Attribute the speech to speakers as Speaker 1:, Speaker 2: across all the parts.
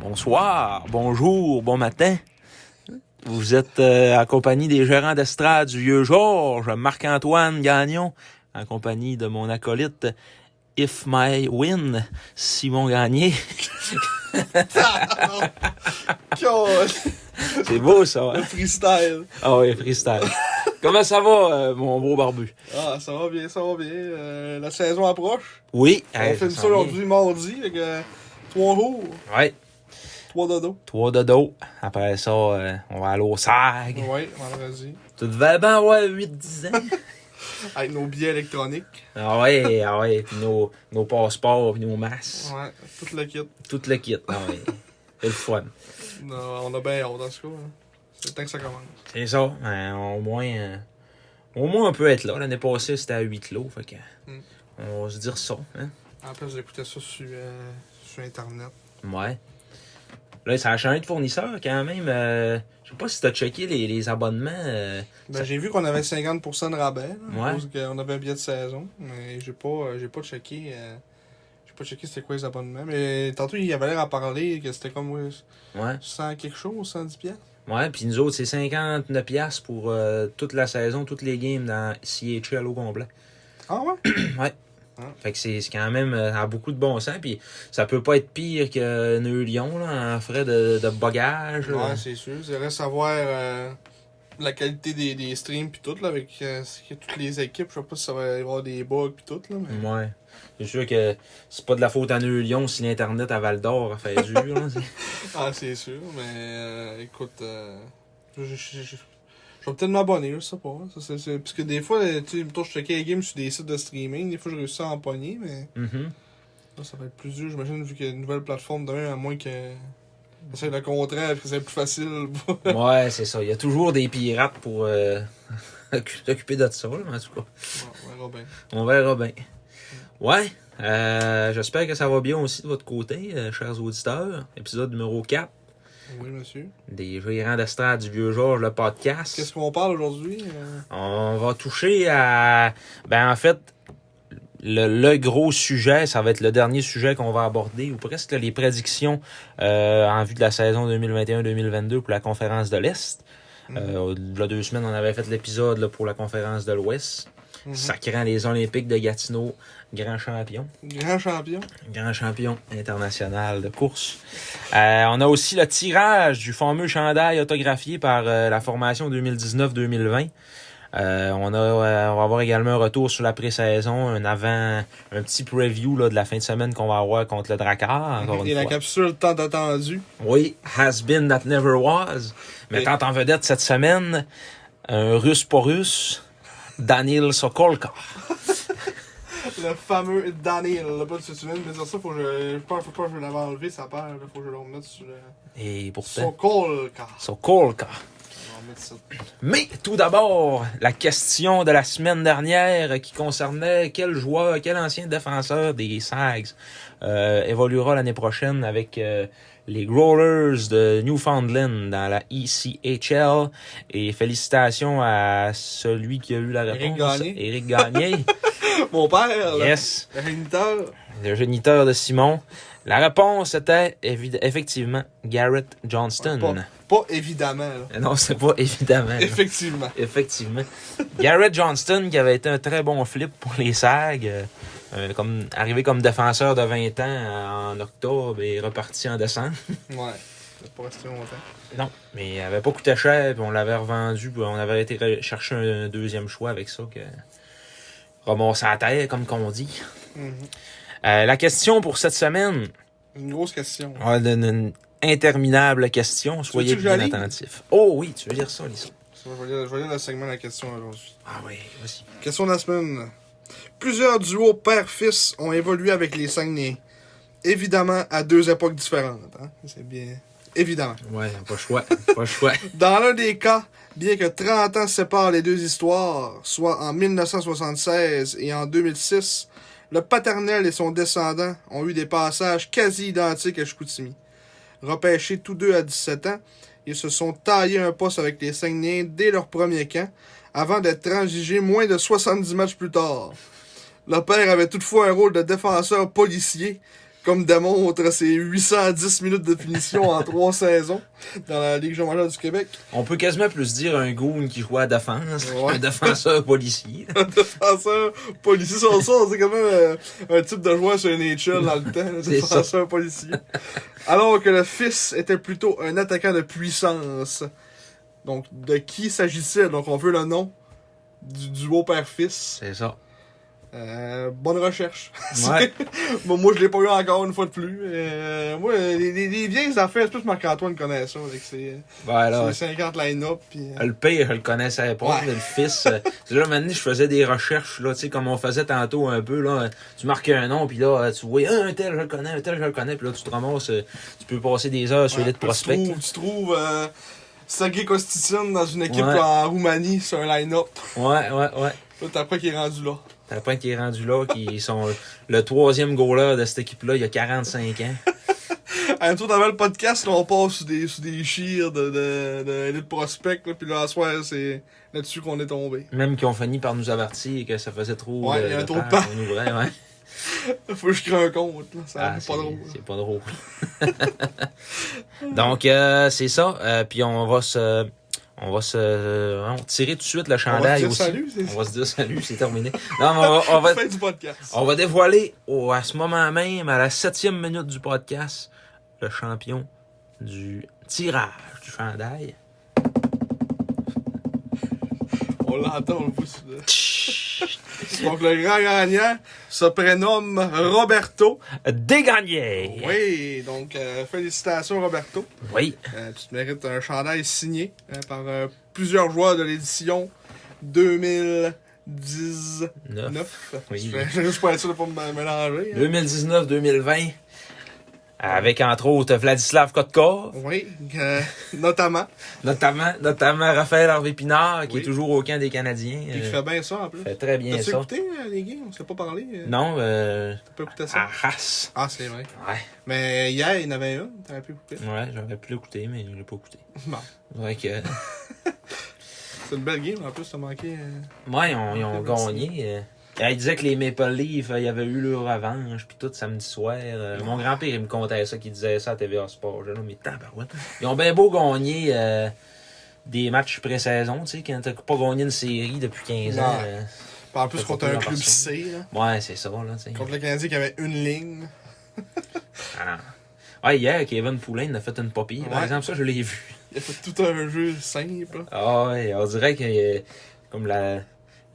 Speaker 1: Bonsoir, bonjour, bon matin. Vous êtes euh, en compagnie des gérants d'estrade du vieux Georges, Marc-Antoine Gagnon, en compagnie de mon acolyte If My Win, Simon Gagné. C'est beau ça. hein?
Speaker 2: Le freestyle.
Speaker 1: Ah oui, freestyle. Comment ça va, euh, mon beau barbu?
Speaker 2: Ah, ça va bien, ça va bien. Euh, la saison approche.
Speaker 1: Oui.
Speaker 2: On filme ça aujourd'hui mardi, avec euh, trois jours,
Speaker 1: Oui.
Speaker 2: trois dodos.
Speaker 1: Trois dodo. Après ça, euh, on va aller au SAG.
Speaker 2: Ouais, vendredi.
Speaker 1: Tu devais bien avoir 8-10 ans.
Speaker 2: Avec nos billets électroniques.
Speaker 1: Ah ouais, ah ouais, puis nos, nos passeports, puis nos masses,
Speaker 2: Ouais, tout le kit.
Speaker 1: tout le kit. Ah ouais. C'est le fun.
Speaker 2: Non, on a bien honte en tout cas. hein. C'est le temps que ça commence.
Speaker 1: C'est ça. Ben, au moins euh, au moins on peut être là. L'année passée, c'était à 8 lots, fait que
Speaker 2: Mm.
Speaker 1: on va se dire ça, hein.
Speaker 2: En plus, j'écoutais ça sur, euh, sur Internet.
Speaker 1: Ouais. Là, ça a changé de fournisseur quand même. euh, je sais pas si t'as checké les, les abonnements. euh,
Speaker 2: Ben,
Speaker 1: Ça-
Speaker 2: j'ai vu qu'on avait 50% de rabais. là,
Speaker 1: Ouais.
Speaker 2: à cause qu'on avait un billet de saison. Mais j'ai pas, euh, j'ai pas checké. euh, j'ai pas checké c'était quoi les abonnements. Mais tantôt, il avait l'air à parler que c'était comme ouais,
Speaker 1: Ouais.
Speaker 2: 100 quelque chose, 110 pièces.
Speaker 1: Ouais, puis nous autres, c'est 59$ piastres pour euh, toute la saison, toutes les games dans CHL au complet.
Speaker 2: Ah ouais?
Speaker 1: Fait que c'est c'est quand même euh, ça a beaucoup de bon sens. Puis ça peut pas être pire que Neu Lyon là, en frais de, de bagage. là.
Speaker 2: Ouais, c'est sûr. C'est vrai savoir euh, la qualité des, des streams puis tout là, avec euh, ce que toutes les équipes. Je sais pas si ça va y avoir des bugs puis tout là, mais
Speaker 1: Ouais. C'est sûr que c'est pas de la faute à Neu Lyon si l'Internet à Val d'Or a fait dur. là. C'est-
Speaker 2: ah c'est sûr. Mais euh, écoute, euh, je, je, je- je- je vais peut-être m'abonner, je sais pas. hein. Ça, c'est- c'est- Parce que des fois, euh, tu sais, mettons, je checkais les games sur des sites de streaming, des fois je réussis à en pogner, mais
Speaker 1: Mhm.
Speaker 2: là, ça va être plus dur, j'imagine, vu qu'il y a une nouvelle plateforme demain, à moins que. C'est le contraire, parce que c'est plus facile.
Speaker 1: Ouais, c'est ça. Il y a toujours des pirates pour euh, s'occuper de ça, là, en tout cas.
Speaker 2: on verra bien.
Speaker 1: On verra bien. Ouais. euh, J'espère que ça va bien aussi de votre côté, euh, chers auditeurs. Épisode numéro 4
Speaker 2: Oui, monsieur.
Speaker 1: des gérants d'estrade du vieux Georges, le podcast.
Speaker 2: Qu'est-ce qu'on parle aujourd'hui? euh?
Speaker 1: On va toucher à. Ben, en fait, le, le gros sujet, ça va être le dernier sujet qu'on va aborder, ou presque là, les prédictions euh, en vue de la saison 2021-2022 pour la conférence de l'Est. Euh, il y a deux semaines, on avait fait l'épisode là, pour la conférence de l'Ouest,
Speaker 2: Mhm.
Speaker 1: sacrant les Olympiques de Gatineau, grand champion
Speaker 2: Grand champion.
Speaker 1: grand champion international de course. Euh, on a aussi le tirage du fameux chandail autographié par euh, la formation 2019-2020. Euh, on, a, euh, on va avoir également un retour sur la pré-saison, un avant, un petit preview là, de la fin de semaine qu'on va avoir contre le Drakkar. encore une
Speaker 2: Mhm. Et la
Speaker 1: fois.
Speaker 2: capsule tant attendue.
Speaker 1: Oui, has been that never was. Mettant en vedette cette semaine, un russe pour russe, Daniel Sokolka.
Speaker 2: Le fameux Daniel. Là, pas, tu tu viens de me dire ça, faut que je. Je pense faut pas que je l'avais enlevé, sa paire. Là, faut que je le remette sur euh, le.
Speaker 1: Et pourtant,
Speaker 2: Sokolka.
Speaker 1: Sokolka.
Speaker 2: Je vais remettre ça.
Speaker 1: Mais tout d'abord, la question de la semaine dernière qui concernait quel joueur, quel ancien défenseur des Sags euh, évoluera l'année prochaine avec euh, les Growlers de Newfoundland dans la E ECHL. Et félicitations à celui qui a eu la réponse.
Speaker 2: Éric Gagné.
Speaker 1: Éric Gagné.
Speaker 2: Mon père, là.
Speaker 1: yes.
Speaker 2: Le géniteur.
Speaker 1: Le géniteur de Simon. La réponse était évi- effectivement Garrett Johnston.
Speaker 2: Pas évidemment, là.
Speaker 1: Non, c'est pas évidemment.
Speaker 2: Effectivement.
Speaker 1: Effectivement. Garrett Johnston, qui avait été un très bon flip pour les SAG, euh, euh, comme, arrivé comme défenseur de 20 ans euh, en octobre et reparti en décembre.
Speaker 2: Ouais. Ça pas resté longtemps.
Speaker 1: Non, mais il avait pas coûté cher, puis on l'avait revendu, puis on avait été re- chercher un deuxième choix avec ça, que remorcer à terre, comme qu'on dit.
Speaker 2: Mhm.
Speaker 1: Euh, la question pour cette semaine,
Speaker 2: Une grosse question.
Speaker 1: on a une, une interminable question, soyez
Speaker 2: veux-tu que je la
Speaker 1: bien
Speaker 2: lise?
Speaker 1: attentifs. Oh oui, tu veux dire ça, Lisa?
Speaker 2: Ça, Je vais lire- je vais lire le segment de la question aujourd'hui.
Speaker 1: Ah oui, vas-y.
Speaker 2: Question de la semaine. Plusieurs duos père-fils ont évolué avec les Saguenay. Évidemment, à deux époques différentes. hein. C'est bien. Évidemment.
Speaker 1: Ouais, pas le choix, pas le choix.
Speaker 2: Dans l'un des cas, bien que 30 ans séparent les deux histoires, soit en 1976 et en 2006, le paternel et son descendant ont eu des passages quasi identiques à Chicoutimi. Repêchés tous deux à 17 ans, ils se sont taillés un poste avec les Saguenayens dès leur premier camp, avant d'être transigés moins de 70 matchs plus tard. Le père avait toutefois un rôle de défenseur policier, comme démontre ses 810 minutes de finition en trois saisons dans la Ligue majeure du Québec.
Speaker 1: On peut quasiment plus dire un goon qui joue à défense
Speaker 2: Ouais.
Speaker 1: qu'un défenseur policier.
Speaker 2: défenseur Ah, policier sur ça, c'est quand même euh, un type de joueur sur NHL dans le temps, le
Speaker 1: C'est ça.
Speaker 2: défenseur policier. Alors que le fils était plutôt un attaquant de puissance. Donc, de qui s'agit-il? Donc, on veut le nom du duo père-fils.
Speaker 1: C'est ça.
Speaker 2: Euh, bonne recherche.
Speaker 1: Ouais.
Speaker 2: Bon, moi, je l'ai pas eu encore une fois de plus. Euh, moi, les, les, les vieilles affaires, c'est plus Marc-Antoine connaît ça, avec ses,
Speaker 1: Ben là,
Speaker 2: ses 50 line-up. puis, euh,
Speaker 1: Le pire, je le connaissais pas,
Speaker 2: Ouais.
Speaker 1: mais le fils. euh, c'est là, maintenant, je faisais des recherches, là, tu sais, comme on faisait tantôt un peu, là. euh, Tu marquais un nom, puis là, euh, tu vois, Ah, un tel, je le connais, un tel, je le connais, puis là, tu te ramasses, euh, tu peux passer des heures sur
Speaker 2: Ouais,
Speaker 1: les de
Speaker 2: puis
Speaker 1: prospects.
Speaker 2: Tu trouves, tu trouves euh, Sergei Kostitin dans une équipe
Speaker 1: Ouais.
Speaker 2: en Roumanie sur un line-up.
Speaker 1: Ouais, ouais, ouais.
Speaker 2: Là, T'apprends qu'il est rendu là.
Speaker 1: T'apprends qu'il est rendu là, qu'ils sont euh, le troisième goaler de cette équipe-là, il y a 45 ans.
Speaker 2: Un tour d'avant le podcast, là, on passe sur des, sur des chires de, de, de, de prospect, là, puis là, à soir, c'est là-dessus qu'on est tombé.
Speaker 1: Même qu'ils ont fini par nous avertir que ça faisait trop.
Speaker 2: Ouais,
Speaker 1: de-
Speaker 2: il y a
Speaker 1: de
Speaker 2: trop de
Speaker 1: peur
Speaker 2: temps.
Speaker 1: qu'on ouvrait, ouais.
Speaker 2: Faut que je crée un compte, là. Ça
Speaker 1: Ah,
Speaker 2: n'est
Speaker 1: c'est
Speaker 2: pas drôle.
Speaker 1: c'est pas drôle. Donc, euh, c'est ça. Euh, puis on va se. On va se. euh, on va tirer tout de suite le
Speaker 2: On va
Speaker 1: chandail
Speaker 2: te dire
Speaker 1: aussi.
Speaker 2: salut, c'est
Speaker 1: On va se dire salut, c'est terminé. Non, mais on va, on va,
Speaker 2: fin du podcast.
Speaker 1: on va dévoiler au- à ce moment même, à la septième minute du podcast, le champion du tirage du chandail.
Speaker 2: On l'entend, on le pousse. là. Donc, le grand gagnant se prénomme Roberto.
Speaker 1: Des gagnés!
Speaker 2: Oui, donc, euh, félicitations, Roberto.
Speaker 1: Oui.
Speaker 2: Euh, tu te mérites un chandail signé hein, par euh, plusieurs joueurs de l'édition 2019.
Speaker 1: Neuf. Oui.
Speaker 2: Je suis juste pas être sûr de pas me mélanger. hein.
Speaker 1: 2019-2020. Avec entre autres Vladislav Kotkov.
Speaker 2: Oui, euh, notamment.
Speaker 1: Euh, Notamment, notamment Raphaël Harvey Pinard, qui
Speaker 2: Oui.
Speaker 1: est toujours au camp des Canadiens.
Speaker 2: Puis qui
Speaker 1: euh,
Speaker 2: fait bien ça en plus.
Speaker 1: fait très bien
Speaker 2: T'as-tu
Speaker 1: ça.
Speaker 2: écouté euh, les games? On s'est pas parlé. euh,
Speaker 1: Non, euh,
Speaker 2: T'as pas écouté ça?
Speaker 1: à Arras.
Speaker 2: Ah, c'est vrai.
Speaker 1: Ouais,
Speaker 2: Mais hier, il y en avait une. T'aurais pu écouter.
Speaker 1: ouais, j'aurais pu l'écouter, mais je l'ai pas écouté.
Speaker 2: Bon.
Speaker 1: Ouais, que,
Speaker 2: C'est une belle game en plus. T'as manqué. euh,
Speaker 1: ouais, ils ont, ils ont
Speaker 2: Merci.
Speaker 1: gagné. euh. Et Il disait que les Maple Leafs, euh, ils avaient eu leur revanche, puis tout samedi soir. euh, mon grand-père, il me contait ça, qu'il disait ça à TVA Sport. J'ai dit, Non, mais tabarouette. Ils ont bien beau gagner euh, des matchs pré-saison, tu sais, quand t'as pas gagné une série depuis 15 ans.
Speaker 2: Ouais.
Speaker 1: euh,
Speaker 2: En plus,
Speaker 1: Ça
Speaker 2: contre
Speaker 1: fait
Speaker 2: un
Speaker 1: pas
Speaker 2: club
Speaker 1: personne.
Speaker 2: C, là.
Speaker 1: ouais, c'est ça, là, tu sais.
Speaker 2: Contre le Canadien qui avait une ligne.
Speaker 1: Ah non. Ouais, hier, Kevin Poulin il a fait une popie. Par
Speaker 2: Ouais.
Speaker 1: exemple, ça, je l'ai vu.
Speaker 2: Il a fait tout un jeu simple.
Speaker 1: Ah ouais, on dirait que euh, comme la,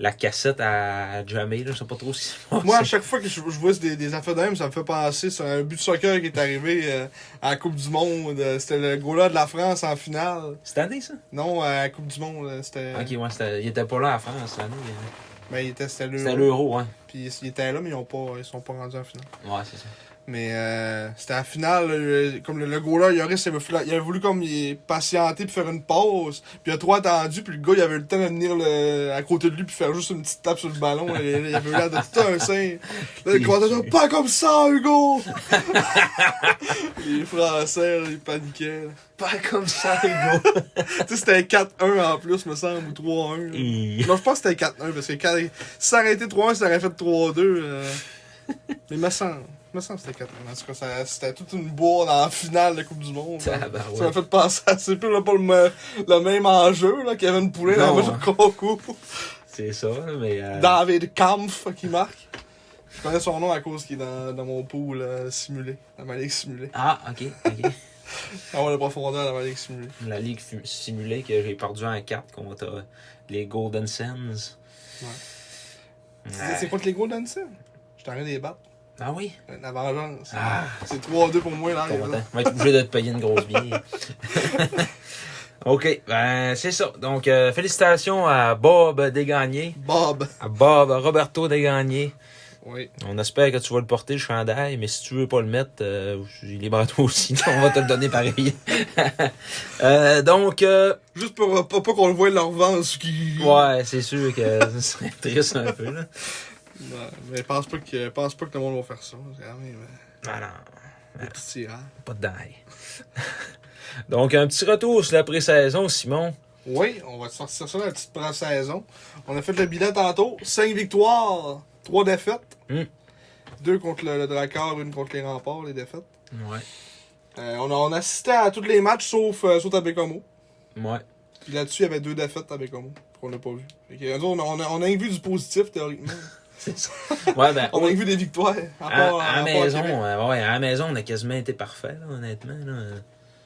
Speaker 1: la cassette à Jamé, là, je sais pas trop si c'est
Speaker 2: Moi, à chaque fois que je, je vois des, des affaires de même, ça me fait penser sur un but de soccer qui est arrivé euh, à la Coupe du Monde. Euh, C'était le goal de la France en finale.
Speaker 1: Cette année, ça?
Speaker 2: Non, à la Coupe du Monde, euh, c'était.
Speaker 1: Ok, ouais, c'était- il était pas là en France cette année. euh.
Speaker 2: Mais il était, c'était
Speaker 1: C'était
Speaker 2: l'Euro.
Speaker 1: l'Euro, hein.
Speaker 2: Puis ils étaient là, mais ils ont pas, ils sont pas rendus en finale.
Speaker 1: Ouais, c'est ça.
Speaker 2: Mais euh, c'était la finale, euh, comme le, le goaler, Yoris, il avait, voulu- il avait voulu comme il, patienter puis faire une pause. Puis il a trop attendu, puis le gars, il avait eu le temps de venir le, à côté de lui puis faire juste une petite tape sur le ballon. Il, il avait eu l'air de tout un saint. Là, le commentateur, pas comme ça, Hugo! les Français, là, ils paniquaient. là.
Speaker 1: Pas comme ça, Hugo.
Speaker 2: Tu sais, c'était 4-1 en plus, me semble, ou 3-1. là. Non, je pense que c'était 4-1, parce que quand... si ça aurait été 3-1, ça aurait fait 3-2. euh, Mais me semble, me semble que c'était 4-1. En tout cas, ça- c'était toute une bourre dans la finale de la Coupe du Monde. Ça
Speaker 1: Tabarouette.
Speaker 2: ça m'a fait penser à c'est plus là, pas le, me- le même enjeu là, Kevin Poulet dans le
Speaker 1: Non, hein.
Speaker 2: match de concours.
Speaker 1: C'est ça, là, mais. euh,
Speaker 2: David Kampf qui marque. Je connais son nom à cause qu'il est dans, dans mon pool euh, simulé, dans ma ligue simulée.
Speaker 1: Ah, ok, ok.
Speaker 2: Avoir la profondeur avant les simulés.
Speaker 1: La ligue fu- simulée que j'ai perdu en 4 contre euh, les Golden Sands.
Speaker 2: C'est- C'est contre les Golden Sun. Je t'en ai des battre.
Speaker 1: Ah oui?
Speaker 2: La vengeance.
Speaker 1: Ah,
Speaker 2: C'est 3-2 pour moi, là.
Speaker 1: pas content. On va être obligé de te payer une grosse bière. OK, ben c'est ça. Donc, euh, félicitations à Bob Desgagnés,
Speaker 2: Bob.
Speaker 1: à Bob Roberto Desgagnés.
Speaker 2: Oui.
Speaker 1: On espère que tu vas le porter, le chandail, mais si tu veux pas le mettre, euh, il est libre à toi aussi. On va te le donner pareil. Euh, donc, euh,
Speaker 2: Juste pour euh, pas, pas qu'on le voie leur vengeance qui.
Speaker 1: ouais, c'est sûr que ce serait triste un peu. Là.
Speaker 2: Ouais, mais pense pas, que, pense pas que le monde va faire ça. C'est quand même
Speaker 1: Ah non.
Speaker 2: euh, un petit tirage.
Speaker 1: Pas de dingue. Donc, un petit retour sur la pré-saison, Simon.
Speaker 2: Oui, on va sortir ça dans la petite pré-saison. On a fait le bilan tantôt. 5 victoires, 3 défaites.
Speaker 1: Mm.
Speaker 2: 2 contre le, le Drakkar, une contre les remparts, les défaites.
Speaker 1: Ouais.
Speaker 2: Euh, on, a, on assistait à tous les matchs sauf, euh, sauf à Bécomo.
Speaker 1: Ouais.
Speaker 2: Puis là-dessus, il y avait deux défaites à Bécomo qu'on n'a pas vu. Fait que, nous autres, on, a, on, a, on a vu du positif théoriquement.
Speaker 1: C'est ça. Ouais, ben,
Speaker 2: on a vu des victoires.
Speaker 1: à,
Speaker 2: À part-
Speaker 1: à
Speaker 2: à part
Speaker 1: la maison,
Speaker 2: Québec.
Speaker 1: euh, ouais, à la maison, on a quasiment été parfait, là, honnêtement. Là.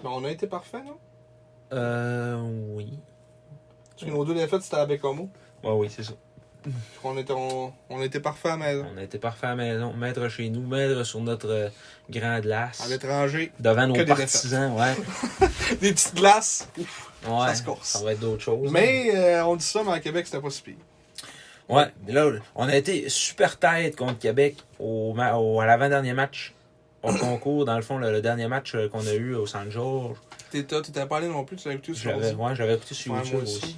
Speaker 2: Ben, on a été parfait, non?
Speaker 1: Euh, oui.
Speaker 2: Parce que nos deux défaites, c'était à Bécomo.
Speaker 1: Ouais, oui, c'est ça.
Speaker 2: On était, on, on était parfait à la maison.
Speaker 1: On a été parfait à la maison, maître chez nous, maître sur notre euh, grand glace.
Speaker 2: À l'étranger.
Speaker 1: devant
Speaker 2: Que
Speaker 1: nos
Speaker 2: des
Speaker 1: partisans, ouais.
Speaker 2: Des petites glaces.
Speaker 1: ouais.
Speaker 2: se corse.
Speaker 1: Ça va être d'autres choses.
Speaker 2: Mais euh, on dit ça, mais à Québec, c'était pas si pire.
Speaker 1: Ouais, mais là, on a été super tête contre Québec au, ma- au- à l'avant-dernier match. Au concours, dans le fond, le, le dernier match euh, qu'on a eu au San George.
Speaker 2: T'es- t'as- T'étais pas allé non plus, tu l'as écouté sur
Speaker 1: J'avais
Speaker 2: l'ordi.
Speaker 1: ouais, j'avais écouté sur
Speaker 2: Ouais,
Speaker 1: YouTube aussi.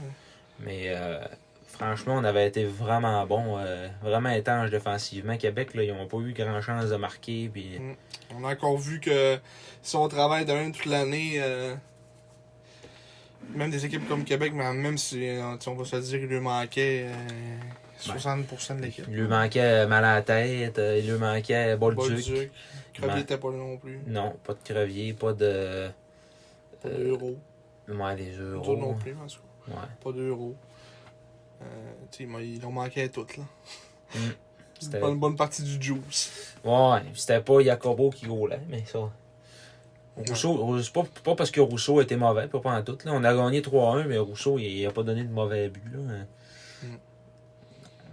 Speaker 1: Mais euh, franchement, on avait été vraiment bon, euh, vraiment étanche défensivement. Québec, là, ils n'ont pas eu grand chance de marquer. Puis...
Speaker 2: Mm. On a encore vu que si on travaille de même toute l'année, euh, même des équipes comme Québec, mais même si euh, tu sais, on va se le dire, il lui manquait euh,
Speaker 1: Ben,
Speaker 2: 60% de l'équipe.
Speaker 1: Il lui manquait mal à la tête, euh, il lui manquait Bolduc.
Speaker 2: Bolduc, Crevier était pas là non plus.
Speaker 1: Non, pas de crevier, pas de.
Speaker 2: Pas
Speaker 1: Euh,
Speaker 2: d'euros.
Speaker 1: Ouais, les euros.
Speaker 2: D'autres non plus, en tout cas.
Speaker 1: Ouais.
Speaker 2: Pas d'euros. Euh, tu sais, ils m'ont- ils l'ont manqué à toutes, là.
Speaker 1: Mm. C'était-
Speaker 2: Pas une bonne partie du juice.
Speaker 1: Ouais, c'était pas Jacobo qui roulait, mais ça. Rousseau, c'est pas, pas parce que Rousseau était mauvais, pas en tout. Là. On a gagné 3-1, mais Rousseau, il, il a pas donné de mauvais but. là.
Speaker 2: Mm.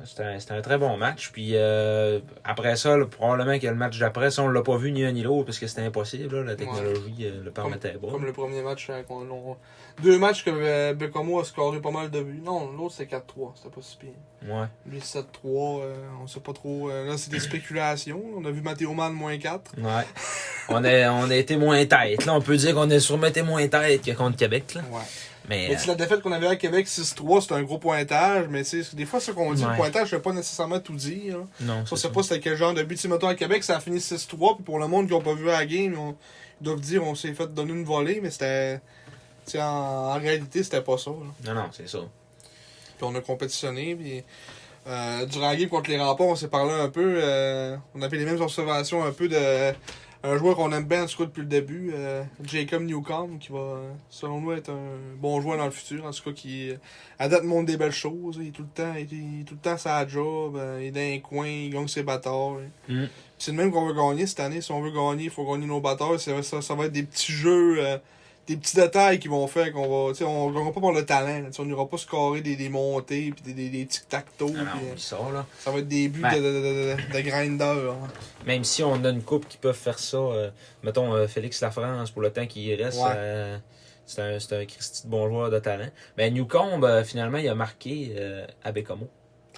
Speaker 1: C'était un, c'était un très bon match. Puis euh, après ça, là, probablement que le match d'après, ça, on l'a pas vu ni un ni l'autre parce que c'était impossible. là. La technologie euh, le permettait pas.
Speaker 2: Comme le premier match hein, qu'on on- Deux matchs que euh, Bécomo a scoré pas mal de buts. Non, l'autre c'est 4-3, c'était pas si pire.
Speaker 1: Ouais.
Speaker 2: Lui 7-3, euh, on sait pas trop. euh, là c'est
Speaker 1: Mm.
Speaker 2: des spéculations. On a vu Matteo Mann moins 4.
Speaker 1: Ouais. on, a, on a été moins tête. Là, on peut dire qu'on a sûrement été moins tête que contre Québec. Là.
Speaker 2: Ouais.
Speaker 1: Mais,
Speaker 2: Mais tu sais, la défaite qu'on avait à Québec 6-3, c'était un gros pointage. Mais tu sais, des fois, ce qu'on dit,
Speaker 1: Ouais.
Speaker 2: le pointage, je pas nécessairement tout dire. hein.
Speaker 1: euh, non,
Speaker 2: On
Speaker 1: c'est
Speaker 2: sait
Speaker 1: ça.
Speaker 2: pas c'était quel genre de but. Tu sais, mettons, à Québec, ça a fini 6-3. Puis pour le monde qui n'a pas vu la game, on- ils doivent dire on s'est fait donner une volée. Mais c'était. tu sais, En, en réalité, c'était pas ça. là.
Speaker 1: Non, non, c'est ça.
Speaker 2: Puis on a compétitionné. Puis euh, durant la game contre les remparts, on s'est parlé un peu. euh, on avait les mêmes observations un peu de un joueur qu'on aime bien en tout cas depuis le début, euh, Jacob Newcomb, qui va selon nous être un bon joueur dans le futur. En tout cas, qui euh, à date montre des belles choses. Il est tout le temps, il est, il est tout le temps sa job. euh, il est dans un coin, il gagne ses batailles.
Speaker 1: Mm.
Speaker 2: Puis C'est le même qu'on veut gagner cette année. Si on veut gagner, il faut gagner nos batailles. Ça, ça, ça va être des petits jeux. euh, des petits détails qui vont faire qu'on va. tu sais, on ne gagnera pas par le talent. là. Tu sais, on n'ira pas scorer des, des montées puis des, des, des tic-tac-toe.
Speaker 1: Ah Non, non,
Speaker 2: puis, euh,
Speaker 1: oublie ça, là.
Speaker 2: Ça va être des buts
Speaker 1: Ben.
Speaker 2: de, de, de, de, de grinder. hein.
Speaker 1: Même si on a une coupe qui peuvent faire ça, euh, mettons euh, Félix Lafrance pour le temps qu'il y reste,
Speaker 2: Ouais.
Speaker 1: euh, c'est un, c'est un Christy de bon joueur de talent. Mais Newcombe, euh, finalement, il a marqué euh, à Bécamo.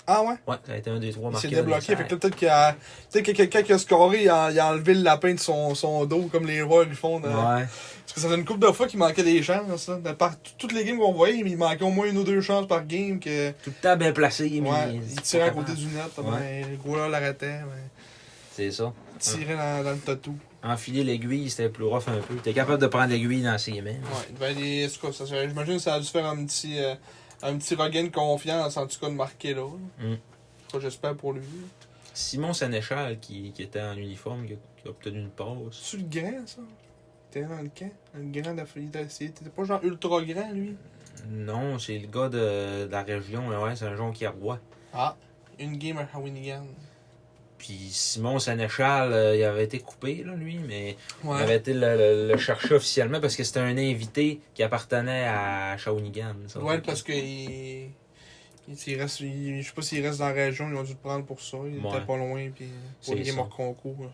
Speaker 2: Ah ouais?
Speaker 1: Ouais, ça a été un des trois
Speaker 2: Il
Speaker 1: marqués.
Speaker 2: s'est
Speaker 1: dans les
Speaker 2: débloqué. Fait
Speaker 1: sacs.
Speaker 2: que là, peut-être qu'il y a, peut-être qu'il y a quelqu'un qui a scoré, il a, il a enlevé le lapin de son, son dos comme les rois ils font. dans-
Speaker 1: Ouais.
Speaker 2: Parce que ça fait une couple de fois qu'il manquait des chances. là. De Par t- toutes les games qu'on voyait, il manquait au moins une ou deux chances par game que.
Speaker 1: Tout le temps bien placé. mais
Speaker 2: Ouais, il
Speaker 1: c'est
Speaker 2: tirait
Speaker 1: pas
Speaker 2: à côté
Speaker 1: capable.
Speaker 2: du net,
Speaker 1: Ouais.
Speaker 2: ben, le gros là l'arrêtait, ben,
Speaker 1: C'est ça.
Speaker 2: il tirait dans, dans le tatou.
Speaker 1: Enfiler l'aiguille, c'était plus rough un peu. T'es capable de prendre l'aiguille dans ses mains.
Speaker 2: Ouais, il devait aller- en tout cas, ça, ça- j'imagine que ça a dû faire un petit, euh, un petit regain de confiance, en tout cas, de marquer là.
Speaker 1: Mm.
Speaker 2: En tout cas, J'espère pour lui.
Speaker 1: Simon Sénéchal, qui, qui était en uniforme, qui a, qui a obtenu une passe.
Speaker 2: C'est-tu le grand, ça? T'es dans le camp? Le grand d'Afrique. T'étais pas genre ultra grand, lui?
Speaker 1: Non, c'est le gars de, de la région. Ouais, c'est un jonquier roi.
Speaker 2: Ah, une game à Winnigan.
Speaker 1: Puis Puis Simon Sénéchal, euh, il avait été coupé, là, lui, mais il
Speaker 2: Ouais.
Speaker 1: avait été le, le- le chercher officiellement parce que c'était un invité qui appartenait à Shawinigan. ça.
Speaker 2: Ouais, parce que il... il- s'il reste- il- je sais pas s'il reste dans la région, ils ont dû le prendre pour ça. Il
Speaker 1: Ouais.
Speaker 2: était pas loin, puis
Speaker 1: C'est
Speaker 2: pour les
Speaker 1: ça.
Speaker 2: morts concours.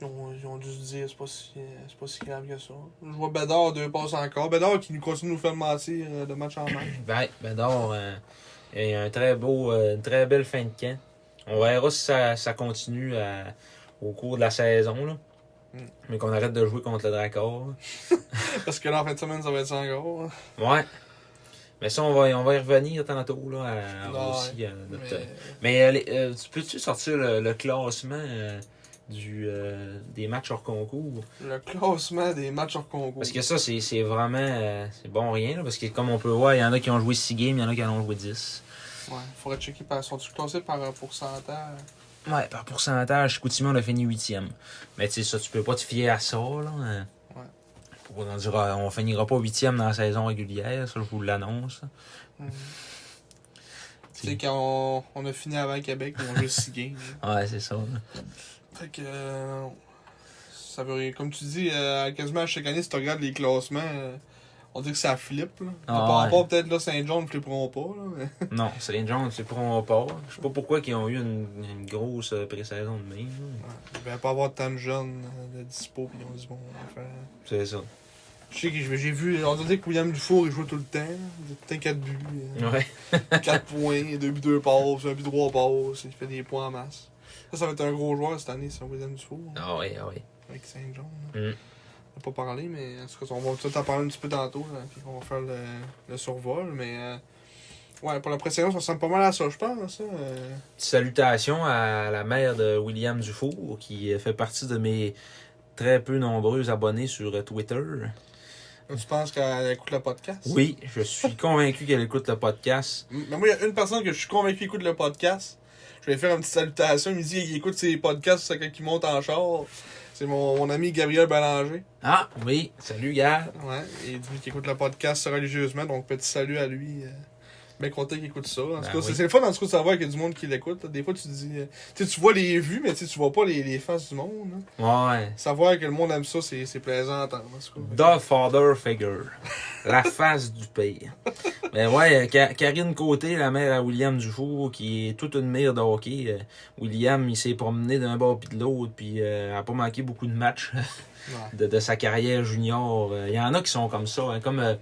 Speaker 2: Ils ont, ils ont dû se dire, c'est pas, si, c'est pas si grave que ça. Je vois Bédard deux passes encore. Bédard qui nous continue de nous faire mentir euh, de match en match.
Speaker 1: Ouais, ben donc, euh, et un très beau, euh, une très belle fin de camp. On verra si ça, ça continue à- au cours de la saison, là.
Speaker 2: Mm.
Speaker 1: Mais qu'on arrête de jouer contre le Dracor.
Speaker 2: Parce que là, en fin de semaine, ça va être ça encore.
Speaker 1: Ouais. Mais ça, on va, on va y revenir tantôt, là, à-
Speaker 2: Ouais,
Speaker 1: aussi, à notre-
Speaker 2: Mais,
Speaker 1: Mais euh, les- euh, tu peux-tu sortir le, le classement euh, du, euh, des matchs hors concours?
Speaker 2: le classement des matchs hors concours.
Speaker 1: Parce que ça, c'est c'est vraiment euh, c'est bon rien. là, parce que comme on peut voir, il y en a qui ont joué 6 games, il y en a qui en ont joué 10.
Speaker 2: Ouais, faudrait checker par. Sont-ils classés par un pourcentage
Speaker 1: Ouais, par pourcentage, Chicoutimi, on a fini 8e. Mais tu sais, ça, tu peux pas te fier à ça. Là, hein.
Speaker 2: Ouais.
Speaker 1: Pour- on, dira, on finira pas 8e dans la saison régulière, ça, je vous l'annonce.
Speaker 2: Hmm. Tu sais, quand on, on a fini avant Québec, on a joué 6 games.
Speaker 1: Ouais, c'est ça. là.
Speaker 2: Fait que. euh, ça veut rien. Comme tu dis, euh, quasiment à chaque année, si tu regardes les classements, euh, on dit que ça flippe. Là.
Speaker 1: Ah,
Speaker 2: Par
Speaker 1: ouais.
Speaker 2: rapport, peut-être, là, Saint-John ne flipperont pas. Là, mais...
Speaker 1: Non, Céline Jones, c'est pour on part. Je sais pas pourquoi ils ont eu une, une grosse euh, pré-saison de même. là.
Speaker 2: ouais. Il va pas avoir tant de jeunes euh, de dispo, puis on dit bon, on va faire.
Speaker 1: C'est ça.
Speaker 2: Je sais que j'ai j'ai vu, on dirait que William Dufour, il joue tout le temps. là. Il a tout le temps 4 buts,
Speaker 1: Ouais.
Speaker 2: 4 points, 2 buts, 2 passes, 1 but, 3 passes, il fait des points en masse. Ça, ça va être un gros joueur cette année, c'est William Dufour,
Speaker 1: Ah ouais, ah ouais.
Speaker 2: avec Saint-John. là.
Speaker 1: Mm.
Speaker 2: On n'a pas parlé, mais en tout cas, on va peut-être en parler un petit peu tantôt, là, puis on va faire le, le survol, mais... euh, ouais, pour la précédente, ça ressemble pas mal à ça, je pense, ça. euh.
Speaker 1: Salutations à la mère de William Dufour, qui euh, fait partie de mes très peu nombreux abonnés sur euh, Twitter.
Speaker 2: Tu penses qu'elle écoute le podcast?
Speaker 1: Oui, je suis convaincu qu'elle écoute le podcast.
Speaker 2: M- Mais moi, il y a une personne que je suis convaincu écoute le podcast. Je vais faire une petite salutation. Il me dit il écoute ses podcasts ça, quand il monte en char. C'est mon, mon ami Gabriel Ballanger.
Speaker 1: Ah oui, salut gars.
Speaker 2: Ouais, et il dit qu'il écoute le podcast religieusement. Donc, petit salut à lui. euh, Bien content qu'il écoute ça. En
Speaker 1: Ben
Speaker 2: tout cas, c'est-
Speaker 1: oui.
Speaker 2: c'est le fun en tout cas de savoir qu'il y a du monde qui l'écoute. là. Des fois, tu te dis. euh, tu sais, tu vois les vues, mais tu sais, tu vois pas les, les faces du monde. hein.
Speaker 1: Ouais.
Speaker 2: Savoir que le monde aime ça, c'est c'est plaisant à entendre. en tout cas.
Speaker 1: The Father Figure. La face du pire. Mais ouais, euh, Ca- Karine Côté, la mère à William Dufour, qui est toute une mère de hockey. euh, William, il s'est promené d'un bord puis de l'autre, puis euh, a pas manqué beaucoup de matchs
Speaker 2: Ouais.
Speaker 1: de, de sa carrière junior. Euh, Il y en a qui sont comme ça. hein, comme euh,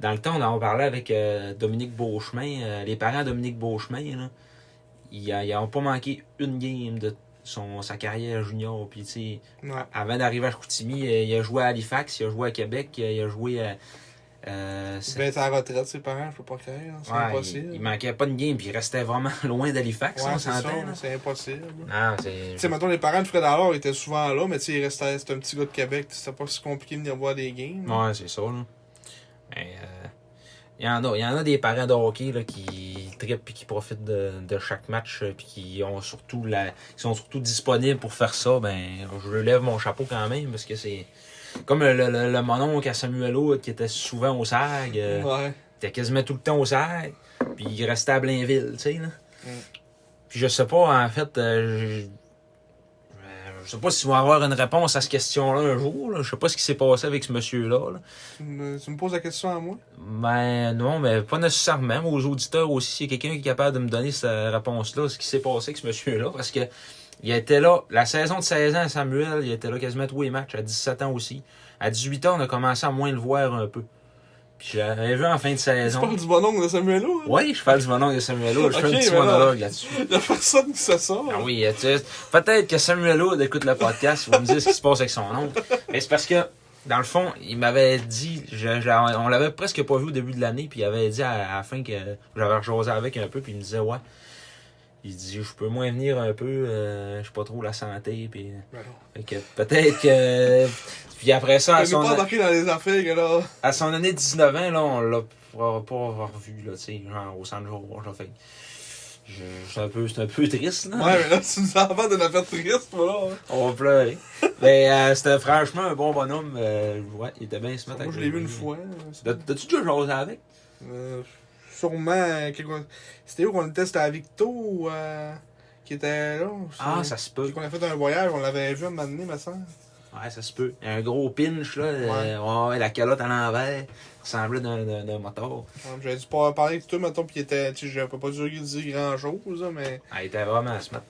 Speaker 1: dans le temps, on en parlait avec euh, Dominique Beauchemin. euh, les parents de Dominique Beauchemin, là, ils euh, ils ont pas manqué une game de son, sa carrière junior. Puis, tu sais,
Speaker 2: Ouais.
Speaker 1: avant d'arriver à Chicoutimi, euh, il a joué à Halifax, il a joué à Québec, euh, il a joué à. euh,
Speaker 2: Il
Speaker 1: c'est-
Speaker 2: devait être à la retraite, ses parents, je peux pas croire. hein. Ben, C'est
Speaker 1: Ouais,
Speaker 2: impossible.
Speaker 1: il, il manquait pas de game, puis il restait vraiment loin d'Halifax,
Speaker 2: Ouais,
Speaker 1: on
Speaker 2: c'est ça,
Speaker 1: s'entend. là.
Speaker 2: c'est impossible.
Speaker 1: Non, c'est.
Speaker 2: Tu sais, mettons, les parents de Fred Allard étaient souvent là, mais tu sais, il restait, c'était un petit gars de Québec, c'était pas si compliqué de venir voir des games.
Speaker 1: Ouais, c'est ça, là. Mais, euh, Il y, en a, il y en a des parents de hockey là, qui trippent et qui profitent de, de chaque match euh, puis qui ont surtout la, qui sont surtout disponibles pour faire ça, ben je leur lève mon chapeau quand même parce que c'est comme le, le, le, le mononcle à Samuel Hood qui était souvent au SAG. euh,
Speaker 2: Ouais.
Speaker 1: T'es quasiment tout le temps au cerf, puis il restait à Blainville, tu sais, là.
Speaker 2: Mm.
Speaker 1: Puis je sais pas, en fait, euh, je... je- je sais pas s'ils vont avoir une réponse à cette question-là un jour, là. Je sais pas ce qui s'est passé avec ce monsieur-là, là.
Speaker 2: Tu me, tu me poses la question à moi?
Speaker 1: Ben, non, mais pas nécessairement. Aux auditeurs aussi, s'il y a quelqu'un qui est capable de me donner cette réponse-là, ce qui s'est passé avec ce monsieur-là, parce que il était là, la saison de 16 ans à Samuel, il était là quasiment tous les matchs, à 17 ans aussi. À 18 ans, on a commencé à moins le voir un peu. Puis j'avais vu en fin de
Speaker 2: Tu
Speaker 1: saison.
Speaker 2: parles du bonhomme de Samuel Lowe, hein?
Speaker 1: Oui, je parle du monologue de Samuel Hood. Je fais
Speaker 2: Ok,
Speaker 1: un petit
Speaker 2: mais non.
Speaker 1: monologue là-dessus.
Speaker 2: La personne qui se sort.
Speaker 1: Ah oui, tu sais, peut-être que Samuel Hood écoute le podcast, il va me dire ce qui se passe avec son nom. Mais c'est parce que, dans le fond, il m'avait dit, je- je- on l'avait presque pas vu au début de l'année, puis il avait dit à, à la fin que j'avais rejosé avec un peu, puis il me disait, ouais. Il dit, je peux moins venir un peu, euh, je suis pas trop la santé, puis.
Speaker 2: Ben non.
Speaker 1: Fait que peut-être que. Puis après ça, à
Speaker 2: Fais-nous
Speaker 1: Ah, son,
Speaker 2: pas embarquer dans les affaires, que là.
Speaker 1: à son année de 19 ans, là, on l'a pas, pas revu, là, tu sais, genre au centre jour, là, fait que je- c'est un peu, c'est un peu triste, là.
Speaker 2: Ouais, mais là, tu nous embarques d'une affaire triste, voilà. hein.
Speaker 1: On va pleurer. Mais euh, c'était franchement un bon bonhomme, euh, ouais, il était bien ce matin.
Speaker 2: Moi, je l'ai vu une fois. hein.
Speaker 1: T'as-tu déjà jasé avec?
Speaker 2: Euh, sûrement, euh, quelque- c'était où qu'on était? C'était à Victo ou à qui était là. aussi.
Speaker 1: Ah, ça se peut.
Speaker 2: Puis qu'on a fait un voyage, on l'avait vu un moment donné, ma semble.
Speaker 1: Ouais, ça se peut. Un gros pinch, là. euh, ouais, la calotte à l'envers. Ressemblait d'un, d'un, d'un moteur.
Speaker 2: Ouais, J'avais dû pas parler avec toi, mettons, pis il était. Tu sais, j'avais pas dû lui dire grand chose, là, mais.
Speaker 1: Ah, il était vraiment à se mettre.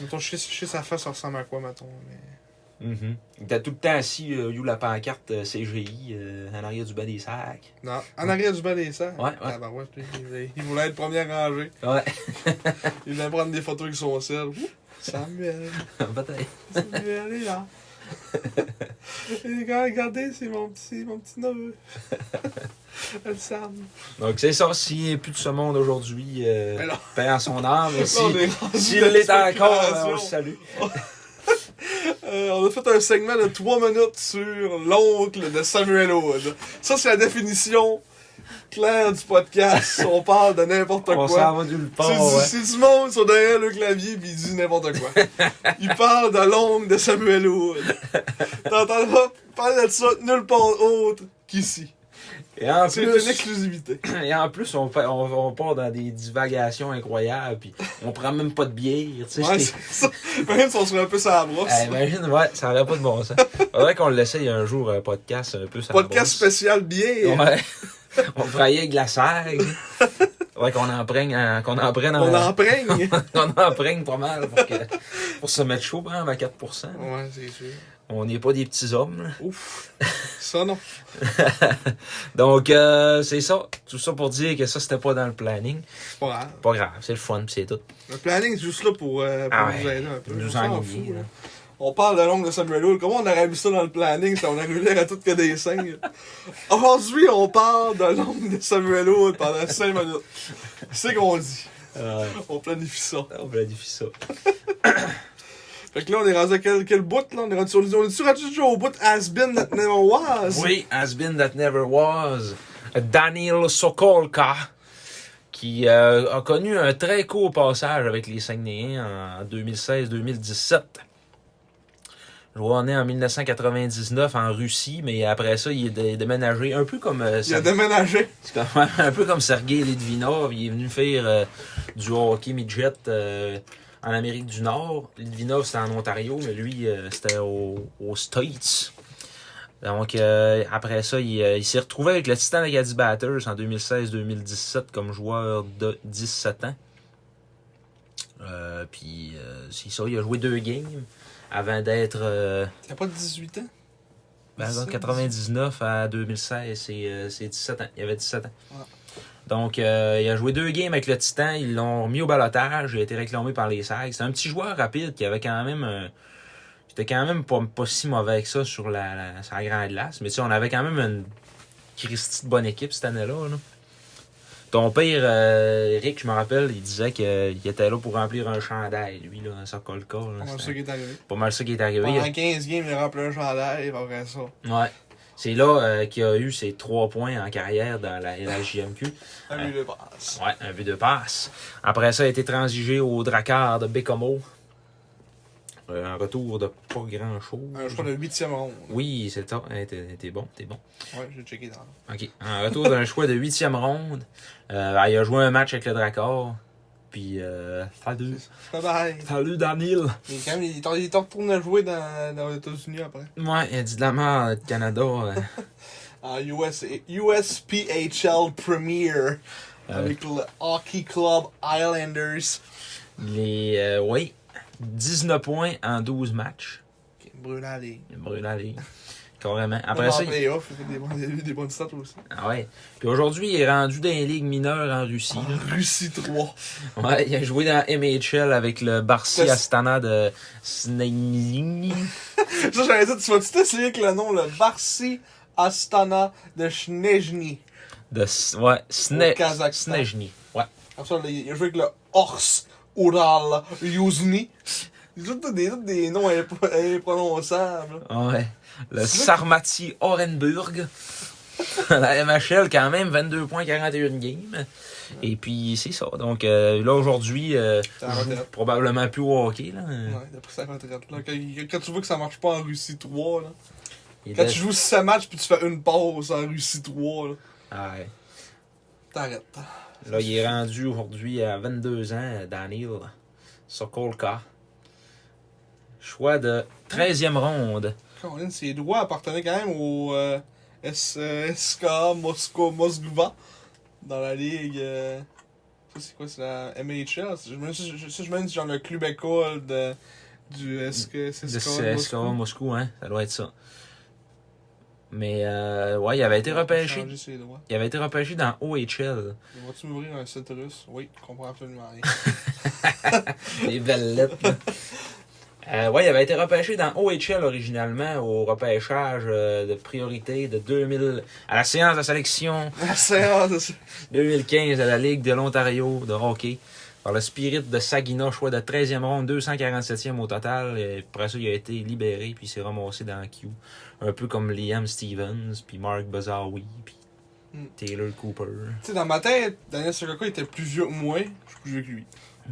Speaker 2: Mettons, je sais, je sais sa face, ça ressemble à quoi, mettons. Mais...
Speaker 1: Mhm. Il était tout le temps assis, euh, où la pancarte euh, CGI, euh, en arrière du bas des sacs.
Speaker 2: Non, en arrière du bas des Ah, ben, sangs.
Speaker 1: Ouais, ouais.
Speaker 2: Tabarouette, lui, il, il voulait être premier rangé.
Speaker 1: Ouais,
Speaker 2: Il voulait prendre des photos avec son sel. Ouh, Samuel,
Speaker 1: peut-être.
Speaker 2: Samuel est là. Il dit, Regardez, c'est mon petit, mon petit neveu. Le Sam.
Speaker 1: Donc, c'est ça. S'il n'y a plus de ce monde aujourd'hui, euh,
Speaker 2: Mais là-
Speaker 1: paix en son âme. Et si-
Speaker 2: Là, on est rendu
Speaker 1: S'il
Speaker 2: dans la
Speaker 1: l'est encore, euh, on le
Speaker 2: spéculation.
Speaker 1: salue.
Speaker 2: Euh, on a fait un segment de 3 minutes sur l'oncle de Samuel Wood. Ça, c'est la définition claire du podcast. On parle de n'importe
Speaker 1: On
Speaker 2: quoi.
Speaker 1: s'en va nulle
Speaker 2: C'est
Speaker 1: part. ouais.
Speaker 2: du, c'est du monde qui sont derrière le clavier puis ils disent n'importe quoi. ils parlent de l'oncle de Samuel Wood. T'entendras parler de ça nulle part autre qu'ici.
Speaker 1: Et en
Speaker 2: C'est une
Speaker 1: plus,
Speaker 2: exclusivité.
Speaker 1: Et en plus, on, pa- on, on part dans des divagations incroyables, puis on prend même pas de bière, tu sais.
Speaker 2: Ouais,
Speaker 1: j'étais-
Speaker 2: c'est ça. Même si on serait un peu sur la brosse.
Speaker 1: Eh, imagine, ouais, ça aurait pas de bon sens. Faudrait qu'on l'essaye un jour, un podcast un peu ça.
Speaker 2: Podcast spécial bière.
Speaker 1: Ouais. on travaillait avec la serre. Faudrait qu'on en prenne, en- qu'on en prenne,
Speaker 2: On
Speaker 1: en-
Speaker 2: emprègne.
Speaker 1: qu'on en prenne pas mal pour, que- pour se mettre chaud, par exemple, à 4%.
Speaker 2: ouais, c'est sûr.
Speaker 1: On n'est pas des petits hommes, là.
Speaker 2: Ouf. Ça, non.
Speaker 1: Donc, euh, c'est ça. Tout ça pour dire que ça, c'était pas dans le planning.
Speaker 2: C'est pas grave.
Speaker 1: Pas grave, c'est le fun, puis c'est tout.
Speaker 2: Le planning, c'est juste là pour, euh, pour
Speaker 1: Ah
Speaker 2: nous
Speaker 1: ouais,
Speaker 2: aider un peu.
Speaker 1: nous
Speaker 2: On s'en
Speaker 1: enligner,
Speaker 2: fout,
Speaker 1: là.
Speaker 2: là. On parle de l'ongle de Samuel Hall. Comment on aurait mis ça dans le planning si on aurait l'air à tout que des signes? Aujourd'hui, on parle de l'ongle de Samuel Hall pendant 5 minutes. C'est qu'on dit.
Speaker 1: Euh,
Speaker 2: Ah, On planifie ça.
Speaker 1: on planifie ça.
Speaker 2: Fait que là, on est rendu à quel, quel bout, là? On est rendu sur, on est rendu toujours au bout de Has Been That Never Was?
Speaker 1: Oui, Has Been That Never Was. Daniel Sokolka, qui euh, a connu un très court passage avec les Saguenayens en 2016-2017. Joannet en 1999 en Russie, mais après ça, il est dé- déménagé un peu comme, euh,
Speaker 2: Il a
Speaker 1: Ser-
Speaker 2: déménagé.
Speaker 1: c'est comme- un peu comme Sergei Litvinov. Il est venu faire euh, du hockey midget euh, en Amérique du Nord. Litvinov, c'était en Ontario, mais lui, euh, c'était au- aux States. Donc, euh, après ça, il, euh, il s'est retrouvé avec le Titan Acadie Batters en 2016-2017 comme joueur de 17 ans. Euh, puis, euh, c'est ça, il a joué deux games avant d'être... euh,
Speaker 2: T'as pas 18 ans?
Speaker 1: ben, donc, 99 à 2016, c'est euh, c'est 17 ans. Il avait 17 ans.
Speaker 2: Ouais.
Speaker 1: Donc, euh, il a joué deux games avec le Titan. Ils l'ont remis au balotage. Il a été réclamé par les Sags. C'est un petit joueur rapide qui avait quand même. euh, qui était quand même pas, pas si mauvais que ça sur la, la, sur la grande glace. Mais tu sais, on avait quand même une Christie de bonne équipe cette année-là. là. Ton père, euh, Eric, je me rappelle, il disait qu'il était là pour remplir un chandail, lui, là, ça colle
Speaker 2: On va ça qui est arrivé.
Speaker 1: Pas mal ça qui est arrivé. Il a-
Speaker 2: Pendant 15 games, il a rempli un chandail, après ça.
Speaker 1: Ouais. C'est là euh, qu'il a eu ses trois points en carrière dans la LHJMQ.
Speaker 2: Un but de passe.
Speaker 1: Ouais, un but de passe. Après ça, il a été transigé au Drakkar de Bécomo. Euh, un retour de pas grand-chose.
Speaker 2: Un choix de 8ème ronde.
Speaker 1: Oui, c'est ça. Hey, t'es t'es bon, t'es bon.
Speaker 2: Ouais, j'ai checké dans.
Speaker 1: OK. En retour d'un choix de huitième ronde, euh, il a joué un match avec le Drakkar. Puis, euh, salut.
Speaker 2: Bye bye.
Speaker 1: Salut, Daniel.
Speaker 2: Il est quand même, il est il est retourné à jouer dans, dans les États-Unis après.
Speaker 1: Ouais, il a dit de la merde, Canada. euh,
Speaker 2: En US, USPHL Premier.
Speaker 1: Ah
Speaker 2: Avec le Hockey Club Islanders.
Speaker 1: les, euh, oui, 19 points en 12 matchs.
Speaker 2: Qui brûle à les.
Speaker 1: Brûlant les. Carrément.
Speaker 2: Même
Speaker 1: Après ça,
Speaker 2: en
Speaker 1: il...
Speaker 2: playoff, il fait des bonnes, il a eu des bonnes stats aussi.
Speaker 1: Ah ouais. Puis aujourd'hui, il est rendu dans les ligues mineures en Russie. là.
Speaker 2: Russie 3.
Speaker 1: Ouais, il a joué dans MHL avec le Barcy
Speaker 2: Ah. Qu'est-ce-
Speaker 1: Astana de Snailini.
Speaker 2: Ça, j'allais dire, tu vas-tu t'essayer avec le nom, le Varsi Astana de Snezhny.
Speaker 1: De S- ouais, Sne...
Speaker 2: Au Kazakhstan.
Speaker 1: Snejny. Ouais.
Speaker 2: Comme ça, il il a joué avec le Ors Ural Yuzny. Ils ont tous des, tous des noms impro- imprononçables.
Speaker 1: Ouais. Le
Speaker 2: Ah C'est vrai que-
Speaker 1: Sarmati Orenburg. la MHL, quand même, 22 points, 41 games. Et puis, c'est ça. Donc, euh, là, aujourd'hui, euh,
Speaker 2: C'est la retraite.
Speaker 1: joue probablement plus au hockey. Là.
Speaker 2: Ouais, il a pris sa retraite. Là. Quand, quand tu vois que ça marche pas en Russie 3, là.
Speaker 1: Il
Speaker 2: quand
Speaker 1: était-
Speaker 2: tu joues 7 matchs puis tu fais une pause en Russie 3, là,
Speaker 1: Ah, ouais.
Speaker 2: t'arrêtes. hein.
Speaker 1: Là, il est rendu aujourd'hui à 22 ans, Daniel. Sokolka. Choix de 13e ronde.
Speaker 2: Colin, ses doigts appartenaient quand même au euh, S- euh, SKA Moscou Moskva dans la ligue. euh, ça, c'est quoi C'est la MHL C'est- Je me dis, je- ça, je me dis, c'est genre le club école de, du SK,
Speaker 1: de
Speaker 2: SKA.
Speaker 1: CSKA Moscou.
Speaker 2: Moscou.
Speaker 1: hein? Ça doit être ça. Mais euh, ouais, il avait été repêché.
Speaker 2: Changer ses doigts.
Speaker 1: Il avait été repêché dans OHL.
Speaker 2: Vas-tu m'ouvrir un site russe Oui, je comprends absolument rien.
Speaker 1: Les belles lettres. là. Euh, ouais, il avait été repêché dans OHL originalement au repêchage euh, de priorité de 2000 à la séance de sélection
Speaker 2: la séance, c'est ça.
Speaker 1: 2015 de la Ligue de l'Ontario de hockey par le Spirit de Saginaw, choix de 13e ronde, 247e au total. Et après ça, il a été libéré puis il s'est ramassé dans Q. Un peu comme Liam Stevens, puis Mark Bozzawi, puis
Speaker 2: Mm.
Speaker 1: Taylor Cooper.
Speaker 2: Tu sais, dans ma tête, Daniel Sokoko était plus vieux que moi. Je suis plus vieux que lui.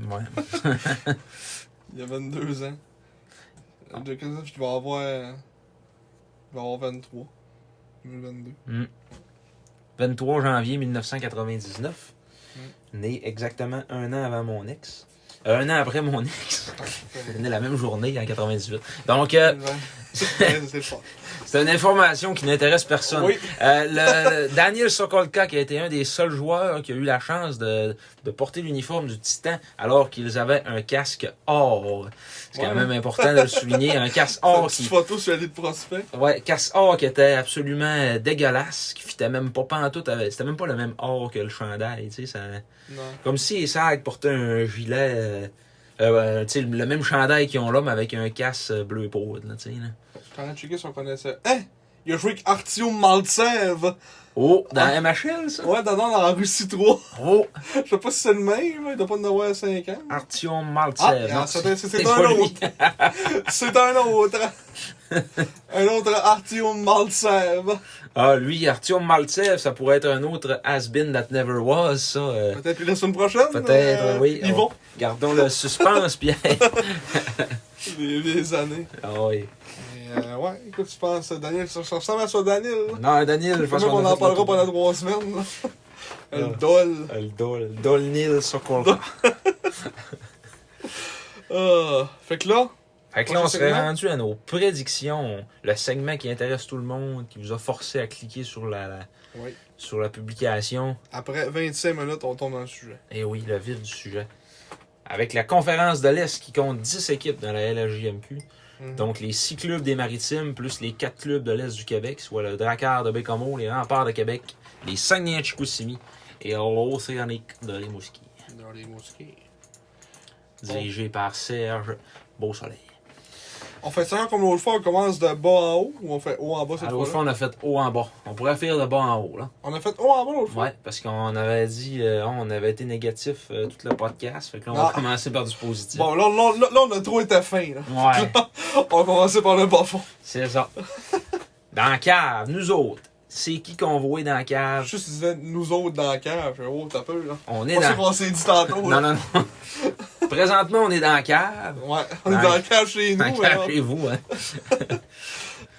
Speaker 1: Ouais.
Speaker 2: Il y a 22 ans.
Speaker 1: Ah.
Speaker 2: De 15 ans, puis il va avoir. euh, Il va avoir 23. 2022.
Speaker 1: 23 janvier 1999.
Speaker 2: Mm.
Speaker 1: Né exactement un an avant mon ex. Euh, un an après mon ex. Il est né la même journée en 98. Donc, euh,
Speaker 2: C'est c'est fort.
Speaker 1: c'est une information qui n'intéresse personne.
Speaker 2: Oui,
Speaker 1: Euh, le, Daniel Sokolka, qui a été un des seuls joueurs qui a eu la chance de, de porter l'uniforme du Titan alors qu'ils avaient un casque or. C'est quand
Speaker 2: Ouais.
Speaker 1: même important de le souligner. Un casque
Speaker 2: oh,
Speaker 1: or
Speaker 2: petite
Speaker 1: qui
Speaker 2: photo sur la liste de prospect.
Speaker 1: Ouais, casse or qui était absolument euh, dégueulasse, qui fitait même pas pantoute, avec- c'était même pas le même or que le chandail, tu sais, ça...
Speaker 2: Non.
Speaker 1: Comme si Isaac portait un gilet, euh, euh, tu sais, le même chandail qu'ils ont là, mais avec un casse euh, bleu poudre, là, tu sais, là.
Speaker 2: Je suis en train de checker si on connaissait. Hein? Il a joué avec Artyom Maltsev.
Speaker 1: Oh, dans
Speaker 2: Ah.
Speaker 1: MHL, ça?
Speaker 2: Ouais, dans, dans la Russie 3.
Speaker 1: Oh,
Speaker 2: Je sais pas si c'est le même, il doit pas en avoir 5 ans.
Speaker 1: Artyom
Speaker 2: Ah,
Speaker 1: Maltsev. Non,
Speaker 2: c'est c'est- c'est
Speaker 1: pas
Speaker 2: un
Speaker 1: lui.
Speaker 2: autre. C'est un autre. un autre Artyom Maltsev.
Speaker 1: Ah, lui, Artyom Maltsev, ça pourrait être un autre has-been that never was, ça. euh,
Speaker 2: Peut-être puis la semaine prochaine.
Speaker 1: Peut-être, oui.
Speaker 2: Euh, Ils
Speaker 1: On-
Speaker 2: vont.
Speaker 1: Gardons le suspense, puis...
Speaker 2: Les, les années.
Speaker 1: Ah oui.
Speaker 2: Mais euh, ouais, écoute, je pense, euh, Daniel, ça ça ressemble à ça, Daniel.
Speaker 1: Non, Daniel, je
Speaker 2: Je pense
Speaker 1: pense
Speaker 2: qu'on
Speaker 1: a fait
Speaker 2: en
Speaker 1: le
Speaker 2: parlera
Speaker 1: tour.
Speaker 2: pendant trois semaines. là.
Speaker 1: Ouais.
Speaker 2: Elle dole.
Speaker 1: Le Dol, Dolnil Sokolka.
Speaker 2: Euh, fait que là,
Speaker 1: Fait que là, on
Speaker 2: Prochain
Speaker 1: serait
Speaker 2: segment.
Speaker 1: rendu à nos prédictions. Le segment qui intéresse tout le monde, qui vous a forcé à cliquer sur la, la-
Speaker 2: Oui.
Speaker 1: sur la publication.
Speaker 2: après 25 minutes, on tombe dans le sujet.
Speaker 1: Et Eh oui, le vif du sujet. Avec la conférence de l'Est qui compte 10 équipes dans la LHJMQ.
Speaker 2: Mhm.
Speaker 1: Donc les 6 clubs des Maritimes plus les 4 clubs de l'Est du Québec, soit le Drakkar de Bécamo, les Remparts de Québec, les Saguenay de Chicoutimi et l'Océanique de Rimouski.
Speaker 2: Dans les mosquées.
Speaker 1: Dirigé par Serge Beausoleil.
Speaker 2: On fait ça comme l'autre fois, on commence de bas en haut ou on fait haut en bas cette
Speaker 1: Alors, au
Speaker 2: fois-là?
Speaker 1: fond, on a fait haut en bas. On pourrait faire de bas en haut, là.
Speaker 2: On a fait haut en bas l'autre fois.
Speaker 1: Ouais, parce qu'on avait dit, euh, on avait été négatif euh, tout le podcast. Fait que là, on
Speaker 2: Ah.
Speaker 1: va commencer par du positif.
Speaker 2: Bon, là, là, là, là, on a trop été fin. Là.
Speaker 1: Ouais,
Speaker 2: On va commencer par le bas fond.
Speaker 1: c'est ça. Dans la cave, nous autres, c'est qui qu'on voit dans la cave?
Speaker 2: Juste, tu disais, nous autres dans la cave. Je fais, oh, t'as peur, là.
Speaker 1: On est
Speaker 2: On sait hein.
Speaker 1: dans...
Speaker 2: qu'on s'est dit tantôt. là.
Speaker 1: Non, non, non. Présentement, on est dans la cave.
Speaker 2: Ouais, on est
Speaker 1: Dans
Speaker 2: dans
Speaker 1: la-
Speaker 2: la cave chez
Speaker 1: Dans la
Speaker 2: nous.
Speaker 1: cave
Speaker 2: là.
Speaker 1: chez vous, hein.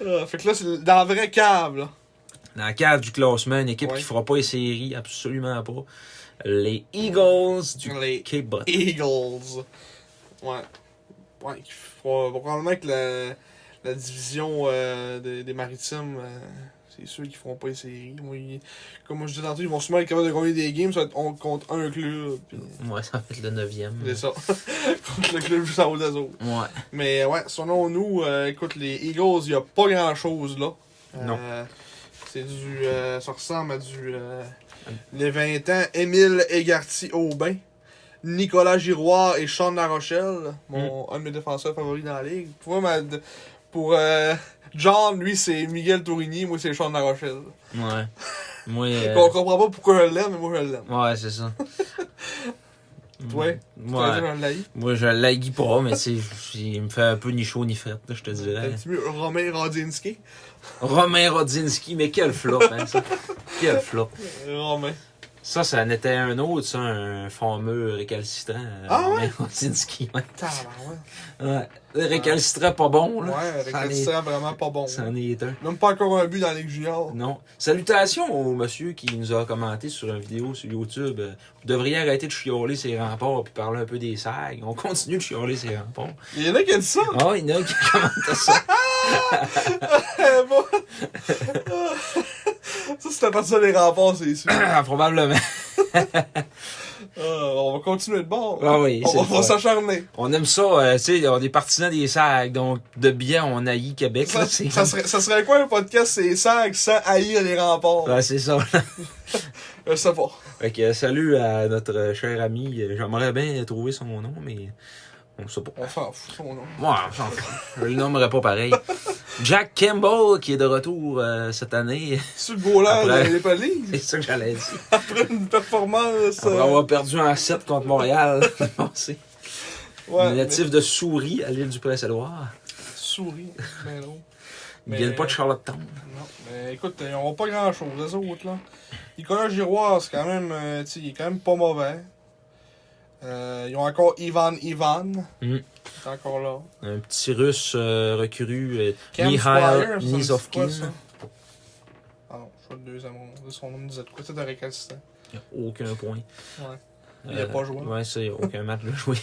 Speaker 2: Euh, fait que là, c'est dans la vraie cave, là.
Speaker 1: Dans la cave du classement, une équipe
Speaker 2: Ouais.
Speaker 1: qui fera pas les séries, absolument pas. Les Eagles du
Speaker 2: Les
Speaker 1: Québec.
Speaker 2: Eagles. Ouais. Ouais, qui f- pro- probablement que la, la division euh, des, des maritimes, euh, c'est sûr qu'ils feront pas les séries. Moi, ils- comme moi, je dis tantôt, ils vont sûrement être capables de gagner des games, ça va être on contre un club. puis
Speaker 1: Ouais, ça va être le neuvième.
Speaker 2: C'est ça. contre le club juste en haut des autres.
Speaker 1: Ouais.
Speaker 2: Mais euh, ouais, selon nous, euh, écoute, les Eagles, il n'y a pas grand chose là. Euh,
Speaker 1: Non.
Speaker 2: C'est du. euh, ça ressemble à du. euh, les 20 ans, Émile Egarty-Aubin, Nicolas Giroir et Sean La Rochelle, mon,
Speaker 1: Hmm.
Speaker 2: un de mes défenseurs favoris dans la ligue. Pour, moi, ma- pour euh, John, lui, c'est Miguel Tourigny, moi, c'est Sean La Rochelle.
Speaker 1: Ouais. Moi. euh,
Speaker 2: On comprend pas pourquoi je l'aime, mais moi, je l'aime.
Speaker 1: Ouais, c'est ça.
Speaker 2: Toi,
Speaker 1: Ouais. Ben.
Speaker 2: Tu vas dire, je l'haïs.
Speaker 1: Moi, je l'aiguille pas, mais tu sais, il me fait un peu ni chaud ni frette, là, je te
Speaker 2: Un
Speaker 1: dirais.
Speaker 2: petit mieux, Romain Radzinski.
Speaker 1: Romain Rodzinski, mais quel flop, hein, ça. Quel flop.
Speaker 2: Romain.
Speaker 1: Ça, ça n'était un autre, ça, un fameux récalcitrant. euh,
Speaker 2: Ah ouais?
Speaker 1: Romain Rosinski, ouais.
Speaker 2: Tabarouette.
Speaker 1: Ouais. Récalcitrant pas bon, là.
Speaker 2: Ouais,
Speaker 1: C'en est-
Speaker 2: récalcitrant vraiment pas bon.
Speaker 1: C'en est un.
Speaker 2: Même pas encore un but dans la Ligue Junior.
Speaker 1: Non. Salutations au monsieur qui nous a commenté sur une vidéo sur YouTube. euh, Vous devriez arrêter de chioler ses remparts puis parler un peu des sags. On continue de chioler ses remparts.
Speaker 2: Il y en a qui a dit ça.
Speaker 1: Ah, il y en a qui commentent ça.
Speaker 2: Eh, bon. ça, c'était parti des remparts, c'est sûr.
Speaker 1: Probablement.
Speaker 2: Euh, on va continuer de bord.
Speaker 1: Ah oui, c'est
Speaker 2: on
Speaker 1: le
Speaker 2: va- on
Speaker 1: fun.
Speaker 2: va s'acharner.
Speaker 1: On aime ça, euh, tu sais, on est partisans des sags. Donc, de bien, on haït Québec.
Speaker 2: Ça,
Speaker 1: là, c'est-
Speaker 2: ça serait, ça serait quoi un podcast, c'est ça, sans haïr les remparts?
Speaker 1: Ouais, c'est ça.
Speaker 2: Je sais pas.
Speaker 1: Fait que, euh, salut à notre euh, cher ami. Euh, J'aimerais bien trouver son nom, mais on sait pas.
Speaker 2: On s'en fout, son nom.
Speaker 1: Moi, on s'en fout. je le nommerai pas pareil. Jack Campbell qui est de retour euh, cette année.
Speaker 2: C'est le goaler
Speaker 1: Après-
Speaker 2: de l'Épée League,
Speaker 1: C'est ça que j'allais dire.
Speaker 2: après une performance.
Speaker 1: Après
Speaker 2: euh,
Speaker 1: avoir perdu en 7 contre Montréal, c'est
Speaker 2: euh, ouais,
Speaker 1: natif de Souris à l'île du Prince-Édouard.
Speaker 2: mais- Souris, ben non.
Speaker 1: Il vient pas de Charlottetown.
Speaker 2: Non, mais écoute, ils n'ont pas grand-chose, les autres, là. Nicolas Giroir, c'est quand même, euh, tu sais, il est quand même pas mauvais. Euh, ils ont encore Ivan Ivan.
Speaker 1: Mm.
Speaker 2: C'est encore là.
Speaker 1: Un petit russe euh, recru, euh,
Speaker 2: Cam Squire, ça
Speaker 1: Mihail
Speaker 2: me dit
Speaker 1: Nizovkin.
Speaker 2: quoi, ça? Ah non, je suis le deuxième. on- Son nom me disait de quoi? C'était récalcitrant.
Speaker 1: Il a Aucun point.
Speaker 2: Ouais. Il a
Speaker 1: Euh,
Speaker 2: pas joué.
Speaker 1: Ouais, c'est aucun match de joué.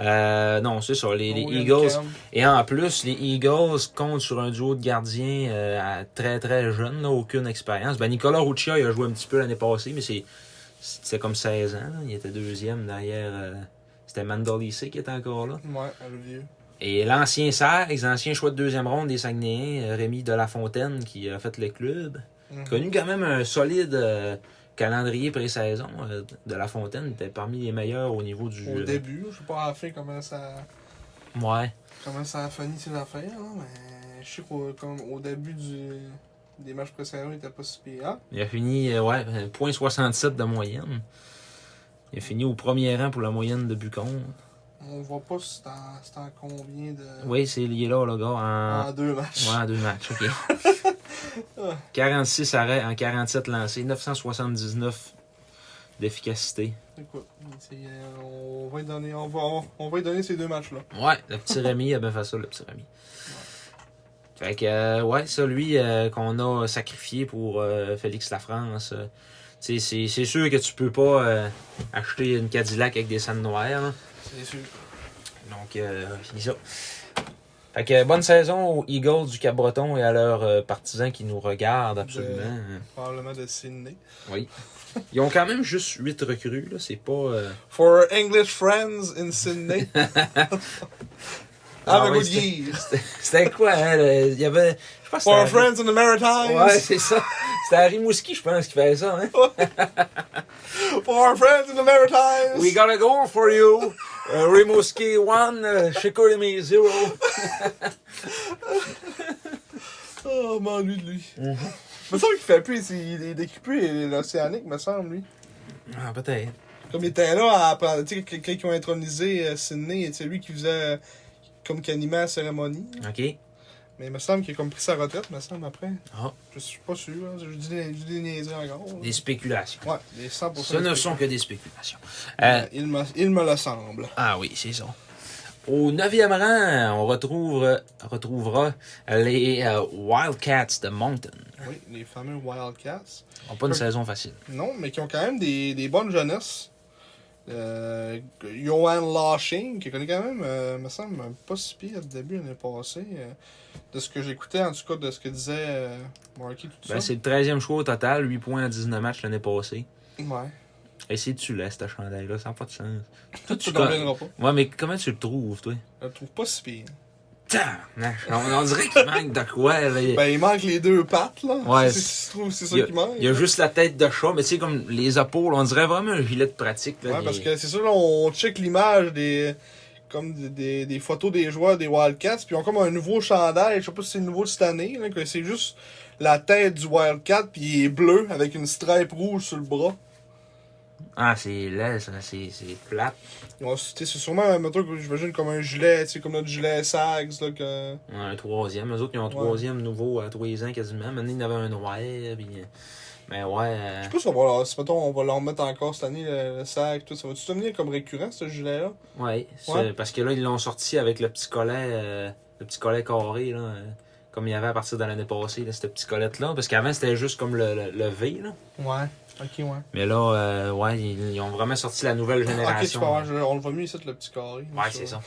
Speaker 1: Euh, non, c'est ça, les, les
Speaker 2: Logan
Speaker 1: Eagles.
Speaker 2: Cam.
Speaker 1: Et en plus, les Eagles comptent sur un duo de gardiens euh, à très très jeune, là, aucune expérience. Ben, Nicolas Ruccia, il a joué un petit peu l'année passée, mais c'est c'était comme 16 ans. là. Il était deuxième derrière. euh, c'était Mandalissé qui était encore là.
Speaker 2: Ouais, le vieux.
Speaker 1: Et l'ancien Sags, ancien choix de deuxième ronde des Saguenayens, euh, Rémi Delafontaine, qui a fait le club.
Speaker 2: Mhm.
Speaker 1: Connu quand même un solide euh, calendrier pré-saison. euh, Delafontaine était parmi les meilleurs au niveau du.
Speaker 2: Au
Speaker 1: euh,
Speaker 2: début, je sais pas à la fin comment ça,
Speaker 1: ouais.
Speaker 2: comment ça a fini ses affaires, là, mais je sais qu'au comme au début du, des matchs précédents, il était pas si pire. Ah,
Speaker 1: Il a fini, euh, ouais, euh, 0.67 de moyenne. Il a fini au premier rang pour la moyenne de Bucon.
Speaker 2: On voit pas si c'est en, c'est en combien de.
Speaker 1: Oui, c'est lié là, le gars, en,
Speaker 2: En deux matchs.
Speaker 1: ouais, en deux matchs. ok. 46 arrêts en 47 lancés, 979 d'efficacité.
Speaker 2: Écoute, c'est, euh, on, va y donner, on, va, on, va y donner ces deux matchs-là.
Speaker 1: Ouais, le petit Rémi a bien fait ça, le petit Rémi. Fait que, euh, ouais, ça, lui, euh, qu'on a sacrifié pour euh, Félix Lafrance. euh, tu sais, c'est c'est sûr que tu peux pas euh, acheter une Cadillac avec des scènes noires. hein.
Speaker 2: C'est sûr.
Speaker 1: Donc, euh, fini ça. Fait que, bonne saison aux Eagles du Cap-Breton et à leurs euh, partisans qui nous regardent, absolument.
Speaker 2: Probablement de Sydney.
Speaker 1: Oui. Ben, euh, Ils ont quand même juste 8 recrues, là. C'est pas. euh,
Speaker 2: For English friends in Sydney.
Speaker 1: Ah,
Speaker 2: Have a
Speaker 1: oui,
Speaker 2: good
Speaker 1: c'était-
Speaker 2: year.
Speaker 1: C'était quoi, hein? le- Il y avait. Je pense que
Speaker 2: For our
Speaker 1: c'était. à-
Speaker 2: friends in the Maritimes.
Speaker 1: Ouais, c'est ça. C'était à Rimouski, je pense, qui faisait ça, hein?
Speaker 2: For our friends in the Maritimes.
Speaker 1: We got a goal for you. Uh, Rimouski 1, Chicoutimi 0.
Speaker 2: Oh, m'ennuie de lui. me semble qu'il fait plus, il est décupé l'océanique, me semble, lui.
Speaker 1: Ah, peut-être.
Speaker 2: Comme il était là à apprendre, tu sais, quelqu'un qui a intronisé euh, Sydney, c'est lui qui faisait, euh, comme qui animait la cérémonie.
Speaker 1: OK.
Speaker 2: Mais il me semble qu'il a comme pris sa retraite, me semble, après.
Speaker 1: Ah.
Speaker 2: Je suis pas sûr, hein. je dis des- je dis des niaiseries encore. là.
Speaker 1: Des spéculations.
Speaker 2: Ouais, des 100%.
Speaker 1: Ce ne sont que des spéculations. Euh,
Speaker 2: Il me, il me le semble.
Speaker 1: Ah oui, c'est ça. Au neuvième rang, on retrouve, euh, retrouvera les euh, Wildcats de Moncton.
Speaker 2: Oui, les fameux Wildcats.
Speaker 1: Ils ont pas une
Speaker 2: Ok.
Speaker 1: saison facile.
Speaker 2: Non, mais qui ont quand même des, des bonnes jeunesses. Euh, Johan Lashing, qui connaît quand même, euh, me semble, pas si pire au début l'année passée. euh, de ce que j'écoutais, en tout cas, de ce que disait euh, Marky, tout
Speaker 1: Ben,
Speaker 2: ça.
Speaker 1: c'est le 13e choix au total, 8 points en 19 matches l'année passée.
Speaker 2: Ouais.
Speaker 1: Et si tu laisses ta chandail-là, ça n'a pas de sens.
Speaker 2: Tout tu
Speaker 1: tu
Speaker 2: t'en reviendras pas.
Speaker 1: Ouais, mais comment tu le trouves, toi?
Speaker 2: Je le trouve pas si pire.
Speaker 1: Tabarnak! On, on dirait qu'il manque de quoi, là. Il-
Speaker 2: Ben, il manque les deux pattes, là.
Speaker 1: Ouais,
Speaker 2: C'est c'est- je trouve que c'est ça
Speaker 1: il y a-
Speaker 2: qui manque. hein.
Speaker 1: Il y a juste la tête de chat, mais tu sais, comme les épaules, on dirait vraiment un gilet de pratique. Là,
Speaker 2: Ouais,
Speaker 1: des-
Speaker 2: parce que c'est sûr, là, on check l'image des comme des, des, des photos des joueurs des Wildcats, puis ils ont comme un nouveau chandail, je sais pas si c'est nouveau de cette année, là, que c'est juste la tête du Wildcat, puis il est bleu avec une stripe rouge sur le bras.
Speaker 1: Ah, c'est laid, ça, c'est c'est plate.
Speaker 2: Ils ont- tu sais, C'est sûrement un moteur que j'imagine comme un gilet, tu sais, comme notre gilet Sags, là, que...
Speaker 1: Ouais, Un troisième. Eux autres, ils ont un
Speaker 2: Ouais.
Speaker 1: troisième nouveau à tous les ans quasiment. Maintenant, il y en avait un noir. Puis... Mais ouais. euh,
Speaker 2: Je sais pas si on va leur, si, mettons, on va leur mettre encore cette année le, le sac, tout ça. Va-tu devenir comme récurrent, ce gilet-là?
Speaker 1: Ouais, c'est-
Speaker 2: Ouais.
Speaker 1: parce que là, ils l'ont sorti avec le petit collet, euh, le petit collet carré, là, euh, comme il y avait à partir de l'année passée, là, ce petit collet-là. Parce qu'avant, c'était juste comme le, le, le V. Là.
Speaker 2: Ouais. Ok, ouais.
Speaker 1: Mais là, euh, ouais, ils, ils ont vraiment sorti la nouvelle
Speaker 2: Ok,
Speaker 1: génération.
Speaker 2: super, ouais, je- on le voit mieux ici, le petit carré.
Speaker 1: ouais, c'est ça.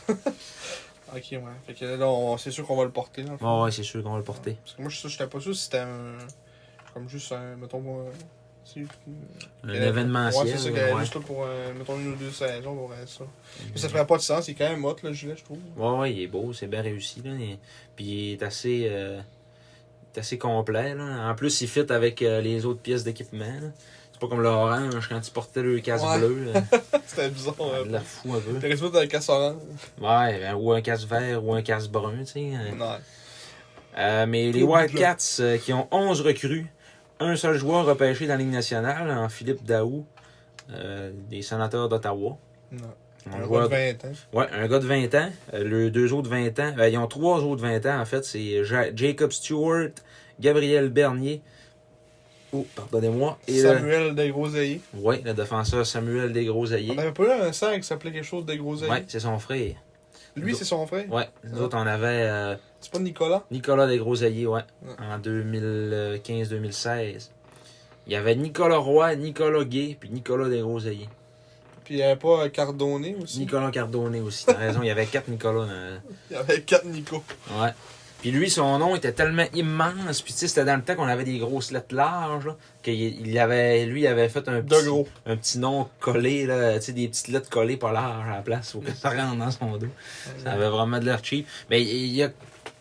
Speaker 2: Ok, ouais. Fait que là, on- c'est sûr qu'on va le porter, là.
Speaker 1: Ouais, ouais, c'est sûr qu'on va le porter.
Speaker 2: Parce que moi, je suis sûr- j'étais pas sûr si c'était un. Comme juste un. Mettons, euh, moi. si-
Speaker 1: Un
Speaker 2: Ouais,
Speaker 1: événement
Speaker 2: Ouais, c'est ça, qu'il y avait
Speaker 1: ouais. Mm-hmm.
Speaker 2: juste là pour. euh, mettons, une ou deux saisons, on aurait ça. Mais ça ferait pas de sens, c'est quand même hot, le gilet, je trouve.
Speaker 1: Ouais, ouais, il est beau, c'est bien réussi. Là. Il- Puis il est assez, euh, il est assez complet. Là. En plus, il fit avec euh, les autres pièces d'équipement. là. C'est pas comme le orange quand tu portais le casque
Speaker 2: Ouais.
Speaker 1: bleu. euh,
Speaker 2: C'était bizarre.
Speaker 1: il la
Speaker 2: euh,
Speaker 1: fou un peu.
Speaker 2: T'es resté dans le casserole.
Speaker 1: Ouais, ben, ou un casque vert ou un casque brun, tu sais. euh.
Speaker 2: Non.
Speaker 1: Euh, mais les Wildcats euh, qui ont 11 recrues, un seul joueur repêché dans la Ligue nationale, en Philippe Daou, euh, des sénateurs d'Ottawa.
Speaker 2: Non.
Speaker 1: Un
Speaker 2: Un
Speaker 1: joueur-
Speaker 2: gars de 20 ans.
Speaker 1: Ouais, un gars de 20 ans, euh, le deux autres de 20 ans, euh, ils ont trois autres de 20 ans en fait, c'est euh, Ja- Jacob Stewart, Gabriel Bernier, oh, pardonnez-moi, et euh, le,
Speaker 2: Samuel Desgroseilliers.
Speaker 1: ouais, le défenseur Samuel
Speaker 2: On
Speaker 1: Desgroseilliers.
Speaker 2: avait pas eu un sang qui s'appelait quelque chose Desgroseilliers.
Speaker 1: Ouais, c'est son frère.
Speaker 2: Lui, c'est son frère.
Speaker 1: Ouais, nous autres on avait euh,
Speaker 2: C'est pas Nicolas.
Speaker 1: Nicolas Desgroseilliers, ouais,
Speaker 2: Ouais.
Speaker 1: en 2015-2016. Il y avait Nicolas Roy, Nicolas Gay, puis Nicolas Desgroseilliers.
Speaker 2: Puis il y avait pas euh, Cardonné aussi.
Speaker 1: Nicolas Cardonnet aussi, t'as raison, il y avait quatre Nicolas dans,
Speaker 2: Il y avait quatre Nico.
Speaker 1: Ouais. Puis lui, son nom était tellement immense. Puis tu sais, c'était dans le temps qu'on avait des grosses lettres larges. là, qu'il il avait, lui, il avait fait un
Speaker 2: De
Speaker 1: petit,
Speaker 2: gros.
Speaker 1: un petit nom collé, là, tu sais, des petites lettres collées pas larges à la place pour que ça rentre dans son dos. Ça avait vraiment de l'air cheap. Mais il il y a,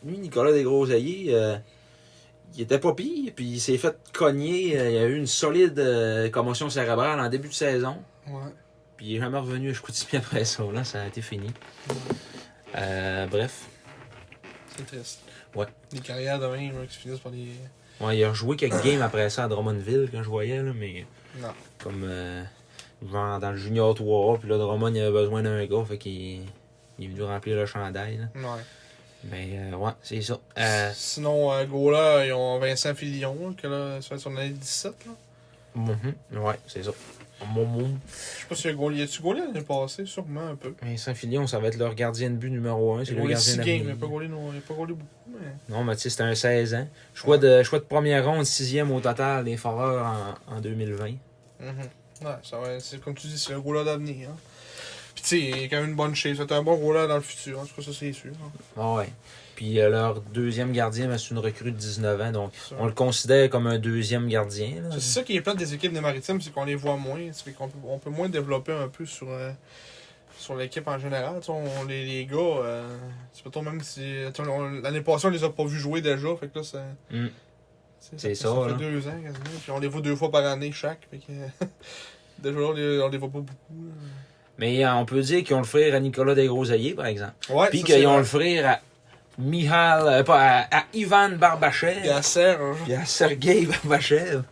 Speaker 1: lui, Nicolas Desgroseilliers, euh, il était pas pire. Puis il s'est fait cogner. euh, il y a eu une solide euh, commotion cérébrale en début de saison.
Speaker 2: Ouais.
Speaker 1: Puis il est jamais revenu à Chicoutimi après ça. Là, ça a été fini. Euh, bref.
Speaker 2: C'est triste.
Speaker 1: Ouais.
Speaker 2: Des carrières de même hein, qui se finissent par des.
Speaker 1: Ouais, il a joué quelques games après ça à Drummondville quand je voyais, là, mais
Speaker 2: Non.
Speaker 1: comme euh, genre dans le Junior 3A, puis là, Drummond il avait besoin d'un gars, fait qu'il il est venu remplir le chandail. là.
Speaker 2: Ouais.
Speaker 1: Mais euh, ouais, c'est ça. Euh,
Speaker 2: Sinon, à Gola, ils ont Vincent Fillon, là, que là, ça va être son année 17. Là.
Speaker 1: mhm,
Speaker 2: Mm-hmm.
Speaker 1: ouais, c'est ça. Mon mot.
Speaker 2: Je sais pas si il y a Gola. Y a-tu Gola l'année passée Sûrement un peu.
Speaker 1: Vincent Filion, ça va être leur gardien de but numéro 1. C'est
Speaker 2: Il
Speaker 1: le
Speaker 2: a 6
Speaker 1: gardien à
Speaker 2: games, il
Speaker 1: venir.
Speaker 2: a pas Gola non- il a pas Gola beaucoup, mais.
Speaker 1: Non, mais tu sais, c'était un 16 ans. Choix de, choix de première ronde, sixième au total des Foreurs en, en 2020.
Speaker 2: Mhm. Ouais, ça va, c'est comme tu dis, c'est un goaler d'avenir. Hein. Puis tu sais, il a quand même une bonne chaise. C'est un bon goaler dans le futur, en tout cas, ça c'est sûr. hein.
Speaker 1: Ah ouais. Puis euh, leur deuxième gardien, ben, c'est une recrue de 19 ans, donc
Speaker 2: Ça.
Speaker 1: On le considère comme un deuxième gardien. là.
Speaker 2: C'est ça qui est plate des équipes des maritimes, c'est qu'on les voit moins. Ça fait qu'on peut, on peut moins développer un peu sur, euh, sur l'équipe en général. Tu sais, on, les, les gars, euh, c'est pas même si. tu sais, on- L'année passée, on les a pas vus jouer déjà, fait que là, ça.
Speaker 1: Mm.
Speaker 2: tu sais,
Speaker 1: C'est
Speaker 2: fait-
Speaker 1: ça,
Speaker 2: fait
Speaker 1: là.
Speaker 2: deux ans quasiment. Puis on les voit deux fois par année chaque. Fait que. déjà, là, on les, on les voit pas beaucoup. là.
Speaker 1: Mais euh, on peut dire qu'ils ont le frère à Nicolas Desgroseilliers, par exemple.
Speaker 2: Ouais,
Speaker 1: Puis
Speaker 2: ça, c'est
Speaker 1: qu'ils ont
Speaker 2: vrai.
Speaker 1: le frère à Mihal, euh, pas, à, à Ivan Barbachev.
Speaker 2: Il y a Serge.
Speaker 1: Puis à Sergei Barbachev.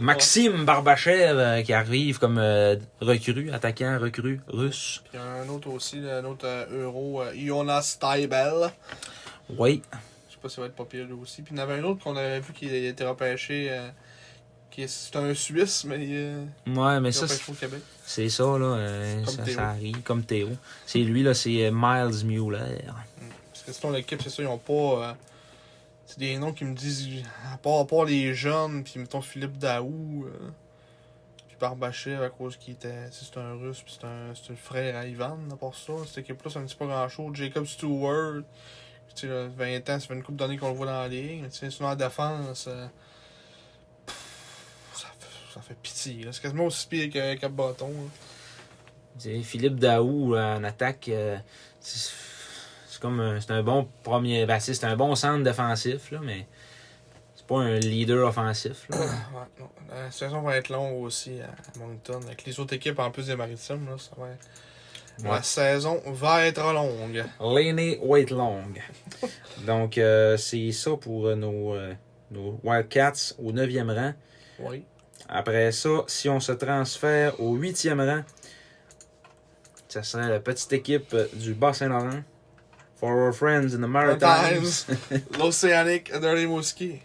Speaker 1: Maxime Barbachev euh, qui arrive comme euh, recrue, attaquant, recrue russe.
Speaker 2: Puis un autre aussi, là, un autre euh, euro, euh, Jonas Taibel.
Speaker 1: Oui.
Speaker 2: Je sais pas si ça va être pas pire lui aussi. Puis il y en avait un autre qu'on avait vu qui était repêché. euh, qui est- c'est un Suisse, mais il est
Speaker 1: Ouais, mais ça,
Speaker 2: repêché
Speaker 1: c'est-
Speaker 2: au Québec.
Speaker 1: c'est ça, là. euh,
Speaker 2: Comme
Speaker 1: ça,
Speaker 2: Théo.
Speaker 1: ça arrive comme Théo. C'est lui, là, c'est euh, Miles Mueller.
Speaker 2: Parce que sinon, l'équipe, c'est ça, ils ont pas. euh, c'est des noms qui me disent. À part, à part les jeunes, puis mettons Philippe Daou. euh, puis Barbachev, à cause qu'il était. C'est c'est un russe, puis c'est un, c'est le frère à Ivan, à part ça. Cette équipe-là, ça me dit pas grand-chose. Jacob Stewart. Tu sais, là, 20 ans, ça fait une couple d'années qu'on le voit dans la ligue. Tu sais, sinon, en défense. euh, pff, ça, fait, ça fait pitié. là. C'est quasiment aussi pire que Cap Bâton.
Speaker 1: C'est Philippe Daou euh, en attaque, euh, c'est c'est comme un, c'est un bon premier. Ben, c'est c'est un bon centre défensif, là, mais c'est pas un leader offensif. Là.
Speaker 2: Ouais, non. La saison va être longue aussi à Moncton. Avec les autres équipes en plus des maritimes, là, ça va être-
Speaker 1: Ouais.
Speaker 2: La saison va être longue.
Speaker 1: Laney Waitlong. Donc, euh, c'est ça pour euh, nos, euh, nos Wildcats au 9e rang.
Speaker 2: Oui.
Speaker 1: Après ça, si on se transfère au 8e rang, ça serait la petite équipe euh, du Bas-Saint-Laurent. For our friends in the Maritimes.
Speaker 2: L'Océanique de Rimouski.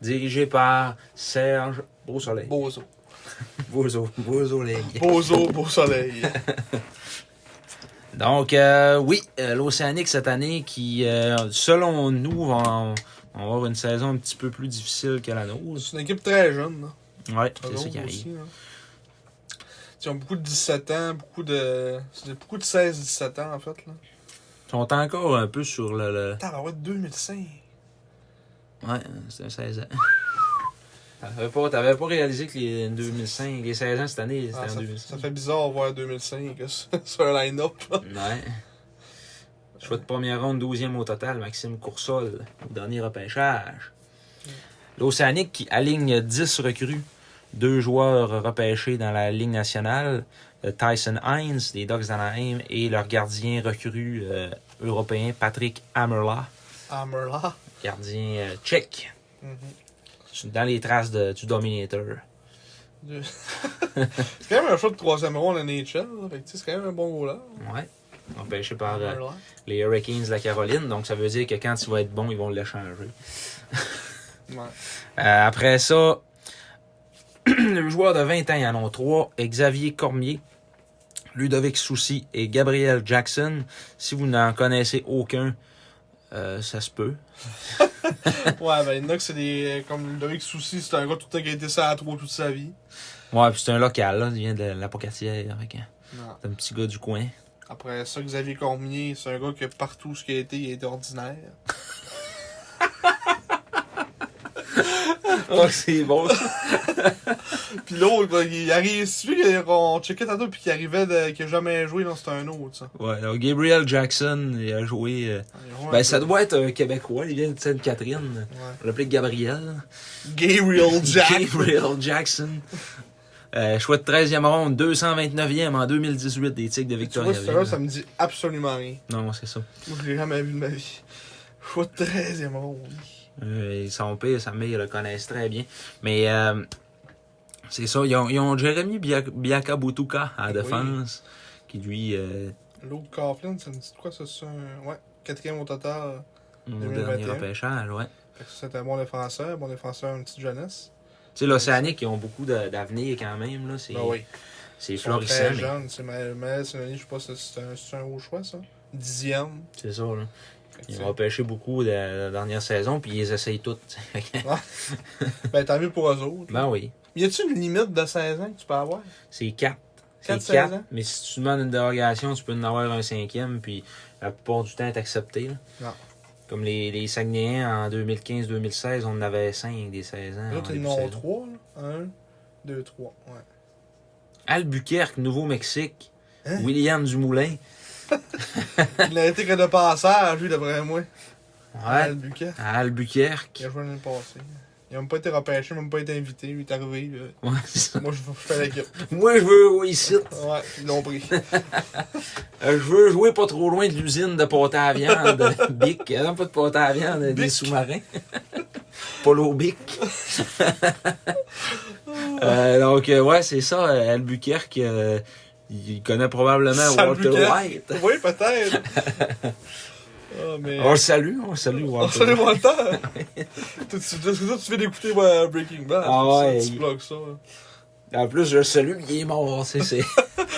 Speaker 1: dirigé par Serge Beau soleil.
Speaker 2: Bozo.
Speaker 1: Bozo. Bozo, les gars.
Speaker 2: Bozo, beau soleil.
Speaker 1: Donc, euh, oui, euh, l'Océanique cette année qui, euh, selon nous, va, en- on va avoir une saison un petit peu plus difficile que la nôtre.
Speaker 2: C'est une équipe très jeune. hein. là.
Speaker 1: Ouais,
Speaker 2: Eux
Speaker 1: c'est ça
Speaker 2: autres
Speaker 1: qui
Speaker 2: aussi,
Speaker 1: arrive.
Speaker 2: là. Ils ont beaucoup de 17 ans, beaucoup de. c'est beaucoup de 16-17 ans en fait. Là.
Speaker 1: Ils sont encore un peu sur le. le-
Speaker 2: Tabarouette 2005.
Speaker 1: Ouais, c'est un 16 ans. T'avais pas, t'avais pas réalisé que les 2005, les 16 ans cette année, c'était
Speaker 2: Ah,
Speaker 1: en
Speaker 2: ça,
Speaker 1: 2005.
Speaker 2: ça fait bizarre voir 2005 là, sur sur un line-up. là.
Speaker 1: Ouais. Choix de première ronde, 12e au total, Maxime Coursol, au dernier repêchage. L'Océanique qui aligne 10 recrues, deux joueurs repêchés dans la Ligue nationale, euh, Tyson Hines des Ducks d'Anaheim et leur gardien recrue euh, européen Patrick Amerla,
Speaker 2: Hammerla.
Speaker 1: gardien euh, tchèque,
Speaker 2: Mhm.
Speaker 1: dans les traces de- du Dominator.
Speaker 2: Deux. c'est quand même un choix de troisième ronde en NHL. là. Fait que, tu sais, c'est quand même un bon goal
Speaker 1: Ouais. Repêché par euh, les Hurricanes de la Caroline, donc ça veut dire que quand il va être bon, ils vont l'échanger. Euh, après ça, le joueur de 20 ans, il y en ont trois. Xavier Cormier, Ludovic Soucy et Gabriel Jackson. Si vous n'en connaissez aucun, euh, ça se peut.
Speaker 2: Ouais, ben, il y en a que c'est des. Comme Ludovic Souci, c'est un gars tout le temps qui a été ça à trois toute sa vie.
Speaker 1: Ouais, puis c'est un local, là. Il vient de la Pocatière. fait que
Speaker 2: Non.
Speaker 1: C'est un petit gars du coin.
Speaker 2: Après ça, Xavier Cormier, c'est un gars que partout où ce qu'il a été, il est ordinaire.
Speaker 1: Oh, c'est bon.
Speaker 2: Puis l'autre, là, il arrive. C'est lui qu'on checkait tantôt, puis qui arrivait, de... qui a jamais joué, non, c'était un autre, ça.
Speaker 1: ouais, alors Gabriel Jackson, il a joué. euh, ben, ça doit être un Québécois. Il vient de Sainte-Catherine.
Speaker 2: Ouais.
Speaker 1: On l'appelait Gabriel.
Speaker 2: Gabriel Jack.
Speaker 1: Gabriel Jackson. Euh, choix de 13e ronde, 229e en 2018 des Tigres de
Speaker 2: Tu vois, celui-là, ça
Speaker 1: Victoriaville.
Speaker 2: me dit absolument rien.
Speaker 1: Non, c'est ça.
Speaker 2: Moi, je l'ai jamais vu de ma vie. Choix de 13e ronde.
Speaker 1: Euh, son père, sa mère, ils le connaissent très bien. Mais euh, c'est ça, ils ont, ils ont Jeremy Bia- Biakabutuka à la
Speaker 2: Oui.
Speaker 1: défense, qui lui, euh,
Speaker 2: L'autre Coughlin, ça me dit de quoi, ça, c'est un. Ouais, quatrième au total.
Speaker 1: au
Speaker 2: 2021.
Speaker 1: dernier repêchage, ouais.
Speaker 2: Fait que C'est un bon défenseur, bon défenseur, une petite jeunesse.
Speaker 1: Tu sais, l'Océanique, ils ont beaucoup de- d'avenir quand même. là. C'est
Speaker 2: Ben oui.
Speaker 1: c'est
Speaker 2: Ils sont très
Speaker 1: florissant, mais
Speaker 2: jeunes, c'est Maël Maël Sinoni, je sais pas si c'est un, c'est un haut choix, ça. Dixième.
Speaker 1: c'est ça. Là.
Speaker 2: Fait que
Speaker 1: Ils
Speaker 2: c'est-
Speaker 1: ont repêché beaucoup de la dernière saison, puis ils les essayent toutes.
Speaker 2: Ben, tant mieux pour eux autres.
Speaker 1: ben oui.
Speaker 2: Y a-tu une limite de 16 ans que tu peux avoir?
Speaker 1: C'est 4. C'est
Speaker 2: Quatre hein?
Speaker 1: 4,
Speaker 2: saisons.
Speaker 1: mais si tu demandes une dérogation, tu peux en avoir un cinquième, puis la plupart du temps, est accepté. là.
Speaker 2: Non.
Speaker 1: Comme les, les Saguenayens en 2015-2016, on en avait 5 des 16 ans.
Speaker 2: Les
Speaker 1: en
Speaker 2: autres, ils
Speaker 1: début de
Speaker 2: en ont
Speaker 1: saison.
Speaker 2: trois, là. Un, deux, trois. Ouais.
Speaker 1: Albuquerque, Nouveau-Mexique,
Speaker 2: Hein?
Speaker 1: William Dumoulin.
Speaker 2: Il n'a été que de passage, lui, d'après moi.
Speaker 1: Ouais,
Speaker 2: Albuquerque.
Speaker 1: à
Speaker 2: Il
Speaker 1: Albuquerque.
Speaker 2: a joué l'année passée. Il a même pas été repêché, il a même pas été invité. Lui, il est arrivé. là.
Speaker 1: Ouais, c'est ça.
Speaker 2: Moi, je je fais l'équipe.
Speaker 1: Moi, je veux ici.
Speaker 2: Ouais, ils l'ont pris.
Speaker 1: Euh, Je veux jouer pas trop loin de l'usine de pâté à viande. Bic. Euh, Non, pas de pâté à viande, des
Speaker 2: Bic.
Speaker 1: sous-marins. Polo Bic. Euh, donc, euh, ouais, c'est ça. euh, Albuquerque, euh, il connaît probablement
Speaker 2: Salut,
Speaker 1: Walter
Speaker 2: Bic.
Speaker 1: White.
Speaker 2: Oui, peut-être. Ah, mais.
Speaker 1: On le salue, on le salue,
Speaker 2: On
Speaker 1: Walter.
Speaker 2: salue Walter! Toi, tu, parce que toi, tu viens d'écouter euh, Breaking Bad.
Speaker 1: Ah ouais.
Speaker 2: Tu plugs ça. hein. là.
Speaker 1: En plus, je le salue, il est mort. C'est, c'est...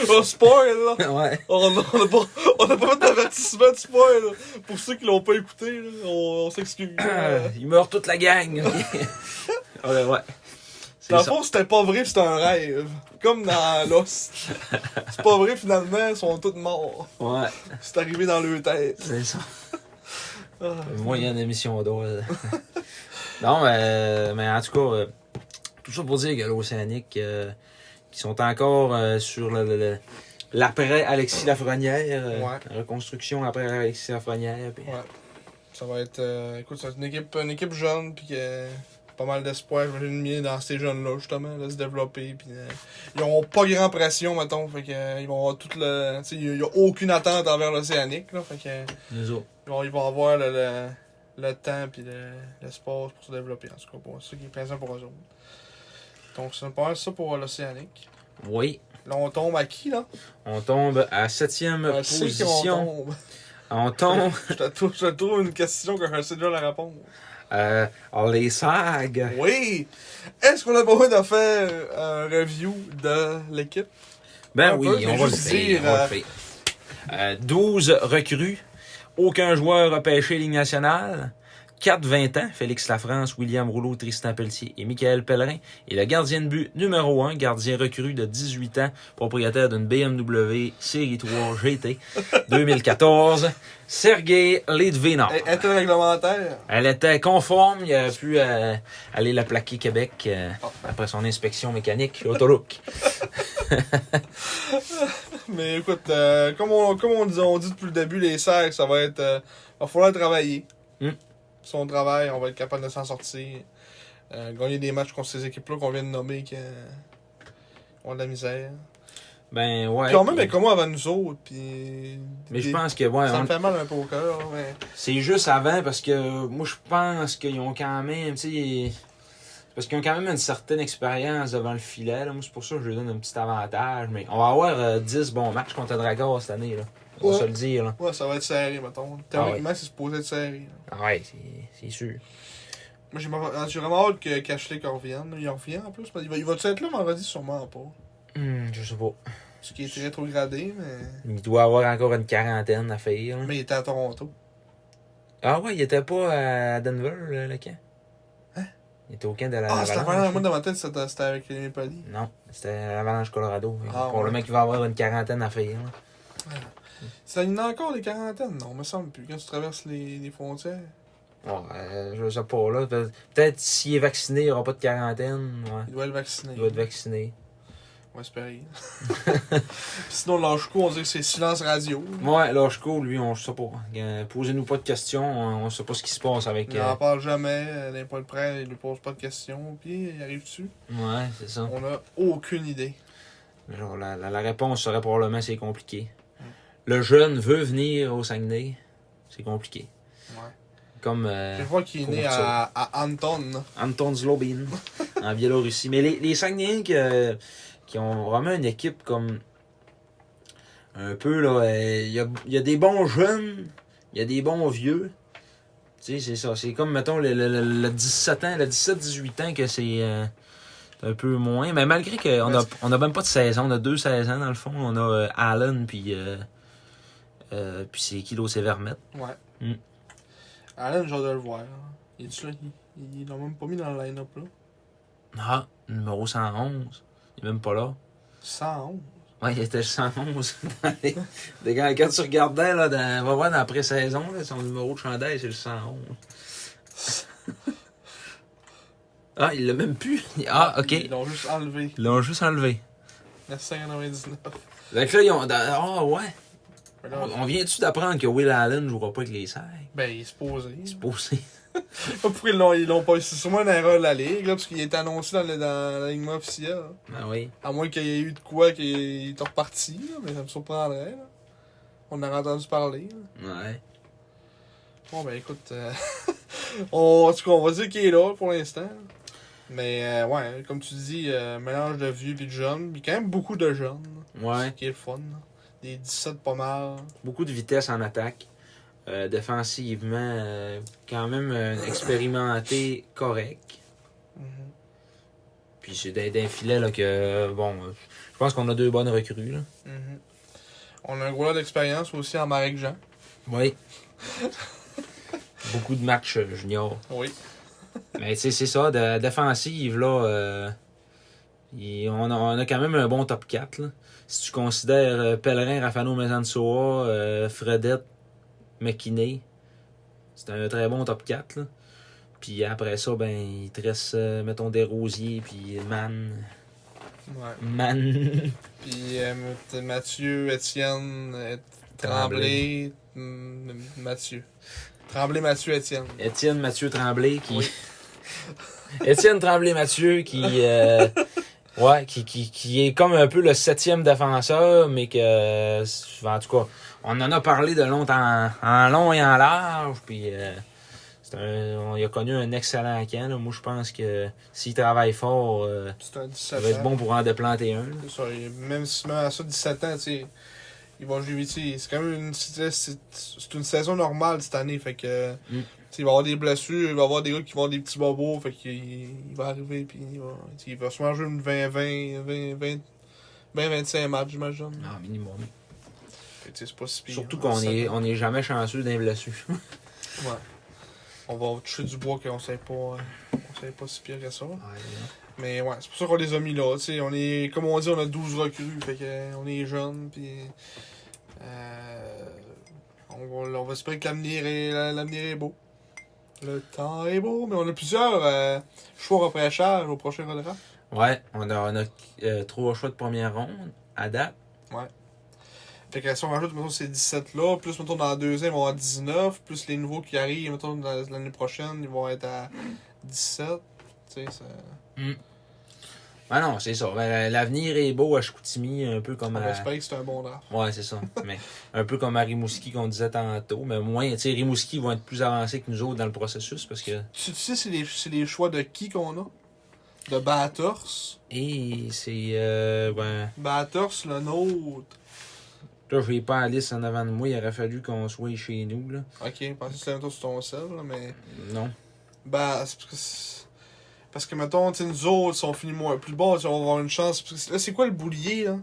Speaker 2: Oh, spoil, là!
Speaker 1: ouais.
Speaker 2: On n'a on a pas, on a pas fait d'avertissement du spoil, là. Pour ceux qui l'ont pas écouté, là, on, on s'excuse.
Speaker 1: Euh,
Speaker 2: Euh,
Speaker 1: il meurt toute la gang. ouais, ouais. C'est
Speaker 2: Dans le
Speaker 1: ça.
Speaker 2: fond, c'était pas vrai, pis c'était un rêve. Comme dans Lost. C'est pas vrai, finalement, ils sont tous morts.
Speaker 1: Ouais,
Speaker 2: C'est arrivé dans leur tête.
Speaker 1: c'est ça.
Speaker 2: Ah.
Speaker 1: Moyenne émission d'oil. non, euh, mais en tout cas, euh, tout ça pour dire que l'Océanique, euh, qui sont encore euh, sur le- le- le- l'après Alexis Lafrenière, euh,
Speaker 2: Ouais.
Speaker 1: la reconstruction après Alexis Lafrenière. puis-
Speaker 2: Ouais. Ça va être. euh, écoute, ça va être une équipe, une équipe jeune, puis que. Pas mal d'espoir, j'imagine bien, dans ces jeunes-là, justement, de se développer. Puis, euh, ils n'auront pas grand pression, mettons. Fait que, euh, ils vont avoir toute le. Tu sais, il n'y a aucune attente envers l'Océanique, là. Fait que, euh,
Speaker 1: Nous autres.
Speaker 2: ils, vont, ils vont avoir le, le, le temps, puis le- l'espace pour se développer, en tout cas, pour ceux qui est présent pour eux autres. Donc, c'est pas mal ça pour l'Océanique.
Speaker 1: Oui.
Speaker 2: Là, on tombe à qui, là
Speaker 1: On tombe à septième
Speaker 2: Je sais qu'on
Speaker 1: position.
Speaker 2: tombe.
Speaker 1: On tombe
Speaker 2: je, te trouve, je te trouve une question que je sais déjà la réponse.
Speaker 1: euh, les SAG.
Speaker 2: Oui! Est-ce qu'on a besoin de faire euh, un review de l'équipe?
Speaker 1: Ben
Speaker 2: Un
Speaker 1: oui,
Speaker 2: peu, mais
Speaker 1: on va le
Speaker 2: juste
Speaker 1: faire.
Speaker 2: dire,
Speaker 1: on va
Speaker 2: euh,
Speaker 1: le faire. Euh, 12 recrues, aucun joueur repêché Ligue nationale. 4 20 ans, Félix Lafrance, William Rouleau, Tristan Pelletier et Michael Pellerin. Et le gardien de but numéro 1, gardien recru de 18 ans, propriétaire d'une BMW Série 3 GT 2014, Sergei Litvinov.
Speaker 2: Est- Est-elle réglementaire?
Speaker 1: Elle était conforme, il a pu euh, aller la plaquer Québec euh,
Speaker 2: Ah.
Speaker 1: après son inspection mécanique chez Autolook.
Speaker 2: Mais écoute, euh, comme, on, comme on, dit, on dit depuis le début, les cercles, ça va être. euh, va falloir travailler.
Speaker 1: Mm.
Speaker 2: Si on travaille, on va être capable de s'en sortir. Euh, gagner des matchs contre ces équipes-là qu'on vient de nommer qui euh, ont de la misère.
Speaker 1: Ben ouais.
Speaker 2: Puis on même
Speaker 1: puis-
Speaker 2: est comme moi avant nous autres, puis.
Speaker 1: Mais je
Speaker 2: des-
Speaker 1: pense que ouais,
Speaker 2: Ça
Speaker 1: on-
Speaker 2: me fait mal un peu au cœur, là, mais.
Speaker 1: c'est juste avant parce que euh, moi je pense qu'ils ont quand même, tu sais, parce qu'ils ont quand même une certaine expérience devant le filet. là. Moi c'est pour ça que je leur donne un petit avantage. Mais on va avoir euh, 10 bons matchs contre Dragor cette année là. On va
Speaker 2: Ouais.
Speaker 1: se le dire là.
Speaker 2: Ouais, ça va être serré, mettons. Théoriquement, c'est supposé être serré. là.
Speaker 1: Ah Ouais, c'est- c'est sûr.
Speaker 2: Moi, j'ai mar- j'ai vraiment hâte que Cashlick revienne. Il revient en plus. Il va- il va-tu être là vendredi? Sûrement pas.
Speaker 1: Hmm, je sais pas.
Speaker 2: Parce qu'il était rétrogradé, mais.
Speaker 1: Il doit avoir encore une quarantaine à faire. là.
Speaker 2: Mais il était à Toronto.
Speaker 1: Ah ouais, il était pas à Denver le, le camp. Il était au camp de la.
Speaker 2: Hein? Ah, c'était
Speaker 1: l'Avalanche,
Speaker 2: vraiment. Moi,
Speaker 1: là.
Speaker 2: dans ma tête, c'était c'était avec les Maple
Speaker 1: Non, c'était à l'Avalanche Colorado.
Speaker 2: Ah,
Speaker 1: pour le
Speaker 2: ouais.
Speaker 1: mec qui va avoir une quarantaine à faire. là.
Speaker 2: Ça y en a encore des quarantaines, non, me semble plus. Quand tu traverses les, les frontières.
Speaker 1: Bon, euh, je sais pas, là. Pe- Peut-être s'il est vacciné, il n'y aura pas de quarantaine. Ouais.
Speaker 2: Il doit le vacciner.
Speaker 1: Il doit être vacciné.
Speaker 2: On va espérer. Puis Sinon, l'ange-coup, on dit que c'est silence radio.
Speaker 1: Ouais, Lachko, lui, on sait pas. Euh, Posez-nous pas de questions, on, on sait pas ce qui se passe avec.
Speaker 2: Il
Speaker 1: euh,
Speaker 2: n'en parle jamais, euh, il n'est pas le prêt, il ne lui pose pas de questions, puis il arrive dessus.
Speaker 1: Ouais, c'est ça.
Speaker 2: On n'a aucune idée.
Speaker 1: Genre, la, la- la réponse serait probablement c'est compliqué.
Speaker 2: Mm.
Speaker 1: Le jeune veut venir au Saguenay, c'est compliqué.
Speaker 2: Ouais.
Speaker 1: Comme euh,
Speaker 2: Je vois qu'il est né
Speaker 1: Pour ça.
Speaker 2: à, à Anton.
Speaker 1: Anton Zlobin en Biélorussie. Mais les, les Saguenayens qui, euh, qui ont vraiment une équipe comme un peu là, euh, il y, a, il y a des bons jeunes, il y a des bons vieux. Tu sais, c'est ça. C'est comme, mettons, le, le- le- le 17 ans, le 17-18 ans que c'est euh, un peu moins. Mais malgré qu'on
Speaker 2: Mais
Speaker 1: n'a on a même pas de saison, on a deux saisons dans le fond. On a euh, Allen, puis, euh, euh, puis c'est Kilo Severmet.
Speaker 2: Ouais.
Speaker 1: Mm.
Speaker 2: Alan, j'ai hâte de le voir. Il est là? Ils ils l'ont même pas mis dans le line-up là.
Speaker 1: Ah, numéro 111. Il est même pas là.
Speaker 2: 111.
Speaker 1: Ouais, il était le 111. dans les- Des gars, quand tu regardais, là, dans... on va voir dans la pré-saison, là, son numéro de chandail, c'est le 111. ah, il l'a même plus. Ah, OK.
Speaker 2: Ils
Speaker 1: Ils
Speaker 2: l'ont juste enlevé.
Speaker 1: l'ont juste enlevé.
Speaker 2: 999.
Speaker 1: Fait que là, ils ont... Ah, ouais.
Speaker 2: Mais là,
Speaker 1: On on vient-tu d'apprendre que Will Allen jouera pas avec les sacs?
Speaker 2: Ben, il se posait.
Speaker 1: C'est posé.
Speaker 2: Pas pourquoi ils l'ont, ils l'ont pas eu. C'est sûrement une erreur de la ligue, là, parce qu'il est annoncé dans, le, dans l'alignement officiel. là.
Speaker 1: Ah oui.
Speaker 2: À moins qu'il y ait eu de quoi qu'il est reparti, là, mais ça me surprendrait. Là. On en a entendu parler. là.
Speaker 1: Ouais.
Speaker 2: Bon, ben écoute, euh, on, en tout cas, on va dire qu'il est là pour l'instant. Mais euh, ouais, comme tu dis, euh, mélange de vieux et de jeunes. Puis quand même beaucoup de jeunes. là.
Speaker 1: Ouais.
Speaker 2: Ce qui est le fun. là. Des 17 pas mal.
Speaker 1: Beaucoup de vitesse en attaque. Euh, défensivement, euh, quand même euh, expérimenté, correct.
Speaker 2: Mhm.
Speaker 1: Puis c'est d'un d'un filet là, que, euh, bon, euh, je pense qu'on a deux bonnes recrues. Là.
Speaker 2: Mhm. On a un gros lot d'expérience aussi en Marek Jean.
Speaker 1: Oui. Beaucoup de matchs euh, juniors.
Speaker 2: Oui.
Speaker 1: Mais tu sais, c'est ça, de, défensive, là, euh, il- on, a, on a quand même un bon top 4. là. Si tu considères euh, Pellerin, Rafano Mezansoa, euh, Fredette, McKinney, c'est un très bon top 4. là. Puis après ça, ben, il te reste, euh, mettons, Desrosiers, puis Mann.
Speaker 2: Ouais.
Speaker 1: Mann.
Speaker 2: Puis euh, t'as Mathieu, Étienne, euh, Tremblay, mm, Mathieu. Tremblay, Mathieu, Étienne.
Speaker 1: Étienne Mathieu Tremblay qui.
Speaker 2: Oui.
Speaker 1: Étienne Tremblay Mathieu qui. euh, ouais, qui, qui, qui est comme un peu le septième défenseur, mais que. euh, En tout cas, on en a parlé de longtemps, en long et en large, puis. euh, c'est un- on il a connu un excellent camp. là. Moi, je pense que s'il travaille fort, euh,
Speaker 2: C'est un 17
Speaker 1: ça va être
Speaker 2: ans.
Speaker 1: bon pour en déplanter un. là.
Speaker 2: C'est ça, et même si même à ça, 17 ans, tu sais, ils vont jouer, tu sais, c'est quand même une, c'est c'est- c'est une saison normale cette année, fait que
Speaker 1: Mm.
Speaker 2: T'sais, il va y avoir des blessures, il va y avoir des gars qui vont avoir des petits bobos, fait qu'il il va arriver, puis il va, t'sais, il va se manger une 20-20, 20, 20, 25 matchs, j'imagine.
Speaker 1: Non, Ah, minimum.
Speaker 2: Fait que, t'sais, C'est pas si pire.
Speaker 1: Surtout
Speaker 2: On
Speaker 1: qu'on
Speaker 2: sait-
Speaker 1: est, on est jamais chanceux d'un blessure.
Speaker 2: Ouais. On va toucher du bois qu'on sait pas, euh, on sait pas si pire que ça. Mais ouais, c'est pour ça qu'on les a mis là. tu sais, on est, comme on dit, on a 12 recrues. Fait que, euh, on est jeunes. Puis, euh, on, va, on va espérer que l'avenir est, la- l'avenir est beau. Le temps est beau, mais on a plusieurs euh, choix repêchage au prochain redraft.
Speaker 1: Ouais, on a, on a euh, trois choix de première ronde à date.
Speaker 2: Fait que si on rajoute mettons, ces 17 là, plus mettons dans la deuxième, on va à 19, plus les nouveaux qui arrivent, mettons dans l'année prochaine, ils vont être à 17. Tu sais, ça-
Speaker 1: Ah non, c'est ça. Ben, L'avenir est beau à Chicoutimi, un peu comme
Speaker 2: on
Speaker 1: à...
Speaker 2: espère que c'est un bon draft.
Speaker 1: Ouais, c'est ça. Mais un peu comme à Rimouski qu'on disait tantôt. Mais moins, tu sais, Rimouski vont être plus avancés que nous autres dans le processus parce que.
Speaker 2: Tu, tu sais, c'est les, c'est les choix de qui qu'on a De Bathurst
Speaker 1: Et c'est. Euh, ben.
Speaker 2: Bathurst, le nôtre.
Speaker 1: Là, je n'ai pas la liste en avant de moi. Il aurait fallu qu'on soit chez nous, là.
Speaker 2: Ok, je pensais que c'était un tour sur ton sel, là, mais.
Speaker 1: Non.
Speaker 2: Bah, c'est parce que. c'est- Parce que, mettons, tu sais, nous autres, si on finit moins plus bas, tu sais, on va avoir une chance. Parce que là, c'est quoi le boulier, là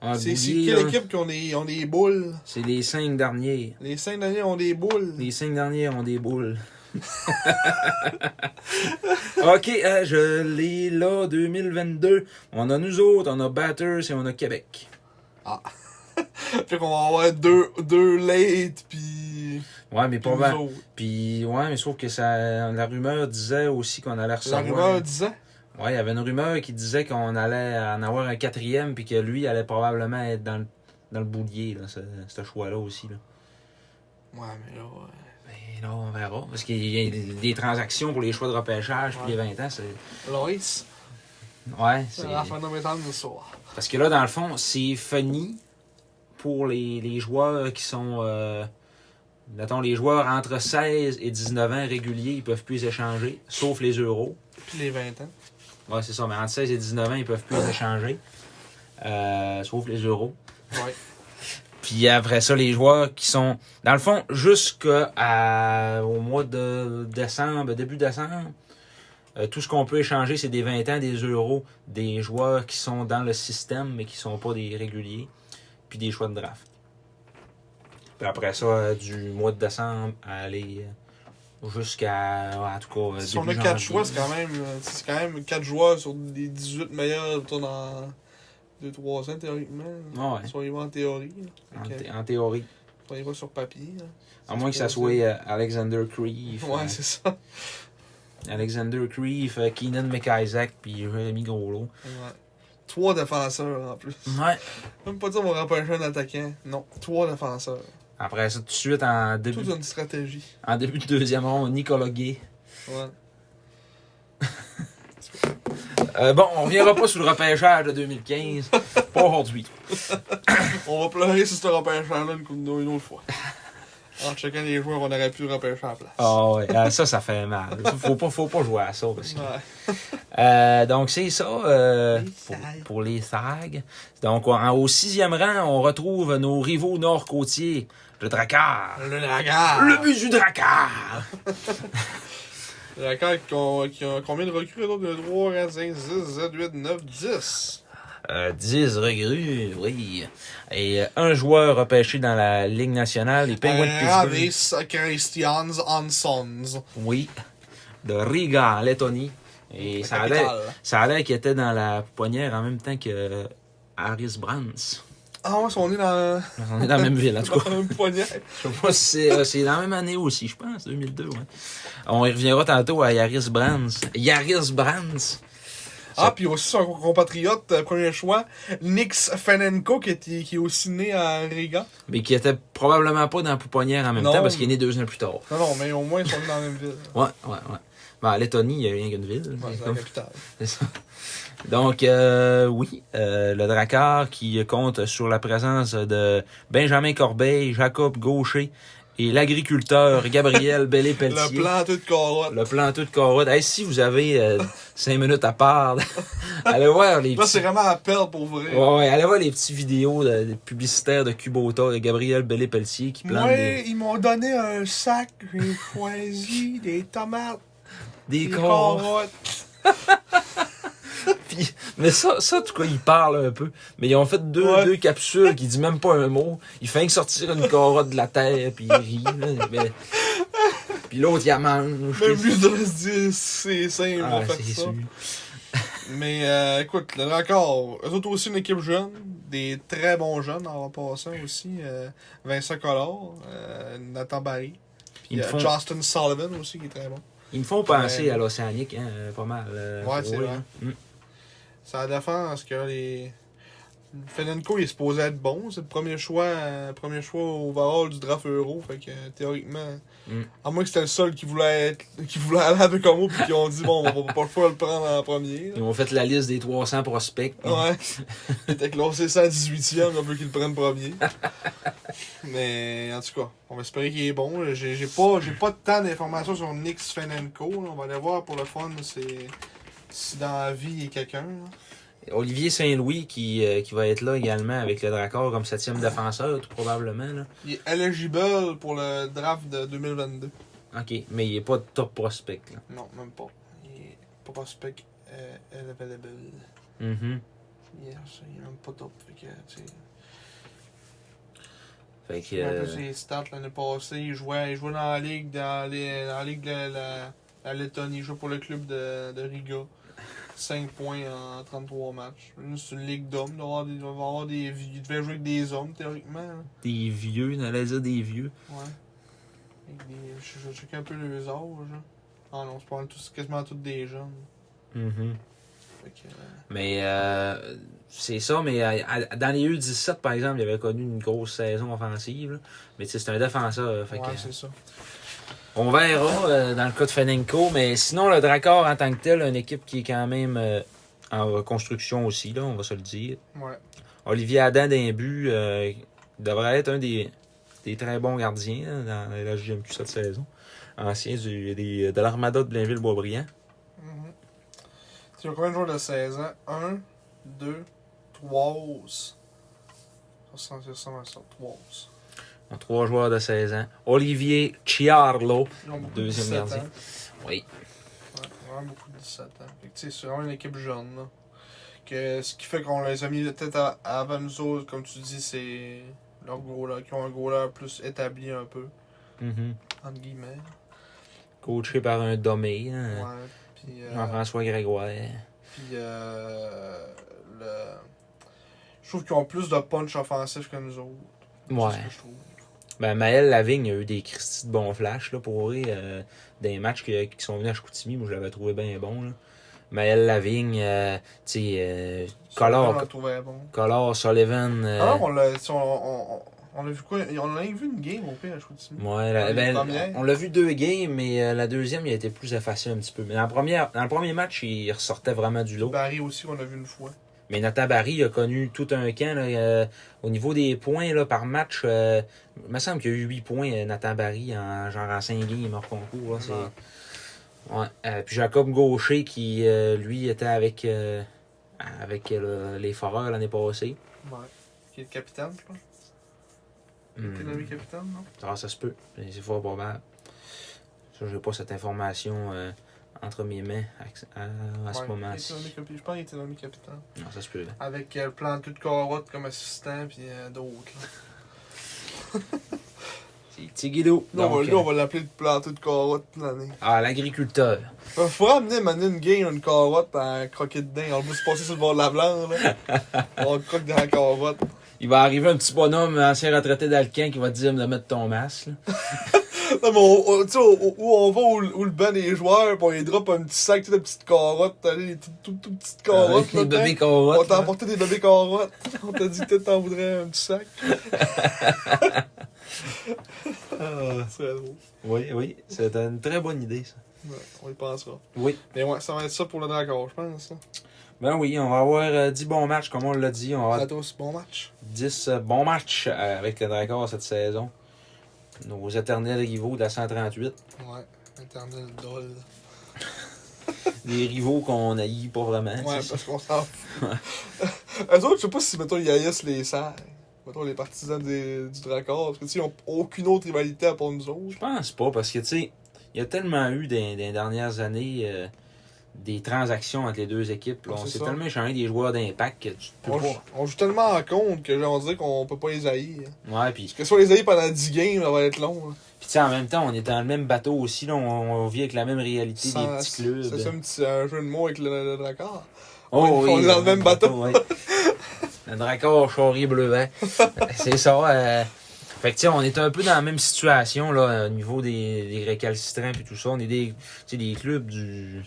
Speaker 1: Ah,
Speaker 2: C'est c'est
Speaker 1: Bouilly,
Speaker 2: quelle
Speaker 1: là,
Speaker 2: équipe qui ont des, ont des boules
Speaker 1: C'est les cinq derniers.
Speaker 2: Les cinq derniers ont des boules.
Speaker 1: Les cinq derniers ont des boules. ok, euh, je l'ai là, 2022. On a nous autres, on a Batters et on a Québec.
Speaker 2: Fait qu'on va avoir deux, deux late, pis.
Speaker 1: Ouais, mais
Speaker 2: pis
Speaker 1: pas
Speaker 2: nous
Speaker 1: mal.
Speaker 2: autres.
Speaker 1: Puis, ouais, mais sauf que ça, la rumeur disait aussi qu'on allait
Speaker 2: La
Speaker 1: recevoir.
Speaker 2: rumeur disait.
Speaker 1: Ouais, il y avait une rumeur qui disait qu'on allait en avoir un quatrième, puis que lui allait probablement être dans le, dans le boulier, là, ce, ce choix-là aussi. Là.
Speaker 2: Ouais, mais là, ouais.
Speaker 1: Mais
Speaker 2: Ben
Speaker 1: là, on verra. Parce qu'il y a des, des transactions pour les choix de repêchage, puis les 20 ans, c'est.
Speaker 2: Loïs,
Speaker 1: Ouais,
Speaker 2: c'est
Speaker 1: c'est.
Speaker 2: la fin de mes temps ce soir.
Speaker 1: Parce que là, dans le fond, c'est funny pour les, les joueurs qui sont. euh, mettons, les joueurs entre 16 et 19 ans réguliers, ils peuvent plus les échanger, sauf les euros.
Speaker 2: Pis les 20 ans.
Speaker 1: Ouais, c'est ça, mais entre 16 et 19 ans, ils peuvent plus les échanger, euh, sauf les euros.
Speaker 2: Ouais.
Speaker 1: Puis après ça, les joueurs qui sont, dans le fond, jusqu'au mois de décembre, début décembre, euh, tout ce qu'on peut échanger, c'est des 20 ans, des euros, des joueurs qui sont dans le système, mais qui sont pas des réguliers, puis des choix de draft. Puis après ça, euh, du mois de décembre à aller euh, jusqu'à, en tout cas, euh,
Speaker 2: Si on a
Speaker 1: début
Speaker 2: 4
Speaker 1: janvier.
Speaker 2: choix, c'est quand même euh, c'est quand même 4 joueurs sur les 18 meilleurs mettons, dans 2-3 ans théoriquement.
Speaker 1: Ouais,
Speaker 2: Si on y va en théorie, là.
Speaker 1: en,
Speaker 2: Fait que,
Speaker 1: thé- en théorie.
Speaker 2: si on y va sur papier. là.
Speaker 1: À moins que ça soit euh, Alexander Creef. euh,
Speaker 2: Ouais, c'est ça.
Speaker 1: Alexander Creef, euh, Keenan McIsaac, puis Jérémy Golo.
Speaker 2: Ouais. 3 défenseurs en plus.
Speaker 1: Ouais.
Speaker 2: Même pas dire on va repêcher un attaquant. Non, 3 défenseurs.
Speaker 1: Après ça, tout de suite, en début,
Speaker 2: Toute une stratégie.
Speaker 1: en début de deuxième ronde, Nicolas Gay.
Speaker 2: Ouais.
Speaker 1: Euh, bon, on reviendra pas sur le repêchage de 2015. Pas aujourd'hui.
Speaker 2: On va pleurer sur ce repêchant-là une, coupe- une autre fois. En chacun des joueurs, on aurait pu repêcher à la place.
Speaker 1: Ah ouais, euh, ça, ça fait mal. Faut pas, faut pas jouer à ça. parce que-
Speaker 2: Ouais.
Speaker 1: Euh, donc, c'est ça euh,
Speaker 2: Les
Speaker 1: pour,
Speaker 2: Sags.
Speaker 1: pour les SAG. Donc, en- au sixième rang, on retrouve nos rivaux nord-côtiers, le Drakkar.
Speaker 2: Le lagarde!
Speaker 1: Le but du Drakkar!
Speaker 2: D'accord, qui ont, qui ont combien de recrues, donc de 3, 4, 5, 6, 7, 8, 9, 10.
Speaker 1: Euh, 10 recrues, oui. Et euh, un joueur repêché dans la Ligue nationale, les Penguins de Pittsburgh.
Speaker 2: Ravis Euh, Christians Hansons.
Speaker 1: Oui. De Riga, en Lettonie. Et
Speaker 2: La
Speaker 1: ça a l'air-
Speaker 2: capitale. hein.
Speaker 1: ça a l'air qu'il était dans la poignère en même temps que euh, Harris Brands.
Speaker 2: Ah ouais, ils sont nés dans,
Speaker 1: On est dans la même ville, en tout
Speaker 2: dans
Speaker 1: cas.
Speaker 2: la même poignée.
Speaker 1: Je sais pas si c'est euh, c'est dans la même année aussi, je pense, 2002. ouais. On y reviendra tantôt à Yaris Brands. Yaris Brands.
Speaker 2: Ah, puis aussi son compatriote, euh, premier choix, Nix Fanenko, qui est, qui est aussi né à Riga.
Speaker 1: Mais qui était probablement pas dans la pouponnière en même
Speaker 2: Non.
Speaker 1: temps parce qu'il est né deux ans plus tard.
Speaker 2: Non, non, mais au moins, ils sont nés dans la même ville.
Speaker 1: Ouais, ouais, ouais. Ben, en Lettonie, il n'y a rien qu'une ville.
Speaker 2: Ouais, c'est la capitale.
Speaker 1: C'est ça. Donc, euh, oui, euh, le Drakkar qui compte sur la présence de Benjamin Corbeil, Jacob Gaucher et l'agriculteur Gabriel
Speaker 2: Le
Speaker 1: Bellé-Pelletier.
Speaker 2: plan tout carotte.
Speaker 1: Le plan tout de carotte. Hey, si vous avez euh, cinq minutes à part, allez voir les
Speaker 2: Là,
Speaker 1: petits...
Speaker 2: c'est vraiment à perdre pour vrai.
Speaker 1: Ouais, ouais, allez voir les petites vidéos de- de publicitaires de Kubota de Gabriel Bellé-Pelletier qui plante
Speaker 2: Moi,
Speaker 1: des,
Speaker 2: ils m'ont donné un sac, j'ai choisi des tomates,
Speaker 1: des
Speaker 2: des
Speaker 1: cons.
Speaker 2: carottes.
Speaker 1: Puis- mais ça, ça, en tout cas, il parle un peu. Mais ils ont fait deux,
Speaker 2: Ouais.
Speaker 1: deux capsules qui disent même pas un mot. Il fait que sortir une carotte de la terre, puis il rit. là. Mais- Puis l'autre, il la mange.
Speaker 2: Même lui devrait se dire, c'est simple,
Speaker 1: Ah,
Speaker 2: on va
Speaker 1: c'est
Speaker 2: faire ça.
Speaker 1: sûr.
Speaker 2: Mais euh, écoute, là encore, eux autres aussi une équipe jeune, des très bons jeunes en passant aussi. euh, Vincent Collard, euh, Nathan Barry,
Speaker 1: Ils
Speaker 2: puis
Speaker 1: me
Speaker 2: euh,
Speaker 1: font-
Speaker 2: Justin Sullivan aussi qui est très bon.
Speaker 1: Ils me font penser
Speaker 2: Ouais.
Speaker 1: à l'océanique, hein, euh, pas mal. euh,
Speaker 2: Ouais, c'est
Speaker 1: oui,
Speaker 2: vrai.
Speaker 1: hein. Mm.
Speaker 2: C'est la défense que les. Fenenko il est supposé être bon, c'est le premier choix, euh, premier choix overall du draft euro, fait que euh, théoriquement,
Speaker 1: Mm.
Speaker 2: à moins que c'était le seul qui voulait être, qui voulait aller avec Homo puis qui ont dit bon, on va pas le faire le prendre en premier. là.
Speaker 1: Ils ont fait la liste des 300 prospects.
Speaker 2: Ouais. Il était classé 118e, on veut qu'il le prenne premier. Mais en tout cas, on va espérer qu'il est bon. là. J'ai j'ai pas, j'ai pas tant d'informations sur Nick Svenenko. là. On va aller voir pour le fun c'est- si dans la vie il y a quelqu'un. là.
Speaker 1: Olivier Saint-Louis qui, euh, qui va être là également avec le Dracor comme septième défenseur, tout probablement. Là.
Speaker 2: Il est eligible pour le draft de 2022.
Speaker 1: OK, mais il n'est pas top prospect. Là.
Speaker 2: Non, même pas. Il est pas prospect euh, available.
Speaker 1: Mhm.
Speaker 2: Il est, il est même pas top. Fait que, tu sais,
Speaker 1: Fait que,
Speaker 2: J'ai un peu
Speaker 1: euh,
Speaker 2: ses stats l'année passée. Il jouait, il jouait dans la ligue, dans les, dans la ligue de la, la- la Lettonie. Il jouait pour le club de, de Riga. 5 points en 33 matchs. Nous, C'est une ligue d'hommes. Il doit y avoir des- il doit y avoir des vieux- il devait jouer avec des hommes, théoriquement. hein. là.
Speaker 1: des vieux, j'allais dire des vieux.
Speaker 2: Ouais. Avec des, je, je check un peu les âges. là. Ah non, c'est pas mal tous, quasiment tous des jeunes. Mm-hmm. Fait que, euh,
Speaker 1: Mais euh, c'est ça, mais euh, à- dans les U17, par exemple, il avait connu une grosse saison offensive. là. Mais tu sais, c'est un défenseur. euh, Fait que,
Speaker 2: ouais, c'est ça.
Speaker 1: on verra euh, dans le cas de Fenenko. Mais sinon, le Dracor en tant que tel, une équipe qui est quand même euh, en reconstruction aussi, là, on va se le dire.
Speaker 2: Ouais.
Speaker 1: Olivier Adam d'un but euh, devrait être un des, des très bons gardiens hein, dans la JMQ cette saison. Ancien du, des- de l'armada de Blainville-Boisbriand.
Speaker 2: Mhm. Tu as combien de joueurs de 16 ans 1, 2, 3. Ça ressemble ça ressemble à ça, 3.
Speaker 1: En Trois joueurs de 16 ans. Olivier Chiarlo.
Speaker 2: Ils ont beaucoup
Speaker 1: Deuxième
Speaker 2: de 17
Speaker 1: gardien.
Speaker 2: ans.
Speaker 1: Oui.
Speaker 2: Ouais, vraiment beaucoup de 17 ans. Fait que, tu sais, c'est vraiment une équipe jeune. là. Que, ce qui fait qu'on les a mis peut-être à- avant nous autres, comme tu dis, c'est leur gros là, qui ont un gros là plus établi un peu,
Speaker 1: Mhm.
Speaker 2: entre guillemets.
Speaker 1: Coaché par un domé,
Speaker 2: Ouais.
Speaker 1: hein,
Speaker 2: Puis, euh,
Speaker 1: Jean-François Grégoire.
Speaker 2: Puis, euh, le... je trouve qu'ils ont plus de punch offensif que nous autres.
Speaker 1: Ouais.
Speaker 2: C'est ce que je trouve.
Speaker 1: Ben, Maël Lavigne a eu des Christy de bons flashs là, pour vrai, euh, des matchs que- qui sont venus à Chicoutimi. Moi, je l'avais trouvé bien bon. Là. Maël Lavigne, euh, tu sais, euh,
Speaker 2: On
Speaker 1: Collard,
Speaker 2: le Ah, trouvait bon.
Speaker 1: Collard, Sullivan. euh,
Speaker 2: Alors, on l'a si on, on, on- on a vu quoi On a vu une game au pire, je crois. que tu-
Speaker 1: Ouais, la-
Speaker 2: Dans les
Speaker 1: ben,
Speaker 2: premières.
Speaker 1: on l'a vu deux games, mais euh, la deuxième, il a été plus effacé un petit peu. Mais dans, la première, dans le premier match, il ressortait vraiment du lot.
Speaker 2: Barry aussi, on l'a vu une fois.
Speaker 1: Mais Nathan Barry il a connu tout un camp. là, euh, au niveau des points là, par match, euh, il me semble qu'il y a eu 8 points, euh, Nathan Barry, en, genre en 5 games hors concours. là, c'est- Ouais, euh, puis Jacob Gaucher, qui euh, lui était avec, euh, avec euh, les Foreurs l'année passée.
Speaker 2: Ouais. Qui est le capitaine, je crois.
Speaker 1: Hmm.
Speaker 2: T'es nommé capitaine, non
Speaker 1: Ah, ça se peut. mais C'est fort probable. Ça, j'ai pas cette information euh, entre mes mains à, à- à ce
Speaker 2: Ouais,
Speaker 1: moment-ci.
Speaker 2: il était nommé capi- Je pense qu'il était nommé capitaine.
Speaker 1: Non, ça se peut. hein.
Speaker 2: Avec euh, le plan de carotte comme assistant, puis euh, d'autres. là.
Speaker 1: C'est petit Guido.
Speaker 2: Là, on
Speaker 1: Donc,
Speaker 2: va- là, on va l'appeler le plan de carotte toute l'année.
Speaker 1: euh, ah, l'agriculteur.
Speaker 2: Il faudrait Ah, amener, amener une game, une carotte, en croquer dedans. On va se passer sur le bord de la blanche, là. On croque dans la carotte.
Speaker 1: Il va arriver un petit bonhomme, ancien retraité d'Alcan, qui va te dire de mettre ton masque. là.
Speaker 2: Non, mais on, on- tu sais, on- où on va, où, où le banc des joueurs, puis on les drop un petit sac, toutes les petites carottes, t'as les tout, tout, tout petites carottes.
Speaker 1: Avec les
Speaker 2: là-dedans.
Speaker 1: bébés
Speaker 2: hein? on
Speaker 1: carottes.
Speaker 2: t'a
Speaker 1: là.
Speaker 2: apporté des bébés carottes. On t'a dit que peut-être t'en voudrais un petit sac. ah, c'est drôle.
Speaker 1: Oui, oui. C'est une très bonne idée, ça.
Speaker 2: Ouais, on y pensera.
Speaker 1: Oui.
Speaker 2: Mais ouais, ça va être ça pour le Dragon, je pense. hein.
Speaker 1: Ben oui, on va avoir euh, 10 bons matchs, comme on l'a dit. On va avoir
Speaker 2: Attends, c'est bon match.
Speaker 1: euh, 10 bons matchs euh, avec le Dracor cette saison. nos éternels rivaux de la 138.
Speaker 2: Ouais, éternel dol.
Speaker 1: Des rivaux qu'on haït pas vraiment.
Speaker 2: Ouais,
Speaker 1: c'est ça.
Speaker 2: parce qu'on s'en fout. Eux autres, je sais pas si, mettons, ils haïssent les serres. Mettons, les partisans des- du Dracor. Parce que, tu sais, ils ont aucune autre rivalité à part nous autres.
Speaker 1: Je pense pas, parce que, tu sais, il y a tellement eu dans dans les dernières années euh, des transactions entre les deux équipes. là.
Speaker 2: Ah,
Speaker 1: on
Speaker 2: c'est
Speaker 1: s'est
Speaker 2: ça.
Speaker 1: tellement échangé des joueurs d'impact que tu peux
Speaker 2: On, joue-
Speaker 1: pas.
Speaker 2: on joue tellement en compte que, genre, on dirait qu'on peut pas les haïr.
Speaker 1: Ouais, puis,
Speaker 2: Parce que si on les haït pendant 10 games, ça va être long. hein.
Speaker 1: puis tu sais, en même temps, on est dans le même bateau aussi. Là, on, on vit avec la même réalité
Speaker 2: Sans-
Speaker 1: des petits clubs.
Speaker 2: C'est ça un petit un jeu de mots avec le, le Dracor.
Speaker 1: Oh,
Speaker 2: On est- on est dans le même bateau.
Speaker 1: ouais. le Dracor, Chaury, Bleuet. hein. C'est ça. euh, Fait que, tu sais, on est un peu dans la même situation, là, au niveau des, des récalcitrants puis tout ça. On est des, tu sais, des clubs du,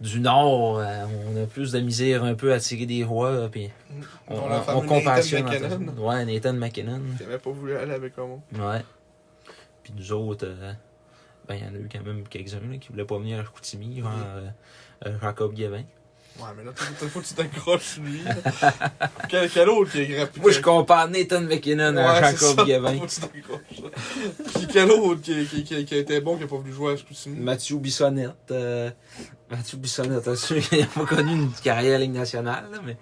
Speaker 1: du Nord. euh, on a plus de misère un peu à tirer des rois, là, puis on,
Speaker 2: Dont la
Speaker 1: on- on
Speaker 2: fameux Nathan
Speaker 1: compassionne.
Speaker 2: McKinnon.
Speaker 1: entre- Ouais, Nathan McKinnon.
Speaker 2: Qui avait pas voulu aller avec Homo.
Speaker 1: Ouais. Puis nous autres, euh, ben, il y en a eu quand même quelques-uns, là, qui voulaient pas venir à Chicoutimi, genre, euh, euh, Jacob Guévin.
Speaker 2: Ouais, mais là, t'as t'as- faut que tu t'accroches, lui. quel, quel autre qui est rapide?
Speaker 1: Moi, je compare Nathan McKinnon à
Speaker 2: Ouais, c'est ça.
Speaker 1: Jacob Gavin.
Speaker 2: Faut que tu t'accroches. Qui- quel autre qui, qui, qui, qui a été bon, qui a pas voulu jouer à Chicoutimi?
Speaker 1: Mathieu Bissonnette. euh, Mathieu Bissonnette, hein, sûr qu'il n'a pas connu une carrière à Ligue nationale, là, mais.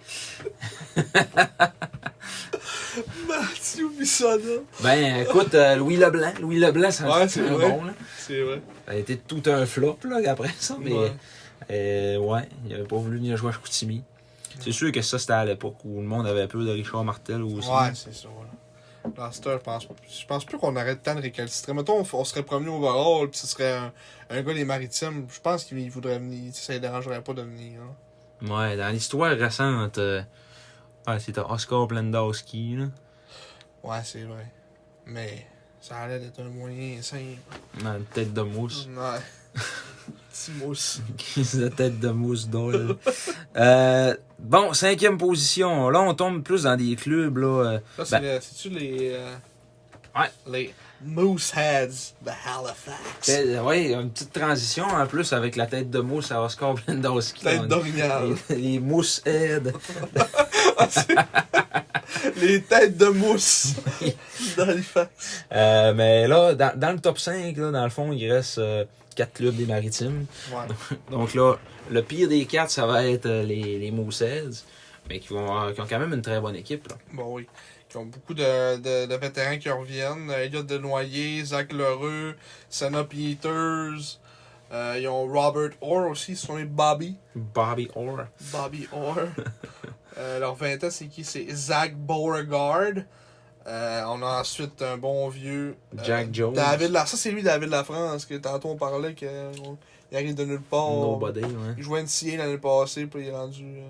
Speaker 2: Mathieu Bissonnette.
Speaker 1: Ben, écoute, euh, Louis Leblanc. Louis Leblanc, c'est un
Speaker 2: Ouais, c'est
Speaker 1: un
Speaker 2: vrai.
Speaker 1: bon, là.
Speaker 2: C'est vrai.
Speaker 1: Ça a été tout un flop, là, après ça, mais.
Speaker 2: Ouais.
Speaker 1: euh, ouais, il n'avait pas voulu venir jouer à Chicoutimi. C'est sûr que ça, c'était à l'époque où le monde avait peur de Richard Martel aussi.
Speaker 2: Ouais, c'est ça. là. Dans cette heure, je pense, je pense plus qu'on arrête tant de récalcitrer. Mettons, on, f- on serait promis au Varol, puis ce serait un, un gars des maritimes. Je pense qu'il voudrait venir. Ça ne dérangerait pas de venir. hein. là.
Speaker 1: Ouais, dans l'histoire récente, euh, ouais, c'était Oscar Blendowski, là.
Speaker 2: Ouais, c'est vrai. Mais ça allait d'être un moyen simple.
Speaker 1: Dans une tête de mousse.
Speaker 2: Ouais. Petit mousse.
Speaker 1: Crise de tête de mousse d'ol. Euh, bon, cinquième position. Là, on tombe plus dans des clubs. Là, euh,
Speaker 2: Là, c'est le- c'est-tu les. euh,
Speaker 1: Ouais.
Speaker 2: Les Mooseheads de Halifax. Tête
Speaker 1: euh, ouais, une petite transition en plus avec la tête de mousse à Oscar Blendowski. On-
Speaker 2: d'orignal.
Speaker 1: les, les mousse head.
Speaker 2: les têtes de mousse d'Halifax.
Speaker 1: Euh, mais là, dans, dans le top 5, là, dans le fond, il reste euh, quatre clubs des maritimes.
Speaker 2: Ouais.
Speaker 1: Donc là, le pire des quatre, ça va être euh, les, les mousse heads, mais qui, vont, avoir- qui ont quand même une très bonne équipe. Là.
Speaker 2: Bon, oui. Qui ont beaucoup de, de, de vétérans qui reviennent. Euh, Elliot Denoyer, Zach Lheureux, Senna Peters. Euh, ils ont Robert Orr aussi, ils sont les Bobby.
Speaker 1: Bobby Orr.
Speaker 2: Bobby Orr. Euh, leur 20 ans, c'est qui C'est Zach Beauregard. Euh, on a ensuite un bon vieux. euh,
Speaker 1: Jack Jones.
Speaker 2: David La... Ça, c'est lui, David LaFrance, que tantôt on parlait qu'il arrive de nulle part.
Speaker 1: Nobody, ouais.
Speaker 2: Il jouait NCA l'année passée, puis il est rendu. euh,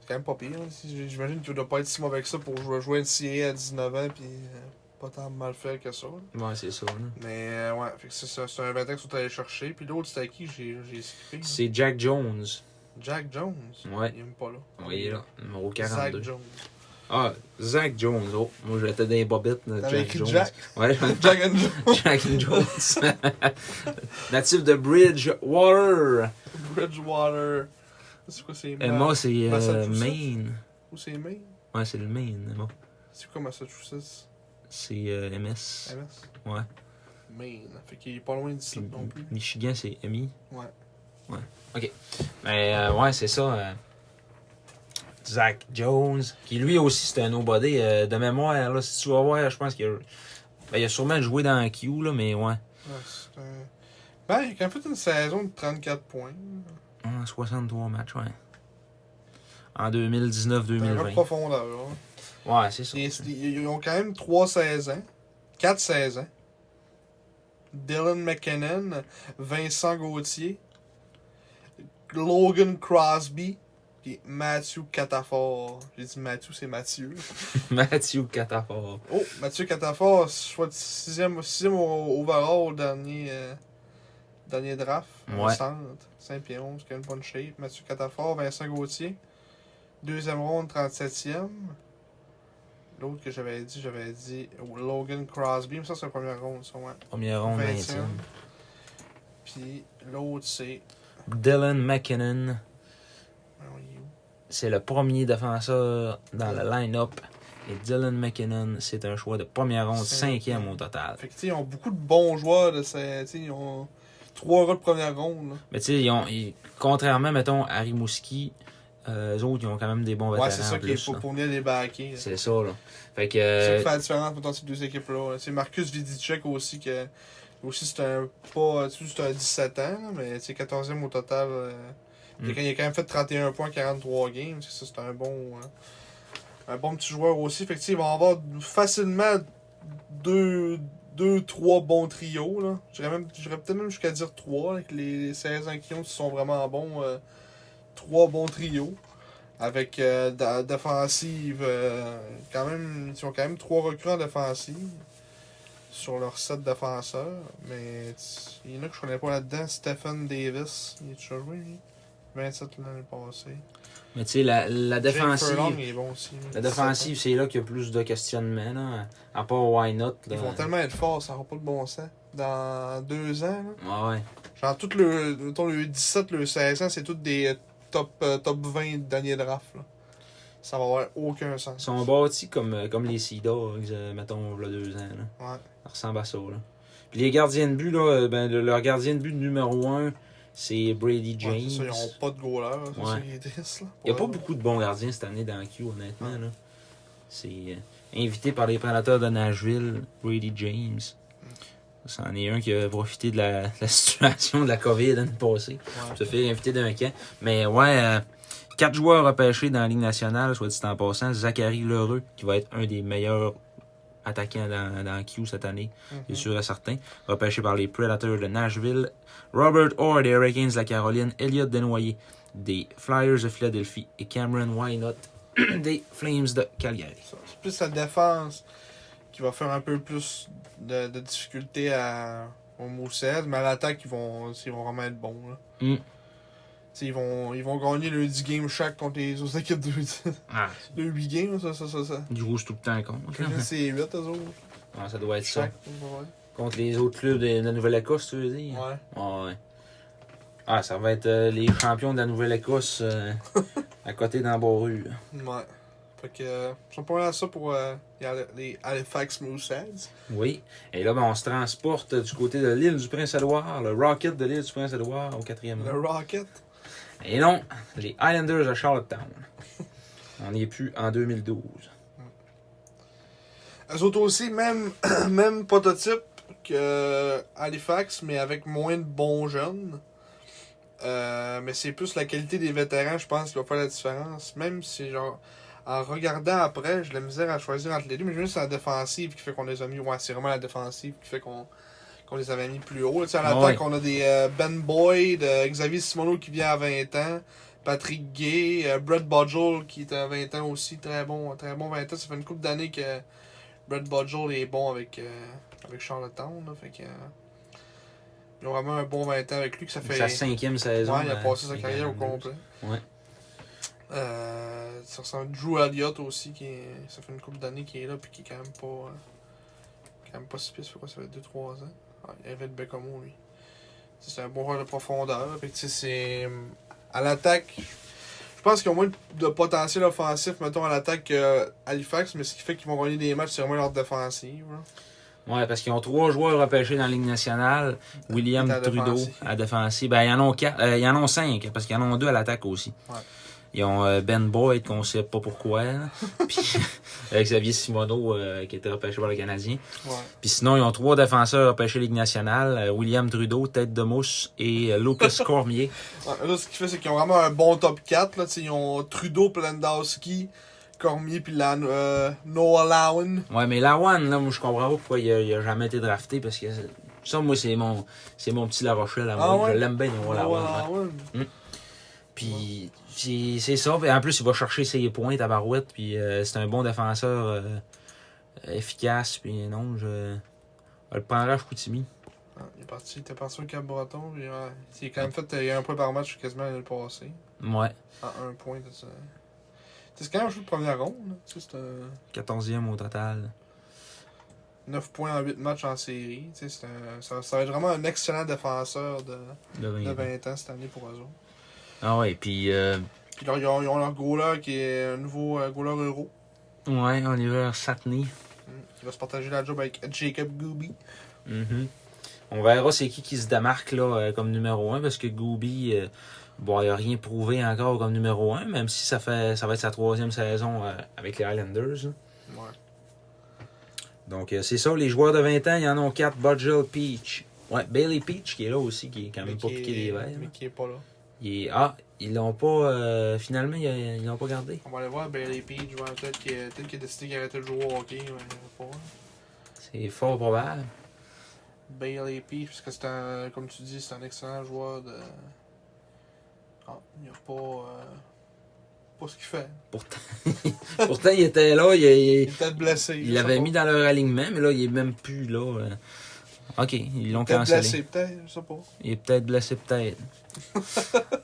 Speaker 2: C'est quand même pas pire. hein. Si- J'imagine qu'il doit pas être si mauvais que ça pour jouer, jouer NCA à 19 ans, puis euh, pas tant mal fait que ça. là.
Speaker 1: Ouais, c'est ça. là.
Speaker 2: Mais euh, ouais, fait que c'est ça. C'est un 20 ans qu'ils sont allés chercher, puis l'autre, c'était qui J'ai j'ai skippé. hein.
Speaker 1: C'est Jack Jones.
Speaker 2: Jack Jones.
Speaker 1: Ouais.
Speaker 2: Il est même pas là.
Speaker 1: Oui, là, numéro
Speaker 2: Zach
Speaker 1: 42.
Speaker 2: Jones.
Speaker 1: ah, Zach Jones. Oh, moi, j'étais dans les bobettes. là,
Speaker 2: T'avais
Speaker 1: Jack
Speaker 2: écrit
Speaker 1: Jones.
Speaker 2: Jack.
Speaker 1: Ouais,
Speaker 2: Jack and Jones.
Speaker 1: Jack Jones. Natif de Bridgewater.
Speaker 2: Bridgewater. C'est quoi, c'est
Speaker 1: Emma,
Speaker 2: Ma-
Speaker 1: c'est euh,
Speaker 2: Massachusetts.
Speaker 1: Maine.
Speaker 2: Où c'est Maine
Speaker 1: Ouais, c'est le Maine, Emma.
Speaker 2: C'est quoi Massachusetts
Speaker 1: C'est euh, MS.
Speaker 2: MS
Speaker 1: Ouais. Mm-hmm.
Speaker 2: Maine. Fait qu'il est pas loin d'ici
Speaker 1: Puis
Speaker 2: non plus.
Speaker 1: Michigan, c'est Emmy.
Speaker 2: Ouais.
Speaker 1: Mais euh, ouais, c'est ça. euh, Zach Jones, qui lui aussi c'est un nobody euh, de mémoire. Là, si tu vas voir, je pense qu'il a... ben, il a sûrement joué dans Q, là, mais ouais.
Speaker 2: Ouais, Ah, c'est un- Ben, il a quand même fait une saison de 34 points.
Speaker 1: En 63 matchs, ouais. En
Speaker 2: C'est un gars
Speaker 1: 2019-2020.
Speaker 2: profond d'ailleurs.
Speaker 1: Ouais, c'est ça.
Speaker 2: Ils, ils ont quand même 3 saisons. 4 saisons. Dylan McKinnon, Vincent Gauthier, Logan Crosby, puis Mathieu Catafort. J'ai dit Mathieu, c'est Mathieu.
Speaker 1: Mathieu Catafort.
Speaker 2: Oh, Mathieu Catafort, choix de 6e, overall au dernier, euh, dernier draft. au
Speaker 1: Ouais.
Speaker 2: Centre, 5 pieds 11, qui a une bonne shape. Mathieu Catafort, Vincent Gauthier. Deuxième ronde, 37e. L'autre que j'avais dit, j'avais dit oh, Logan Crosby. Mais ça, c'est la première ronde, ça, ouais.
Speaker 1: Première ronde,
Speaker 2: 20e.
Speaker 1: 20e.
Speaker 2: Puis l'autre, c'est.
Speaker 1: Dylan McKinnon,
Speaker 2: voyons, il est où?
Speaker 1: c'est le premier défenseur dans le line-up Et Dylan McKinnon, c'est un choix de première ronde,
Speaker 2: Cinq.
Speaker 1: cinquième au total.
Speaker 2: Fait que, tu sais, ils ont beaucoup de bons joueurs. De ces, tu sais, ils ont trois gars de première ronde. là.
Speaker 1: Mais tu sais, ils ont- ils- contrairement, mettons, à Rimouski, euh, eux autres, ils ont quand même des bons vétérans.
Speaker 2: Ouais, c'est ça
Speaker 1: en
Speaker 2: qu'il
Speaker 1: plus,
Speaker 2: faut
Speaker 1: là.
Speaker 2: pour venir les baquer. C'est
Speaker 1: C'est ça, là. Fait que.
Speaker 2: ça
Speaker 1: euh,
Speaker 2: qui fait la différence entre ces deux équipes-là. là. C'est Marcus Vidicek aussi, que aussi c'est un pas. tu sais, C'est un 17 ans, là, mais c'est 14e au total. euh,
Speaker 1: Mm.
Speaker 2: Il a quand même fait 31 points en 43 games. Ça, c'est un bon. euh, un bon petit joueur aussi. Fait que, tu sais, ils vont avoir facilement deux, deux trois bons trios. là. J'irais même- j'irais peut-être même jusqu'à dire trois. là, que les 16 ans qui ont, qui sont vraiment bons. euh, trois bons trios. Avec euh, da- défensive, euh, quand même, ils ont quand même trois recrues en défensive sur leur set défenseurs. Mais tu- il y en a que je connais pas là-dedans. Stephen Davis, il est déjà joué, lui. 27 l'année passée.
Speaker 1: mais tu sais, la, la
Speaker 2: Jake Furlong,
Speaker 1: défensive.
Speaker 2: il est bon aussi. lui.
Speaker 1: La défensive, c'est là qu'il y a plus de questionnements, là. À part Why Not, là.
Speaker 2: Ils vont tellement être forts, ça n'aura pas de bon sens. Dans deux ans, là,
Speaker 1: Ouais, ouais.
Speaker 2: genre tout le, mettons, le 17, le 16 ans, c'est tous des euh, top, euh, top 20 derniers drafts. Là. Ça va avoir aucun
Speaker 1: Ils
Speaker 2: sens.
Speaker 1: sont bâtis comme, euh, comme les Sea Dogs, euh, mettons, là, deux ans, là.
Speaker 2: Ouais.
Speaker 1: Ça ressemble à ça, là. Puis les gardiens de but, là, euh, ben, le- leur gardien de but numéro un, c'est Brady James.
Speaker 2: Ouais, c'est ça, ils n'ont pas de goaler. C'est
Speaker 1: Ouais.
Speaker 2: ça qui est triste. Là,
Speaker 1: Il n'y a pas
Speaker 2: Ouais.
Speaker 1: beaucoup de bons gardiens cette année dans la Q, honnêtement. là. C'est euh, invité par les prédateurs de Nashville, Brady James. C'en est un qui a profité de la, de la situation de la COVID l'année passée.
Speaker 2: Ouais.
Speaker 1: Se fait inviter d'un camp. Mais ouais, euh, quatre joueurs repêchés dans la Ligue nationale, soit dit en passant. Zachary Lheureux, qui va être un des meilleurs attaquants dans, dans la Q cette année c'est
Speaker 2: Mhm.
Speaker 1: sûr et certain. Repêché par les Predators de Nashville, Robert Orr des Hurricanes de la Caroline, Elliot Desnoyers des Flyers de Philadelphie et Cameron Wynot des Flames de Calgary.
Speaker 2: Ça, C'est plus la défense qui va faire un peu plus de, de difficultés à, aux Moussels, mais à l'attaque, ils vont, ils vont vraiment être bons. là.
Speaker 1: Mm.
Speaker 2: T'sais, Ils, vont, ils vont gagner le 10 games chaque contre les autres équipes de,
Speaker 1: Ah,
Speaker 2: de 8 games, ça, ça, ça. ça.
Speaker 1: du rouge tout le temps contre. hein.
Speaker 2: Quelqu'un, C'est 8 eux autres.
Speaker 1: Ah, ça doit être ça.
Speaker 2: Chaque, ouais.
Speaker 1: Contre les autres clubs de la Nouvelle-Écosse, tu veux dire?
Speaker 2: Ouais.
Speaker 1: Ouais. Ah, ça va être euh, les champions de la Nouvelle-Écosse euh, à côté d'Amboru.
Speaker 2: Ouais. Fait que, euh, ils sont pas mal à ça pour euh, les Hal- les Halifax Mooseheads.
Speaker 1: Oui. Et là, ben, on se transporte du côté de l'île du Prince-Édouard, le Rocket de l'île du Prince-Édouard au quatrième rang.
Speaker 2: Le Rocket.
Speaker 1: Et non, les Islanders de Charlottetown. On n'y est plus en 2012.
Speaker 2: Eux autres aussi, même, même prototype que euh, Halifax, mais avec moins de bons jeunes. Euh, mais c'est plus la qualité des vétérans, je pense, qui va faire la différence. Même si, genre, en regardant après, j'ai de la misère à choisir entre les deux, mais je me dis que c'est la défensive qui fait qu'on les a mis. Ouais, c'est vraiment la défensive qui fait qu'on qu'on les avait mis plus haut. Tu sais, à l'attaque, on a des euh, Ben Boyd, euh, Xavier Simoneau qui vient à 20 ans, Patrick Gay, euh, Brett Bodgel qui est à 20 ans aussi, très bon, très bon 20 ans. Ça fait une couple d'années que. Brett Budgel est bon avec, euh, avec Charlottetown. Là, fait que, euh, ils ont vraiment un bon 20 ans avec lui. Que ça fait,
Speaker 1: C'est Sa cinquième saison.
Speaker 2: ouais, il a
Speaker 1: euh,
Speaker 2: passé sa
Speaker 1: avec
Speaker 2: carrière au
Speaker 1: Islanders.
Speaker 2: complet.
Speaker 1: Ouais.
Speaker 2: Euh, ça ressemble à Drew Elliott aussi. Qui est- ça fait une couple d'années qu'il est là puis qui est quand même pas, euh, quand même pas si pire. Ça fait quoi, ça fait 2-3 ans. Ouais, il avait le Bécamo, lui. C'est un bon joueur de profondeur. Fait que, tu sais, c'est. euh, À l'attaque, je pense qu'ils ont moins de potentiel offensif, mettons, à l'attaque que euh, Halifax, mais ce qui fait qu'ils vont gagner des matchs, c'est vraiment leur défensive. là.
Speaker 1: Ouais, parce qu'ils ont trois joueurs repêchés dans la Ligue nationale. William
Speaker 2: Euh, à la
Speaker 1: Trudeau
Speaker 2: défensive.
Speaker 1: à défensive. Ben, ils en ont quatre, euh, ils en ont cinq, parce qu'ils en ont deux à l'attaque aussi.
Speaker 2: Ouais.
Speaker 1: Ils ont euh, Ben Boyd, qu'on sait pas pourquoi. là. Puis euh, Xavier Simoneau, euh, qui était repêché par le Canadien.
Speaker 2: Ouais.
Speaker 1: Puis sinon, ils ont trois défenseurs repêchés Ligue nationale. euh, William Trudeau, Tête de Mousse et euh, Lucas Cormier.
Speaker 2: Ouais, Là, ce qui fait, c'est qu'ils ont vraiment un bon top 4. Là, Tu sais, ils ont Trudeau, Plandowski, Cormier, puis la, euh, Noah Lowen.
Speaker 1: Ouais, mais Lawan, là, moi, je comprends pas pourquoi il a, il a jamais été drafté parce que c'est- ça, moi, c'est mon, c'est mon petit La Rochelle. à
Speaker 2: Ah
Speaker 1: moi.
Speaker 2: ouais?
Speaker 1: Je l'aime bien, Noah Lawan. ouais. Puis, c'est- c'est ça. Puis en plus, il va chercher ses points à Barouette. Puis, euh, c'est un bon défenseur euh, efficace. Puis, non, je, je le prendrai à Chicoutimi.
Speaker 2: Ah, il est parti, il était parti au Cap-Breton. puis, ouais, Il est quand même fait euh, il y a un point par match quasiment l'année passée.
Speaker 1: Ouais,
Speaker 2: À un point de ça. Tu sais, C'est quand même un jeu de première ronde. là. Tu sais, C'est un
Speaker 1: 14e au total.
Speaker 2: 9 points en 8 matchs en série. Tu sais, c'est un- Ça, ça va être vraiment un excellent défenseur de,
Speaker 1: de vingt.
Speaker 2: de 20 ans cette année pour eux autres.
Speaker 1: Ah ouais, puis... euh,
Speaker 2: Puis là, ils ont, ils ont leur goaler qui est un nouveau euh, goaler euro.
Speaker 1: Ouais, Oliver Satney.
Speaker 2: Il va se partager la job avec Jacob Gooby.
Speaker 1: Mhm. On verra c'est qui qui se démarque là, euh, comme numéro 1 parce que Gooby, euh, bon, il n'a rien prouvé encore comme numéro 1, même si ça fait ça va être sa troisième saison euh, avec les Highlanders. là.
Speaker 2: Ouais.
Speaker 1: Donc euh, c'est ça, les joueurs de 20 ans, il y en a 4, Budgel Peach. Ouais, Bailey Peach qui est là aussi, qui est quand même pas
Speaker 2: qui
Speaker 1: piqué
Speaker 2: est-
Speaker 1: des verres.
Speaker 2: Mais qui est pas là.
Speaker 1: Il est- Ah, ils l'ont pas. euh, finalement, ils ils l'ont pas gardé.
Speaker 2: On va aller voir Bailey Page. ouais, Peut-être qu'il peut-être qu'il a décidé qu'il arrêtait de jouer au hockey. mais on va pas.
Speaker 1: C'est fort probable.
Speaker 2: Bailey Page, parce que c'est un, comme tu dis, c'est un excellent joueur de. Ah, il n'y a pas. euh, pas ce qu'il fait.
Speaker 1: Pourtant, pourtant il était là, il, il-
Speaker 2: Il est peut-être blessé. je
Speaker 1: il
Speaker 2: sais
Speaker 1: l'avait
Speaker 2: pas.
Speaker 1: mis dans leur alignement, mais là, il est même plus là. euh. Ok, ils l'ont
Speaker 2: Peut-être
Speaker 1: cancellé.
Speaker 2: blessé, peut-être, je sais pas.
Speaker 1: Il est peut-être blessé, peut-être.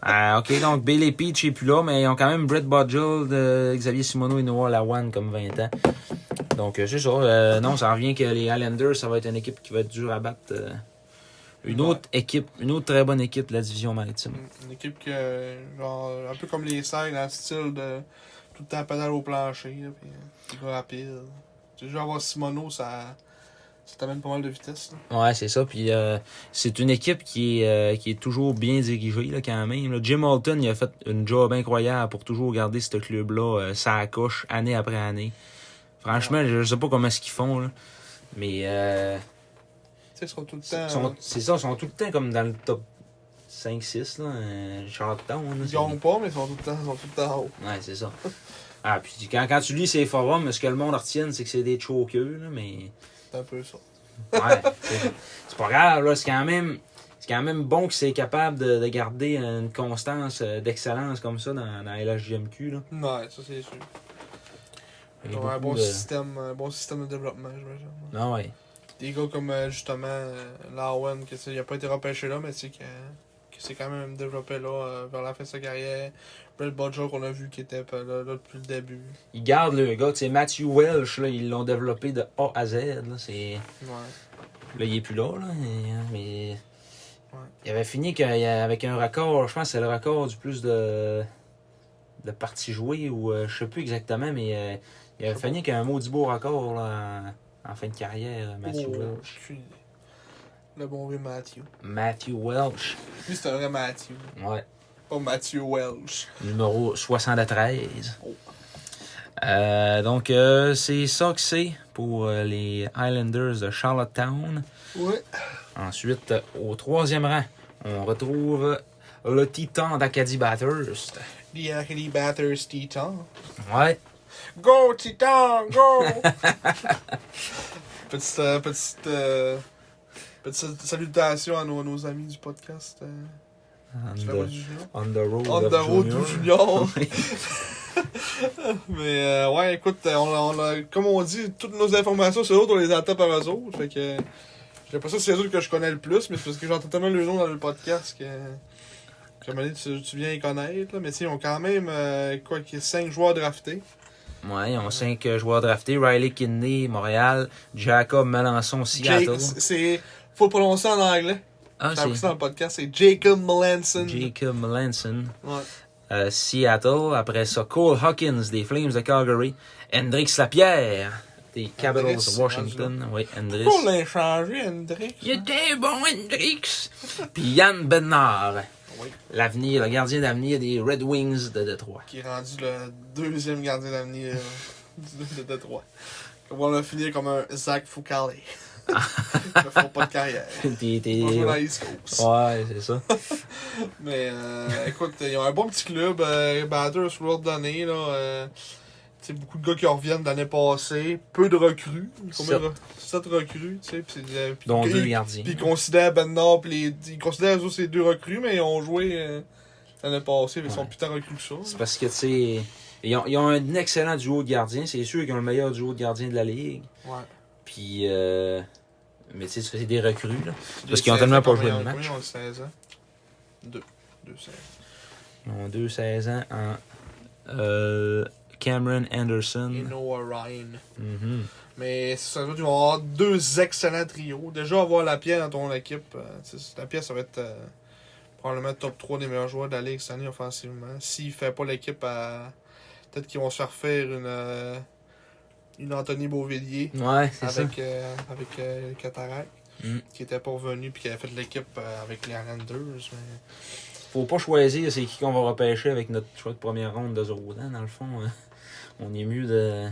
Speaker 1: ah, ok, donc Bailey Peach est plus là, mais ils ont quand même Brett Bodgel, de Xavier Simoneau et Noah Lawan comme 20 ans. Donc, euh, c'est ça. euh, non, ça revient que les Highlanders, ça va être une équipe qui va être dure à battre. euh, une
Speaker 2: Ouais.
Speaker 1: autre équipe, une autre très bonne équipe de la division maritime.
Speaker 2: Une équipe que, genre, un peu comme les Sags, dans le style de tout le temps pédale au plancher, là, puis euh, des gars rapide. Tu sais, juste avoir Simono, ça, ça t'amène pas mal de vitesse. là.
Speaker 1: Ouais, c'est ça. Puis euh, c'est une équipe qui est, euh, qui est toujours bien dirigée là, quand même. là. Jim Holton, il a fait une job incroyable pour toujours garder ce club-là euh, ça accouche année après année. Franchement, je sais pas comment est-ce qu'ils font. Là. Mais euh,
Speaker 2: Tu sais, ils sont tout le
Speaker 1: c'est
Speaker 2: temps.
Speaker 1: sont- c'est ça, ils sont tout le temps comme dans le top 5-6, là, euh, Charlottetown. là,
Speaker 2: Ils
Speaker 1: c'est-
Speaker 2: gagnent pas, mais ils sont tout le temps, ils sont tout le temps haut.
Speaker 1: Ouais, c'est ça. Ah, puis quand, quand tu lis ces forums, ce que le monde retienne, c'est que c'est des chokeux, là, mais...
Speaker 2: C'est un peu ça.
Speaker 1: Ouais, c'est- c'est pas grave, là. C'est quand même. C'est quand même bon que c'est capable de, de garder une constance euh, d'excellence comme ça dans, dans LHJMQ. Là.
Speaker 2: Ouais, ça c'est sûr.
Speaker 1: Il y
Speaker 2: Ils
Speaker 1: a
Speaker 2: ont un
Speaker 1: beaucoup
Speaker 2: bon,
Speaker 1: de-
Speaker 2: système, un bon système de développement, j'imagine.
Speaker 1: Ah ouais.
Speaker 2: Des gars comme euh, justement euh, Larwen, que c'est- il a pas été repêché là, mais c'est que, que c'est quand même développé là euh, vers la fin de sa carrière. Brett Bodger qu'on a vu qui était euh, là, là depuis le début.
Speaker 1: Ils gardent le gars. Tu sais, Matthew Welsh, là, ils l'ont développé de A à Z. Là, c'est...
Speaker 2: Ouais.
Speaker 1: là il est plus là, là. et- Mais.
Speaker 2: Ouais.
Speaker 1: Il avait fini qu'il y a- avec un record, je pense que c'est le record du plus de, de parties jouées, ou euh, je sais plus exactement, mais euh, il avait
Speaker 2: Je sais
Speaker 1: fini qu'un maudit beau record là, en, en fin de carrière, Matthew
Speaker 2: Oh,
Speaker 1: Welsh.
Speaker 2: aucune idée. le bon vieux Matthew.
Speaker 1: Matthew Welsh.
Speaker 2: Lui c'est un vrai Matthew.
Speaker 1: Ouais.
Speaker 2: Pas Matthew Welsh.
Speaker 1: Numéro 73.
Speaker 2: Oh.
Speaker 1: Euh, donc, euh, c'est ça que c'est pour euh, les Highlanders de Charlottetown.
Speaker 2: Ouais.
Speaker 1: Ensuite, euh, au troisième rang, on retrouve le Titan d'Acadie Bathurst.
Speaker 2: The Acadie Bathurst Titan.
Speaker 1: Ouais.
Speaker 2: Go Titan, go! petite, euh, petite, euh, petite salutation à nos, nos amis du podcast. euh,
Speaker 1: On
Speaker 2: tu fais pas
Speaker 1: the,
Speaker 2: du junior?
Speaker 1: on the road.
Speaker 2: On
Speaker 1: of
Speaker 2: the road to
Speaker 1: junior.
Speaker 2: junior. Mais euh, ouais, écoute, euh, on, a- on a, comme on dit, toutes nos informations sur autres, on les entend par eux autres. Fait que j'ai l'impression que c'est eux autres que je connais le plus, mais c'est parce que j'entends tellement le nom dans le podcast que. que à un moment donné, tu, tu viens les connaître, là. mais tu sais, ils ont quand même euh, quoi qu'il y ait 5 joueurs draftés.
Speaker 1: Ouais, ils ont cinq euh, joueurs draftés. Riley Kidney, Montréal. Jacob Melançon,
Speaker 2: Jake,
Speaker 1: Seattle.
Speaker 2: c'est- c'est. Faut le prononcer en anglais.
Speaker 1: ah,
Speaker 2: J'ai appris
Speaker 1: c'est
Speaker 2: ça dans le podcast, c'est Jacob Melanson.
Speaker 1: Jacob Melanson.
Speaker 2: Ouais.
Speaker 1: Euh, Seattle. Après ça, Cole Hawkins des Flames de Calgary. Hendrix Lapierre des Capitals
Speaker 2: Hendrix,
Speaker 1: de Washington. Oui, Hendrix.
Speaker 2: Pourquoi on l'a changé, Hendrix?
Speaker 1: Il était bon, Hendrix. Puis Yann Bernard.
Speaker 2: Oui.
Speaker 1: L'avenir, le gardien d'avenir des Red Wings de Détroit.
Speaker 2: qui est rendu le deuxième gardien d'avenir euh, du- de Détroit. Comme on l'a fini comme un Zach Foucault. Ils ne font pas de carrière.
Speaker 1: Puis t'es-
Speaker 2: Ils vont jouer dans
Speaker 1: Ouais,
Speaker 2: l'East Coast.
Speaker 1: c'est ça.
Speaker 2: Mais euh, écoute, ils ont un bon petit club. Euh, Batters, World d'année. là, euh, tu sais, beaucoup de gars qui en reviennent de l'année passée. Peu de recrues. Combien
Speaker 1: Sept.
Speaker 2: de re- Sept recrues. tu sais, puis c'est, euh, puis-
Speaker 1: Dont
Speaker 2: puis-
Speaker 1: deux gardiens.
Speaker 2: Puis ils considèrent Ben Nord, puis les- ils considèrent eux, ces deux recrues, mais ils ont joué euh, l'année passée. mais Ils sont
Speaker 1: Ouais.
Speaker 2: putain recrues que ça.
Speaker 1: C'est parce que, tu sais, ils ont, ils ont un excellent duo de gardiens. C'est sûr qu'ils ont le meilleur duo de gardiens de la ligue.
Speaker 2: Ouais.
Speaker 1: Puis, euh, mais tu sais, c'est des recrues, là. Parce qu'ils ont tellement pas joué de match.
Speaker 2: Ils ont 16 ans. 2. 2 16.
Speaker 1: Ils ont deux 16 ans en euh, Cameron Anderson.
Speaker 2: Et Noah Ryan.
Speaker 1: Mhm.
Speaker 2: Mais c'est ça, eux autres, ils vont avoir deux excellents trios. Déjà, avoir la pierre dans ton équipe. euh, tu sais, la pierre, ça va être euh, probablement top 3 des meilleurs joueurs de la Ligue cette année offensivement. S'il fait pas l'équipe à. Peut-être qu'ils vont se faire faire une. euh, une Anthony Beauvillier
Speaker 1: Ouais, c'est ça.
Speaker 2: avec, euh, avec euh, Cataract,
Speaker 1: Mm.
Speaker 2: qui était pas revenu puis qui avait fait l'équipe euh, avec les Islanders. mais-
Speaker 1: Faut pas choisir c'est qui qu'on va repêcher avec notre choix de première ronde de Zorodan, dans le fond. hein. On est mieux de.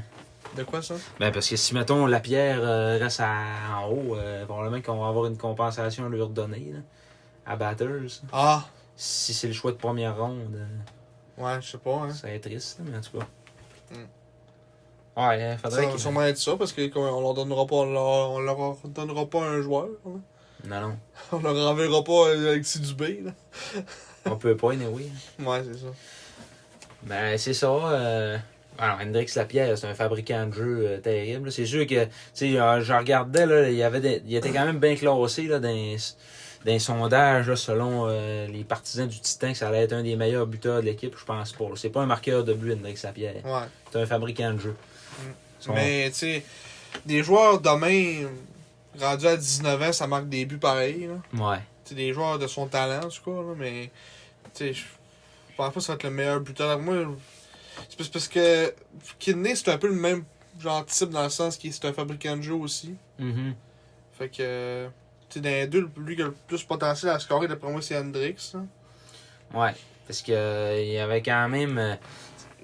Speaker 2: De quoi ça
Speaker 1: Ben, parce que si, mettons, la pierre euh, reste à- en haut, euh, probablement qu'on va avoir une compensation à lui redonner, là, à Batters.
Speaker 2: Ah
Speaker 1: Si c'est le choix de première ronde, euh,
Speaker 2: Ouais, je sais pas. Hein.
Speaker 1: ça va être triste, mais en tout cas.
Speaker 2: Mm.
Speaker 1: Ouais, euh,
Speaker 2: Ça
Speaker 1: faudrait
Speaker 2: va
Speaker 1: qu'il.
Speaker 2: sûrement être ça parce qu'on on leur donnera pas, on leur, on leur donnera pas un joueur. hein.
Speaker 1: Non, non.
Speaker 2: On leur enverra pas euh, Alexis Dubé. Là.
Speaker 1: On peut pas, anyway.
Speaker 2: Ouais, c'est ça.
Speaker 1: Ben, c'est ça. euh, Alors, Hendrix Lapierre, c'est un fabricant de jeux euh, terrible. là. C'est sûr que, tu sais, euh, je regardais, là, il, y avait des- il était quand même bien classé là, dans, les- dans les sondages, là, selon euh, les partisans du Titan, que ça allait être un des meilleurs buteurs de l'équipe, je pense pas. là. C'est pas un marqueur de but, Hendrix Lapierre.
Speaker 2: Ouais.
Speaker 1: C'est un fabricant de jeux. Son-
Speaker 2: Mais, tu sais, des joueurs de même, rendus à 19 ans, ça marque des buts pareils. là.
Speaker 1: Ouais.
Speaker 2: Tu sais, des joueurs de son talent, en tout cas, là, mais, tu sais, je je pense pas que ça va être le meilleur buteur. Moi, je- c'est parce- parce que Kidney, c'est un peu le même genre de type dans le sens qu'il est un fabricant de jeu aussi.
Speaker 1: Mhm.
Speaker 2: Fait que, tu sais, dans les deux, lui qui a le plus potentiel à scorer, d'après moi, c'est Hendrix. là.
Speaker 1: Ouais. Parce que euh, il y avait quand même. euh,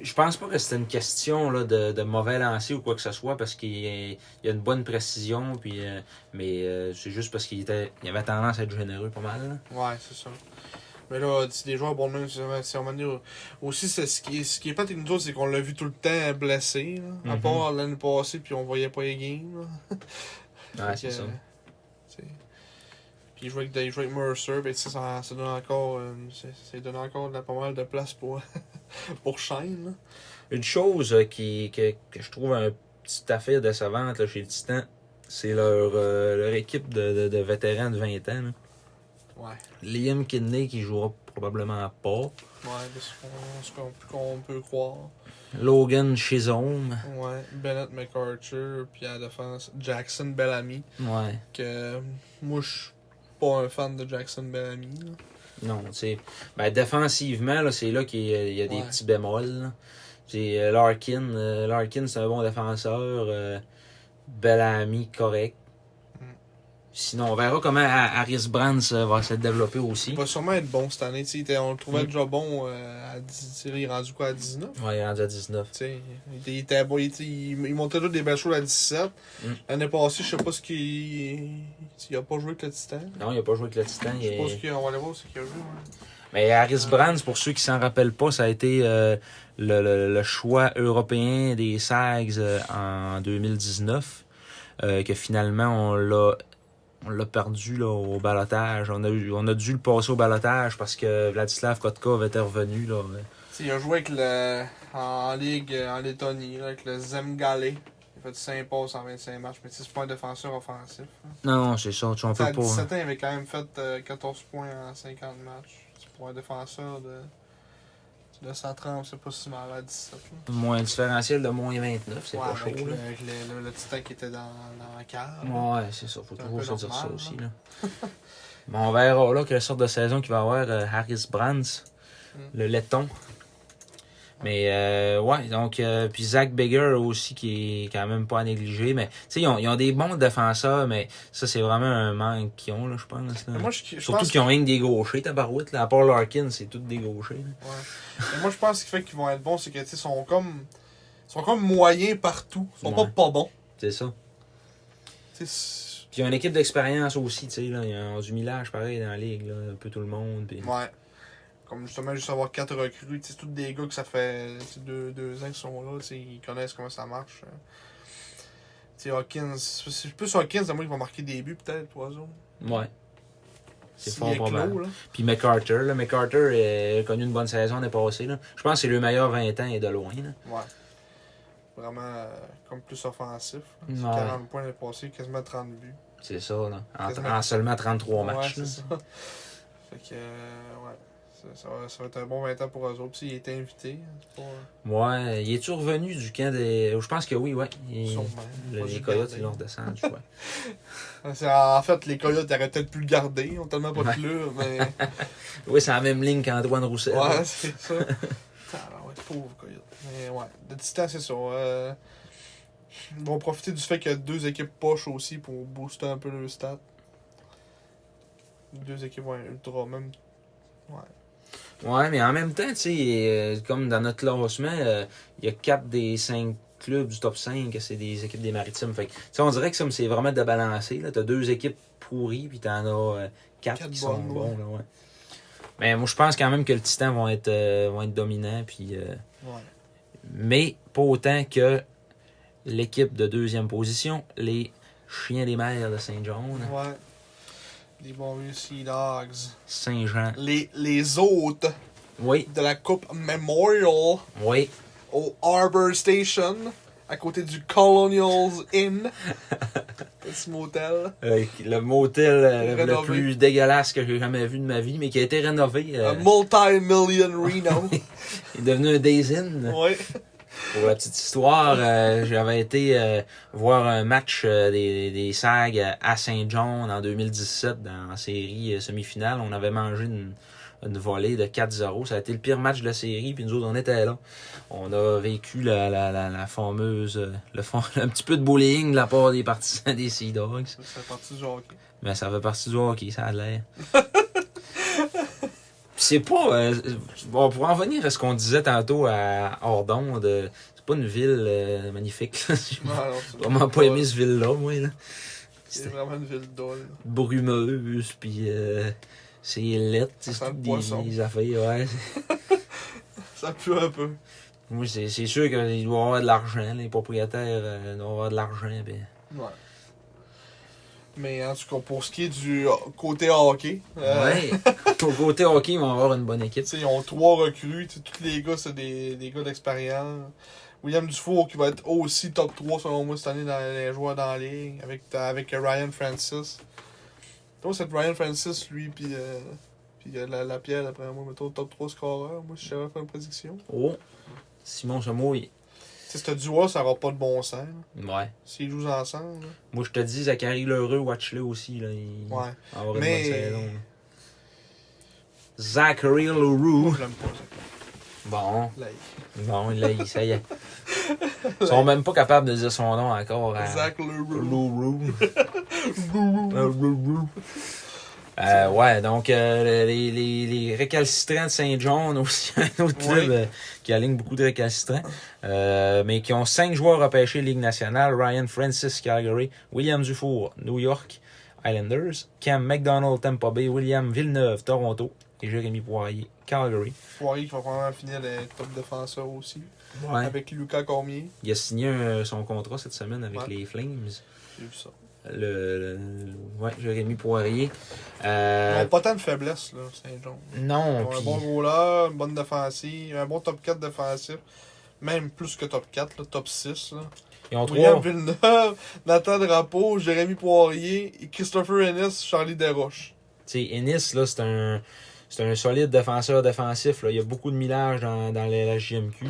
Speaker 1: Je pense pas que c'était une question là, de, de mauvais lancer ou quoi que ce soit parce qu'il y a- il y a une bonne précision, puis, euh, mais euh, c'est juste parce qu'il était, il avait tendance à être généreux pas mal. là.
Speaker 2: Ouais, c'est ça. Mais là, tu sais, des joueurs pour le même, c'est c'est un moment donné, Aussi, c'est ce qui est, ce qui est pas avec nous autres, c'est qu'on l'a vu tout le temps blessé, là. À
Speaker 1: Mhm.
Speaker 2: part l'année passée, puis on voyait pas les games, là.
Speaker 1: Ouais,
Speaker 2: Fait
Speaker 1: c'est
Speaker 2: que,
Speaker 1: ça.
Speaker 2: tu sais. Puis il jouait avec, il jouait avec Mercer, ben, tu sais, ça, ça donne encore, euh, c'est- ça donne encore de la- pas mal de place pour, pour Shane, là.
Speaker 1: Une chose euh, qui, que, que je trouve un petit affaire décevante là, chez le Titan, c'est leur, euh, leur équipe de, de- de vétérans de 20 ans. là.
Speaker 2: Ouais.
Speaker 1: Liam Kidney qui jouera probablement pas.
Speaker 2: Ouais, de ce qu'on- ce qu'on qu'on peut croire.
Speaker 1: Logan Chisholm.
Speaker 2: Ouais. Bennett McArthur, puis à la défense, Jackson Bellamy.
Speaker 1: Ouais.
Speaker 2: que euh, moi je suis pas un fan de Jackson Bellamy. là.
Speaker 1: Non, tu sais. Ben, défensivement, là, c'est là qu'il y a, il y a des
Speaker 2: Ouais.
Speaker 1: petits bémols. là. C'est euh, Larkin. euh, Larkin, c'est un bon défenseur. euh, Bellamy, correct.
Speaker 2: Mm.
Speaker 1: Sinon, on verra comment Ha- Harris Brands euh, va se développer aussi.
Speaker 2: Il va sûrement être bon cette année. tu sais, il était- on le trouvait
Speaker 1: Mm.
Speaker 2: déjà bon euh, à 10, il est rendu quoi à 19
Speaker 1: Ouais, il est rendu à 19.
Speaker 2: Tu sais, il, était- il était bon, il, était- il- il montrait toutes des belles choses à 17.
Speaker 1: Mm.
Speaker 2: L'année passée, je sais pas ce qu'il. Il a pas joué avec le Titan.
Speaker 1: Non, il n'a pas joué avec le Titan. il
Speaker 2: Je
Speaker 1: est-
Speaker 2: pense qu'on va aller voir ce qu'il a joué. ouais.
Speaker 1: Mais Harris Brands, pour ceux qui s'en rappellent pas, ça a été euh, le, le- le choix européen des Sags euh, en 2019, euh, que finalement on l'a on l'a perdu là, au balotage. On a, eu- on a dû le passer au balotage parce que Vladislav Kotkov était revenu. Là.
Speaker 2: Tu sais, il a joué avec le, en, en Ligue, euh, en Lettonie, là, avec le Zemgale. Il a fait 5 passes en 25 matchs, mais tu sais, c'est pas un défenseur offensif.
Speaker 1: Non, c'est ça, tu- on
Speaker 2: Ça,
Speaker 1: peut
Speaker 2: à
Speaker 1: pas. hein.
Speaker 2: 17 ans, il avait quand même fait euh, 14 points en 50 matchs. C'est Pour un défenseur de, de 130, c'est pas si mal à 17. là.
Speaker 1: Moins un différentiel de moins 29, c'est
Speaker 2: Ouais,
Speaker 1: pas
Speaker 2: avec
Speaker 1: chaud.
Speaker 2: le,
Speaker 1: là.
Speaker 2: avec le, le, le titan qui était dans, dans la cave.
Speaker 1: Ouais, c'est ça. Faut
Speaker 2: C'est un
Speaker 1: toujours
Speaker 2: peu
Speaker 1: se dire ça
Speaker 2: normal,
Speaker 1: aussi. Là. Mais on verra là quelle sorte de saison qu'il va avoir euh, Harris Brands,
Speaker 2: Mm.
Speaker 1: le laiton. Mais euh, ouais, donc euh, puis Zach Bigger aussi qui est quand même pas à négliger. Mais tu sais, ils ont, ils ont des bons défenseurs, mais ça c'est vraiment un manque qu'ils ont là, je pense. là.
Speaker 2: Mais Moi, je, je
Speaker 1: Hum. Surtout
Speaker 2: pense,
Speaker 1: qu'ils ont rien que des gauchers, tabarouette, là. À part Larkin, c'est tout des gauchers. là.
Speaker 2: que- mais moi, je pense que ce qui fait qu'ils vont être bons, c'est que tu sais, sont comme sont comme moyens partout. Ils sont
Speaker 1: Ouais.
Speaker 2: pas pas bons.
Speaker 1: C'est ça.
Speaker 2: Tu sais, c'est-
Speaker 1: Puis ils ont une équipe d'expérience aussi, tu sais, là. Ils ont du millage pareil dans la ligue, là, un peu tout le monde. puis-
Speaker 2: Ouais. Comme justement, juste avoir 4 recrues. tu sais, C'est tous des gars que ça fait 2 deux, deux ans qu'ils sont là. tu sais, Ils connaissent comment ça marche. euh. Tu sais, Hawkins. C'est plus Hawkins, à moi, qui va marquer des buts, peut-être, Oiseau.
Speaker 1: ouais. C'est
Speaker 2: S'il
Speaker 1: fort
Speaker 2: est clos,
Speaker 1: probable.
Speaker 2: là.
Speaker 1: Puis McCarter, là, McCarter euh, a connu une bonne saison l'année passée. Là. Je pense que c'est le meilleur 20 ans et de loin. Là.
Speaker 2: Ouais. Vraiment, euh, comme plus offensif.
Speaker 1: Ouais.
Speaker 2: là. C'est 40 points l'année passée, quasiment 30 buts.
Speaker 1: C'est ça, là. En,
Speaker 2: Quasiment.
Speaker 1: en seulement 33
Speaker 2: ouais,
Speaker 1: matchs.
Speaker 2: c'est
Speaker 1: là.
Speaker 2: ça. fait que, euh, ouais. Ça, ça va, ça va être un bon 20 ans pour eux autres. Puis, il était invité. hein, c'est pas-
Speaker 1: Ouais, il est-tu revenu du camp des. euh, Je pense que oui, ouais. Il-
Speaker 2: Sûrement.
Speaker 1: le-
Speaker 2: Pas
Speaker 1: les
Speaker 2: juste
Speaker 1: Coyotes,
Speaker 2: garder.
Speaker 1: ils l'ont redescendu, ouais.
Speaker 2: C'est- En fait, les Coyotes auraient peut-être pu le garder. Ils ont tellement pas de
Speaker 1: Ouais.
Speaker 2: club, mais.
Speaker 1: Oui, c'est la même ligne qu'Antoine Roussel.
Speaker 2: Ouais, c'est ça. Alors, ouais, pauvre Coyote. Mais ouais, le Titan, c'est ça. euh, Ils vont profiter du fait qu'il y a deux équipes poches aussi pour booster un peu le stat. Deux équipes ouais, ultra, même.
Speaker 1: Ouais, mais en même temps, tu sais, euh, comme dans notre classement, euh, il y a 4 des 5 clubs du top 5, c'est des équipes des maritimes. Fait que, tu sais, on dirait que ça, c'est vraiment débalancé. là. T'as deux équipes pourries, puis t'en as euh, quatre,
Speaker 2: Quatre
Speaker 1: qui
Speaker 2: bonnes,
Speaker 1: sont
Speaker 2: ouais.
Speaker 1: bons, là, ouais. Mais moi, je pense quand même que le Titan vont être, euh, vont être dominants, puis. euh,
Speaker 2: Ouais.
Speaker 1: mais pas autant que l'équipe de deuxième position, les Chiens des Mers de Saint-Jean.
Speaker 2: Ouais. Les bons Sea Dogs.
Speaker 1: Saint-Jean.
Speaker 2: Les, les autres
Speaker 1: Oui,
Speaker 2: de la Coupe Memorial
Speaker 1: oui.
Speaker 2: au Harbor Station, à côté du Colonials Inn. Petit motel.
Speaker 1: Euh, le motel euh, le
Speaker 2: Rénové.
Speaker 1: plus dégueulasse que j'ai jamais vu de ma vie, mais qui a été rénové. euh,
Speaker 2: Un multi-million Reno.
Speaker 1: il est devenu un Days Inn.
Speaker 2: ouais.
Speaker 1: Pour la petite histoire, euh, j'avais été euh, voir un match euh, des, des SAG à Saint-John en 2017 dans la série euh, semi-finale. On avait mangé une, une volée de 4-0. Ça a été le pire match de la série, puis nous autres, on était là. On a vécu la, la, la, la fameuse... euh, le fond, un petit peu de bullying de la part des partisans des Sea Dogs.
Speaker 2: Ça fait partie du hockey.
Speaker 1: Mais ça fait partie du hockey, ça a l'air. c'est pas. euh, bon, pour en venir à ce qu'on disait tantôt à Ordon, c'est pas une ville euh, magnifique. là. J'ai
Speaker 2: Non, non, c'est
Speaker 1: vraiment pas aimé cette ville-là, moi. Là.
Speaker 2: C'est vraiment une ville d'ol.
Speaker 1: Brumeuse, puis euh, c'est lettre,
Speaker 2: Ça
Speaker 1: c'est
Speaker 2: sent le
Speaker 1: toutes
Speaker 2: poisson.
Speaker 1: des, des affaires, ouais.
Speaker 2: Ça pue un peu.
Speaker 1: Moi, c'est c'est sûr qu'il doit y avoir de l'argent, les propriétaires euh, doivent avoir de l'argent, ben. puis
Speaker 2: Ouais. Mais en tout cas, pour ce qui est du euh, côté hockey, euh,
Speaker 1: Ouais! Au côté hockey, ils vont avoir une bonne équipe.
Speaker 2: tu sais, ils ont trois recrues. tu sais, Tous les gars, c'est des, des gars d'expérience. William Dufour qui va être aussi top 3 selon moi cette année dans les joueurs dans la ligue avec, ta- avec Ryan Francis. Donc c'est Ryan Francis, lui, puis euh, puis, euh, la, la pierre, après moi, mettons top 3 scoreur. Moi, je savais faire une prédiction.
Speaker 1: Oh! Simon se mouille.
Speaker 2: Tu sais, ce duo, ça n'aura pas de bon sens. là,
Speaker 1: Ouais.
Speaker 2: S'ils jouent ensemble. là.
Speaker 1: Moi, je te dis, Zachary Lheureux, watch-le aussi. Là, il va
Speaker 2: Ouais.
Speaker 1: avoir une
Speaker 2: Mais-
Speaker 1: bonne saison. là. Zachary
Speaker 2: Moi,
Speaker 1: Leroux.
Speaker 2: je l'aime pas, ça.
Speaker 1: Bon,
Speaker 2: Like.
Speaker 1: bon, là, il- ça y est. Ils sont même pas capables de dire son nom encore. à-
Speaker 2: Zach Leroux.
Speaker 1: Leroux. Leroux. Euh, ouais, donc euh, les, les, les récalcitrants de Saint-John, aussi un autre club
Speaker 2: Oui.
Speaker 1: euh, qui aligne beaucoup de récalcitrants, euh, mais qui ont cinq joueurs repêchés Ligue nationale. Ryan Francis, Calgary, William Dufour, New York, Islanders, Cam McDonald, Tampa Bay, William Villeneuve, Toronto, et Jérémy Poirier, Calgary.
Speaker 2: Poirier qui va probablement finir les top défenseurs aussi.
Speaker 1: Ouais.
Speaker 2: Avec Lucas Cormier.
Speaker 1: Il a signé euh, son contrat cette semaine avec
Speaker 2: Ouais.
Speaker 1: les Flames.
Speaker 2: J'ai vu ça.
Speaker 1: Le, le- ouais, Jérémy Poirier.
Speaker 2: Ils
Speaker 1: Euh,
Speaker 2: n'ont pas tant de faiblesses, là, Saint-John. Ils
Speaker 1: non,
Speaker 2: ont un
Speaker 1: puis-
Speaker 2: bon rouleur, une bonne défensive, un bon top 4 défensif. Même plus que top 4, là, top 6. Là.
Speaker 1: Ils ont
Speaker 2: William
Speaker 1: trois.
Speaker 2: Villeneuve, Nathan Drapeau, Jérémy Poirier, et Christopher Ennis, Charlie Desroches.
Speaker 1: Tu sais, Ennis, là, c'est un, c'est un solide défenseur défensif. Là. Il y a beaucoup de millage dans, dans la, la JMQ.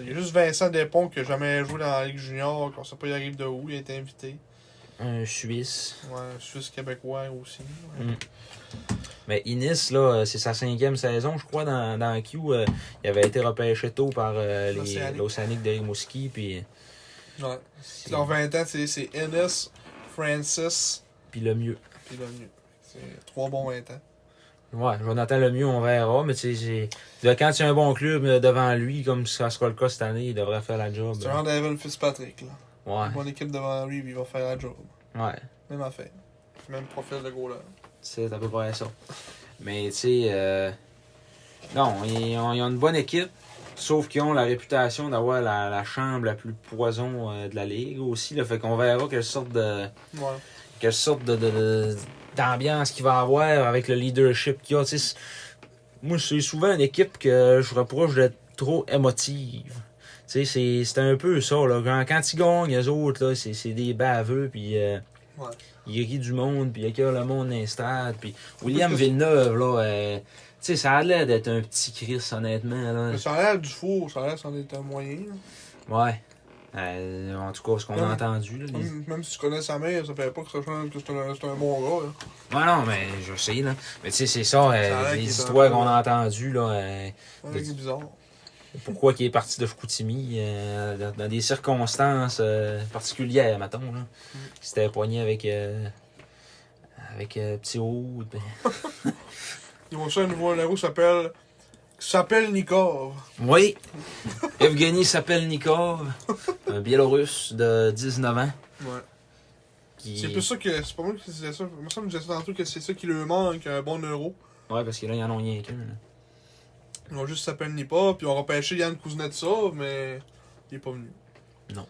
Speaker 2: Il y a juste Vincent Despont qui n'a jamais joué dans la Ligue Junior, qu'on ne sait pas il arrive de où, il a été invité.
Speaker 1: Un Suisse.
Speaker 2: Ouais, un Suisse québécois aussi. ouais.
Speaker 1: Mm. Mais Ennis, là, euh, c'est sa cinquième saison, je crois, dans, dans Q. euh, il avait été repêché tôt par euh, les-
Speaker 2: L'Océanique.
Speaker 1: l'Océanique de Rimouski. Puis,
Speaker 2: Ouais.
Speaker 1: c'est-
Speaker 2: Puis Leur 20 ans, c'est c'est Ennis, Francis,
Speaker 1: puis le mieux.
Speaker 2: puis le mieux. C'est trois bons 20 ans.
Speaker 1: Ouais, Jonathan le mieux, on verra. Mais tu sais, c'est- de- quand tu as un bon club euh, devant lui, comme ça sera le cas cette année, il devrait faire la job.
Speaker 2: C'est un Devil Fitzpatrick, là.
Speaker 1: Ouais,
Speaker 2: Une bonne équipe devant lui, puis il va faire la job.
Speaker 1: ouais.
Speaker 2: Même affaire. Même profil de goaler.
Speaker 1: C'est à peu près ça. Mais tu sais, euh, non, ils ont, ils ont une bonne équipe, sauf qu'ils ont la réputation d'avoir la, la chambre la plus poison euh, de la ligue aussi. Là, fait qu'on verra quelle sorte de
Speaker 2: Ouais.
Speaker 1: quelle sorte de, de- de- d'ambiance qu'il va avoir avec le leadership qu'il y a. Tu sais, c'est- moi, c'est souvent une équipe que je reproche d'être trop émotive. Tu sais, c'est, c'est un peu ça. Là. Quand, quand ils gagnent, eux autres, là, c'est, c'est des baveux, puis euh,
Speaker 2: Ouais.
Speaker 1: ils rient du monde, puis ils le monde dans le stade. Puis William
Speaker 2: Parce
Speaker 1: Villeneuve, là, euh, tu sais, ça a l'air d'être un petit Chris, honnêtement. Là.
Speaker 2: Mais ça a l'air du four, ça a l'air c'en est un moyen. là.
Speaker 1: Ouais. Euh, en tout cas, ce qu'on
Speaker 2: Ouais.
Speaker 1: a entendu. Là, les-
Speaker 2: Même, même si tu connais sa mère, ça fait pas que ça change que c'est un, c'est un bon gars. là.
Speaker 1: Ouais, non, mais je sais, là. Mais tu sais, c'est ça, euh,
Speaker 2: a l'air
Speaker 1: les
Speaker 2: qu'il est
Speaker 1: histoires
Speaker 2: un peu-
Speaker 1: qu'on a entendues, là. euh,
Speaker 2: C'est un mec
Speaker 1: Des-
Speaker 2: bizarre.
Speaker 1: pourquoi qu'il est parti de Chicoutimi euh, dans, dans des circonstances euh, particulières, mettons. Là.
Speaker 2: Mm.
Speaker 1: Il s'était poigné avec, euh, avec euh, Petit Haut. ben.
Speaker 2: Ils vont faire un nouveau héros qui s'appelle. qui s'appelle Nikov.
Speaker 1: Oui, Evgeny s'appelle Nikov, un Biélorusse de 19 ans.
Speaker 2: Ouais.
Speaker 1: Qui...
Speaker 2: C'est plus ça que. C'est pas moi qui disais ça. Moi, ça me disait tantôt que c'est ça qui lui manque, un bon euro.
Speaker 1: Ouais, parce que là, il y en a rien qu'un. là.
Speaker 2: Ils ont juste s'appelle Nipa, puis ils ont repêché Yann Kuznetsov, mais il est pas venu.
Speaker 1: Non.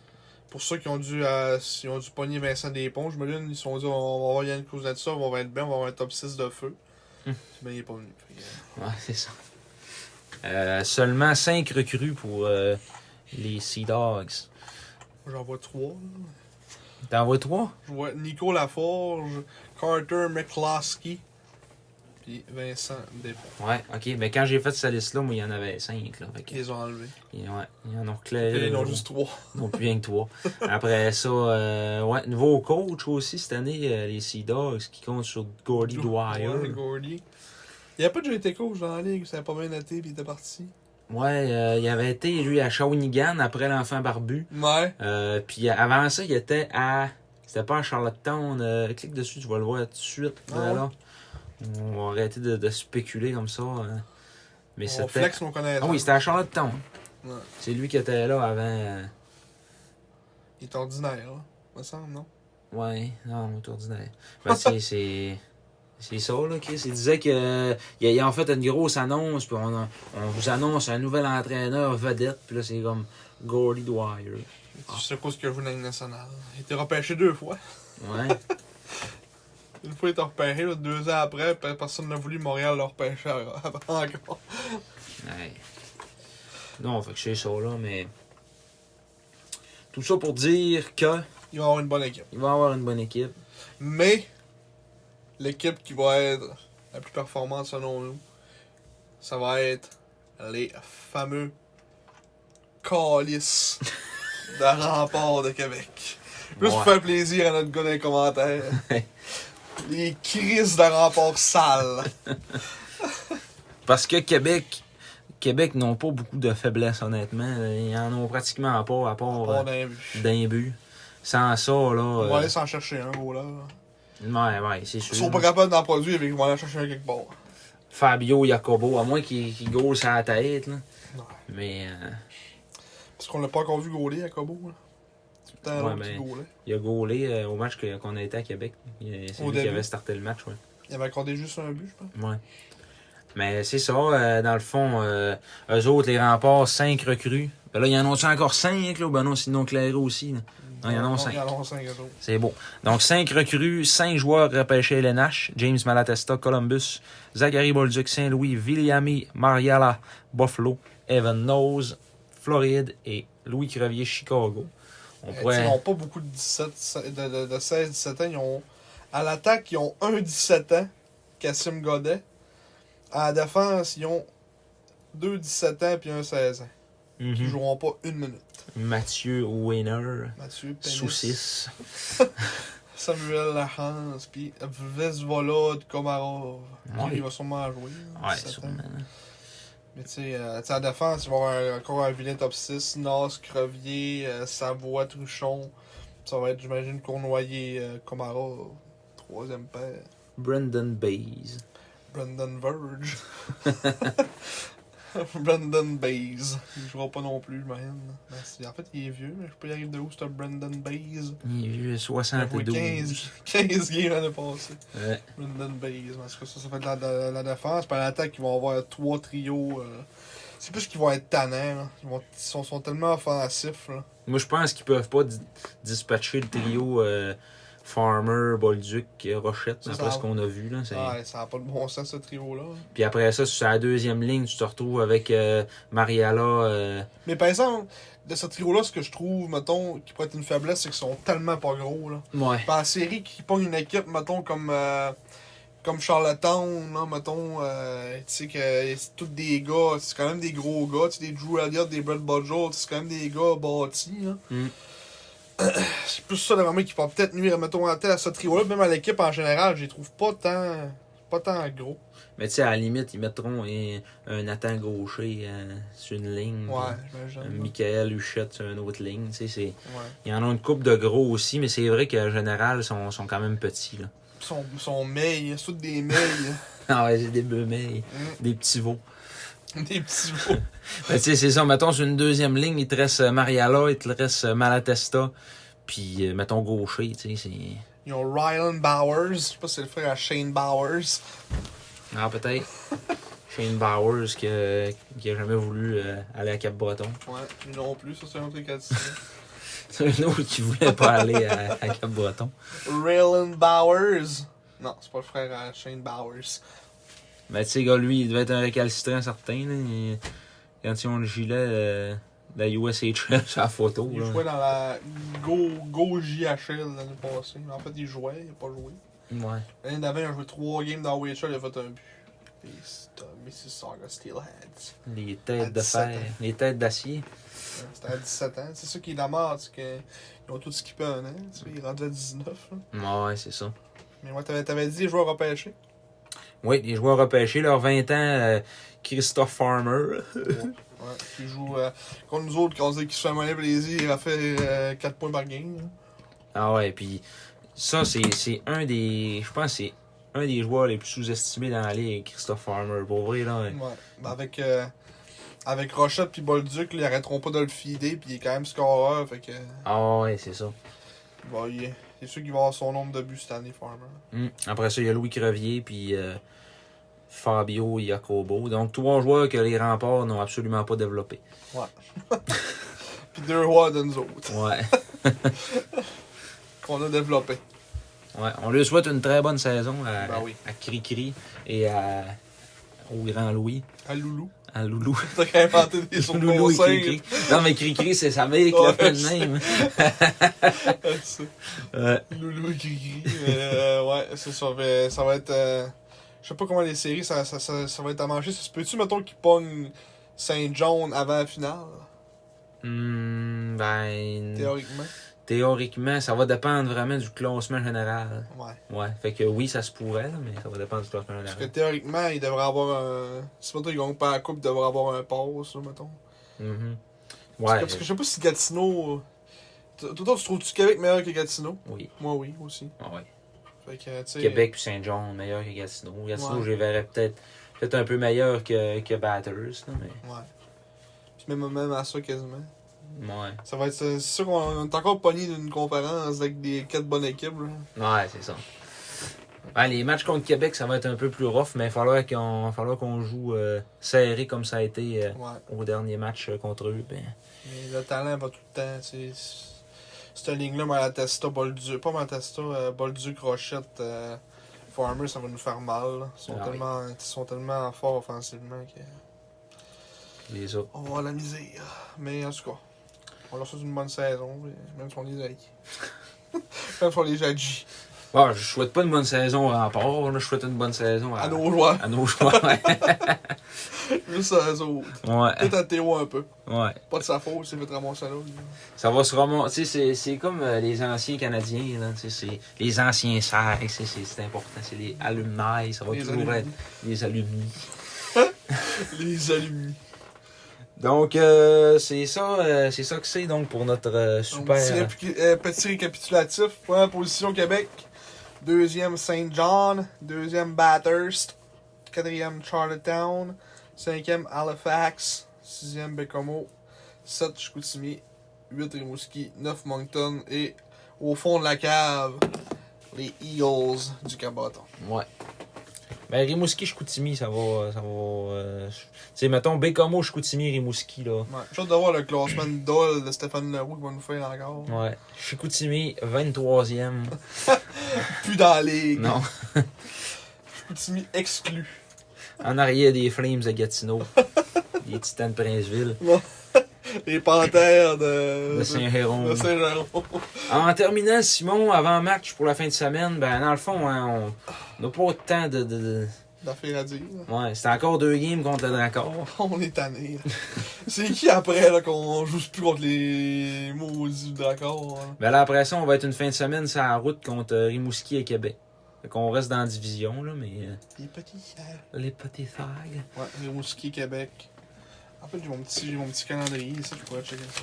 Speaker 2: Pour ceux qui ont dû, à, ils ont dû pogner Vincent Despont, je me dis, ils se sont dit, on va avoir Yann Kuznetsov, on va être bien, on va avoir un top 6 de feu.
Speaker 1: Hmm.
Speaker 2: Mais il est pas venu. Fait que,
Speaker 1: Ouais, c'est ça. Euh, seulement 5 recrues pour euh, les Sea Dogs.
Speaker 2: euh, J'en vois trois. là.
Speaker 1: T'en vois 3?
Speaker 2: Je vois Nico Laforge, Carter McCloskey, puis Vincent Despont.
Speaker 1: Ouais, ok. Mais quand j'ai fait cette liste-là, moi, il y en avait 5. Là, fait que-
Speaker 2: Ils les ont enlevés.
Speaker 1: Et ouais, ils en ont
Speaker 2: Ils
Speaker 1: reclaré.
Speaker 2: en ont juste trois.
Speaker 1: Non plus rien que toi. Après ça, euh, ouais, nouveau coach aussi cette année, euh, les Sea Dogs, qui comptent sur Gordy Dwyer.
Speaker 2: Ouais, Gordy. Il n'y a pas déjà été coach dans la ligue, ça a pas bien noté, puis il était parti.
Speaker 1: Ouais, euh, il avait été, lui, à Shawinigan après l'enfant barbu.
Speaker 2: Ouais.
Speaker 1: Euh, puis avant ça, il était à. C'était pas à Charlottetown. euh, clique dessus, tu vas le voir tout de suite.
Speaker 2: Ah
Speaker 1: là, là. On va arrêter de, de spéculer comme ça. euh. Mais
Speaker 2: on
Speaker 1: c'était.
Speaker 2: flex nos connaissances.
Speaker 1: Ah oui, c'était à Charlottetown.
Speaker 2: Ouais.
Speaker 1: C'est lui qui était là avant. euh,
Speaker 2: Il est ordinaire, là. Me semble, non?
Speaker 1: Ouais, non, mon ordinaire. Ben, c'est, c'est, c'est ça, là, Chris. Il disait que, euh, il, il a en fait une grosse annonce, puis on, a- on vous annonce un nouvel entraîneur vedette, puis là, c'est comme Gordy Dwyer.
Speaker 2: Je sais pas ce que vous dans la Ligue nationale. Il était repêché deux fois.
Speaker 1: Ouais.
Speaker 2: Une fois il était repêché, l'autre deux ans après, pe- personne n'a voulu Montréal le repêcher en- encore.
Speaker 1: ouais. Non, fait que c'est ça, là, mais. Tout ça pour dire que
Speaker 2: Il va avoir une bonne équipe.
Speaker 1: il va avoir une bonne équipe.
Speaker 2: Mais l'équipe qui va être la plus performante selon nous, ça va être les fameux calices de remport de Québec. Plus pour
Speaker 1: Ouais.
Speaker 2: faire plaisir à notre gars dans les commentaires. les crises de remport sales.
Speaker 1: Parce que Québec. Québec n'ont pas beaucoup de faiblesses, honnêtement. Ils en ont pratiquement pas, à part
Speaker 2: On
Speaker 1: euh,
Speaker 2: a vu.
Speaker 1: d'un but. Sans ça, là.
Speaker 2: On va
Speaker 1: euh,
Speaker 2: aller s'en chercher un, gros, là.
Speaker 1: Ouais, ouais, c'est
Speaker 2: Ils
Speaker 1: sûr.
Speaker 2: sont pas capables d'en produire, mais ils vont aller chercher un quelque part.
Speaker 1: Fabio Jacobo, à moins qu'il qu'il goal sur la tête. Là.
Speaker 2: Ouais.
Speaker 1: Mais euh,
Speaker 2: Parce qu'on l'a pas encore vu gauler à Kobo, là. Tout le temps,
Speaker 1: Ouais,
Speaker 2: l'autre
Speaker 1: mais-
Speaker 2: qui gaulait.
Speaker 1: il a gaulé euh, au match que- qu'on a été à Québec. Il- C'est
Speaker 2: Au
Speaker 1: lui qui
Speaker 2: début.
Speaker 1: avait starté le match, ouais.
Speaker 2: Il avait accordé juste un but, je pense.
Speaker 1: ouais. Mais c'est ça, euh, dans le fond, euh, eux autres, les remparts, 5 recrues. Ben là, il y en a encore 5, là? Ben non, sinon Claire aussi. là. Non, il y en a
Speaker 2: Donc,
Speaker 1: 5.
Speaker 2: Il y en a 5 à d'autres.
Speaker 1: C'est beau. Donc, cinq recrues, cinq joueurs repêchés LNH. James Malatesta, Columbus, Zachary Bolduc, Saint-Louis, Villami, Mariala, Buffalo, Evan Nose, Floride et Louis Crevier, Chicago. On
Speaker 2: Eh,
Speaker 1: pourrait...
Speaker 2: Ils n'ont pas beaucoup de, 17, de, de, 16-17 ans. Ils ont, à l'attaque, ils ont un 17 ans, Cassim Godet. À la défense, ils ont deux 17 ans puis un 16 ans.
Speaker 1: Mhm.
Speaker 2: Ils joueront pas une minute.
Speaker 1: Mathieu Weiner,
Speaker 2: Mathieu Pénis,
Speaker 1: Soucis.
Speaker 2: Samuel Lahans, puis Vesvolod Komarov.
Speaker 1: Ouais.
Speaker 2: Il va sûrement jouer. hein,
Speaker 1: Ouais,
Speaker 2: 17 ans.
Speaker 1: sûrement.
Speaker 2: Mais tu sais, euh, tu sais, en défense, il va y avoir un- encore un vilain top 6. Nas, Crevier, euh, Savoie, Truchon. Ça va être, j'imagine, Cournoyer, euh, Komarov. Troisième paire.
Speaker 1: Brendan Bays.
Speaker 2: Brandon Verge. Brandon Bays. Il jouera pas non plus, man. Ben, c'est- en fait, il est vieux, mais je peux y arriver de où, c'est un Brandon Bays.
Speaker 1: Il est vieux,
Speaker 2: Il a joué
Speaker 1: 72.
Speaker 2: 15, 15 games l'année passée.
Speaker 1: Ouais.
Speaker 2: Brandon Bays. En tout cas, ça, ça fait de la, de la défense. Puis à l'attaque, ils vont avoir trois trios. euh, C'est plus qu'ils vont être tannants. là. Ils, vont, ils sont, sont tellement offensifs. Là.
Speaker 1: Moi, je pense qu'ils peuvent pas di- dispatcher le trio euh, Farmer, Bolduc, Rochette,
Speaker 2: Ça,
Speaker 1: après
Speaker 2: ça
Speaker 1: ce qu'on a vu. Là, C'est-
Speaker 2: Ouais, Ah, ça n'a pas de bon sens, ce trio-là.
Speaker 1: Puis après ça, sur la deuxième ligne, tu te retrouves avec euh, Mariala. euh,
Speaker 2: Mais par exemple, de ce trio-là, ce que je trouve, mettons, qui pourrait être une faiblesse, c'est qu'ils sont tellement pas gros. Là.
Speaker 1: Ouais.
Speaker 2: Puis en série, qui pogne une équipe, mettons, comme, euh, comme Charlottetown, là, mettons, euh, tu sais que c'est tous des gars, c'est quand même des gros gars, tu sais, des Drew Elliott, des Brett Budgel, c'est quand même des gars bâtis, là.
Speaker 1: Mm.
Speaker 2: C'est plus ça, là, vraiment, qui va peut-être nuire, mettons, à tel à ce trio-là, même à l'équipe en général, je les trouve pas tant, pas Pas tant gros.
Speaker 1: Mais tu sais, à la limite, ils mettront un, un Nathan Gaucher euh, sur une ligne.
Speaker 2: Ouais,
Speaker 1: puis Un
Speaker 2: j'imagine.
Speaker 1: Michael Huchette sur une autre ligne. Tu sais, c'est...
Speaker 2: Ouais.
Speaker 1: Il y en a une coupe de gros aussi, mais c'est vrai qu'en général, ils sont, sont quand même petits. Là.
Speaker 2: Son, son mail, c'est tout des mails.
Speaker 1: Ah ouais, c'est des bemeilles,
Speaker 2: Mm.
Speaker 1: des petits veaux.
Speaker 2: des petits mots.
Speaker 1: Ben, tu sais, c'est ça. Mettons, sur une deuxième ligne, il te reste euh, Mariala, il te reste euh, Malatesta, puis euh, mettons Gaucher, tu sais, c'est...
Speaker 2: Ils ont Ryan Bowers. Je sais pas si c'est le frère à Shane Bowers.
Speaker 1: Ah, peut-être. Shane Bowers, que, qui a jamais voulu euh, aller à Cap-Breton.
Speaker 2: Ouais, lui non plus, ça c'est un truc à dire.
Speaker 1: C'est un autre qui voulait pas aller à, à Cap-Breton.
Speaker 2: Raylan Bowers. Non, c'est pas le frère à Shane Bowers.
Speaker 1: Mais tu sais, gars, lui, il devait être un récalcitrant certain. Là. Il- Quand ils ont le gilet euh, de la USHL sur la photo.
Speaker 2: Il
Speaker 1: là.
Speaker 2: jouait dans la Go, Go JHL l'année passée. Mais en fait, il jouait, il a pas joué.
Speaker 1: Ouais.
Speaker 2: L'année d'avant, il a joué 3 games dans WHL, il a fait un but. Et c'est un Mississauga Steelheads.
Speaker 1: Les
Speaker 2: À
Speaker 1: têtes de
Speaker 2: 17
Speaker 1: fer,
Speaker 2: ans.
Speaker 1: les têtes d'acier.
Speaker 2: C'était à 17 ans. C'est ça qui est la mort, c'est qu'ils ont tout skippé un an. Tu sais, il est rendu à 19. là.
Speaker 1: Ouais, ouais, c'est ça.
Speaker 2: Mais moi, t'avais, t'avais dit les joueurs repêchés.
Speaker 1: Oui, les joueurs repêchés, leurs 20 ans, euh, Christophe Farmer.
Speaker 2: Ouais, qui joue euh, contre nous autres, quand on dit qu'il se fait monnaie plaisir, il va faire 4 points par game. là.
Speaker 1: Ah ouais, puis ça, c'est c'est un des. Je pense que c'est un des joueurs les plus sous-estimés dans la ligue, Christophe Farmer. Pour vrai, là.
Speaker 2: Ouais. Ben, avec, euh, avec Rochette puis Bolduc, là, ils arrêteront pas de le feeder, puis il est quand même scoreur, fait que
Speaker 1: Ah ouais, c'est ça.
Speaker 2: bon, il, c'est sûr qu'il va avoir son nombre de buts cette année, Farmer.
Speaker 1: Hum. Après ça, il y a Louis Crevier, puis euh, Fabio Iacobo. Donc, trois joueurs que les remparts n'ont absolument pas développés.
Speaker 2: Puis deux rois de nous autres,
Speaker 1: Ouais.
Speaker 2: qu'on a développé.
Speaker 1: ouais. On lui souhaite une très bonne saison à,
Speaker 2: Ben oui.
Speaker 1: à Cricri et à, au Grand Louis,
Speaker 2: À Loulou.
Speaker 1: à Loulou.
Speaker 2: T'as quand même inventé des surnoms
Speaker 1: Loulou et
Speaker 2: simples.
Speaker 1: Cricri. Non, mais Cricri, c'est sa mère qui l'a fait le même.
Speaker 2: Ça,
Speaker 1: Ouais.
Speaker 2: Loulou et Gris. Euh, ouais, c'est ça. mais ça va être. euh, je sais pas comment les séries, ça, ça, ça, ça va être à manger. Ça se peut-tu, mettons, qu'ils pognent Saint-John avant la finale,
Speaker 1: Hum, ben.
Speaker 2: théoriquement?
Speaker 1: Théoriquement, ça va dépendre vraiment du classement général.
Speaker 2: Ouais.
Speaker 1: Ouais. Fait que oui, ça se pourrait, là, mais ça va dépendre du classement
Speaker 2: Parce que
Speaker 1: général.
Speaker 2: théoriquement, il devrait avoir un. Si pas il gagne pas la coupe, il devrait avoir un pass, là, mettons.
Speaker 1: Mhm.
Speaker 2: Parce que-
Speaker 1: Ouais.
Speaker 2: Parce que je sais pas si Gatineau. Toi, toi, tu trouves-tu Québec meilleur que Gatineau
Speaker 1: Oui.
Speaker 2: Moi, oui, aussi.
Speaker 1: Ah ouais.
Speaker 2: Fait que, tu sais.
Speaker 1: Québec puis Saint-John, meilleur que Gatineau. Gatineau,
Speaker 2: Ouais.
Speaker 1: je les verrais peut-être peut-être un peu meilleur que, que Batters, là, mais.
Speaker 2: Ouais. Puis même, même à ça, quasiment.
Speaker 1: Ouais.
Speaker 2: Ça va être. C'est sûr qu'on est encore pogné d'une conférence avec des quatre bonnes équipes, là.
Speaker 1: Ouais, c'est ça. Ouais, les matchs contre Québec, ça va être un peu plus rough, mais il va falloir qu'on, falloir qu'on joue euh, serré comme ça a été euh,
Speaker 2: Ouais.
Speaker 1: au dernier match euh, contre eux. Ben,
Speaker 2: Mais le talent va tout le temps, tu sais. c'est- Cette ligne-là, Malatesta, Bolduc. Pas Malatesta, euh, Bolduc, Rochette, euh, Farmer, ça va nous faire mal, là. Ils sont,
Speaker 1: Ah oui.
Speaker 2: tellement, ils sont tellement forts offensivement que.
Speaker 1: les autres.
Speaker 2: On va avoir la misère. Mais en tout cas, on leur souhaite une bonne saison, et même si on les aille. même si on les jadis.
Speaker 1: Bon, je souhaite pas une bonne saison au rempart, là, je souhaite une bonne saison à,
Speaker 2: À nos joueurs,
Speaker 1: à nos joueurs. ouais.
Speaker 2: juste à eux autres.
Speaker 1: ouais,
Speaker 2: Peut-être à Théo un peu.
Speaker 1: ouais.
Speaker 2: Pas de sa faute, c'est fait ramasser à l'autre.
Speaker 1: Ça va se remonter. Tu sais, c'est- c'est comme euh, les anciens Canadiens, là, tu sais, c'est les anciens serres, c'est c'est- c'est important. C'est les alumni, ça va
Speaker 2: Les
Speaker 1: toujours
Speaker 2: alumni.
Speaker 1: être les alumni.
Speaker 2: Les alumni.
Speaker 1: Donc, euh, c'est ça, euh, c'est ça que c'est donc pour notre euh,
Speaker 2: Donc,
Speaker 1: super.
Speaker 2: petit, répi- euh, petit récapitulatif. Première position Québec. Deuxième Saint John. Deuxième Bathurst. Quatrième Charlottetown. Cinquième Halifax. Sixième Bécomo. Sept Chicoutimi. Huit Rimouski. Neuf Moncton. Et au fond de la cave, les Eagles du Cabaton.
Speaker 1: euh, Ouais. Ben, Rimouski, Chicoutimi, ça va. Ça va euh, tu sais, mettons, Bécamo, Chicoutimi, Rimouski, là.
Speaker 2: Ouais. J'ai hâte de voir le classement dole de Stéphane Leroux qui va nous faire encore.
Speaker 1: Ouais. Chicoutimi, 23e.
Speaker 2: Plus dans les
Speaker 1: non.
Speaker 2: Chicoutimi exclus.
Speaker 1: En arrière des Flames de Gatineau. les Titans de Princeville.
Speaker 2: Les Panthères de,
Speaker 1: De Saint-Héron.
Speaker 2: de Euh, Saint-Jérôme.
Speaker 1: En terminant, Simon, avant match pour la fin de semaine, ben, dans le fond, hein, on- on n'a pas autant de. de- de-
Speaker 2: d'affaires à dire.
Speaker 1: Ouais, c'était encore deux games contre le Drakkar.
Speaker 2: On est tanné. là. C'est qui après là qu'on joue plus contre les maudits hein? du Drakkar? là?
Speaker 1: Ben là, après ça, on va être une fin de semaine sur la route contre euh, Rimouski et Québec. Fait qu'on reste dans la division, là, mais euh,
Speaker 2: Les petits. euh,
Speaker 1: les petits sags.
Speaker 2: Ouais, Rimouski, Québec. En fait, j'ai mon petit, j'ai mon petit calendrier ici, je pourrais checker ça.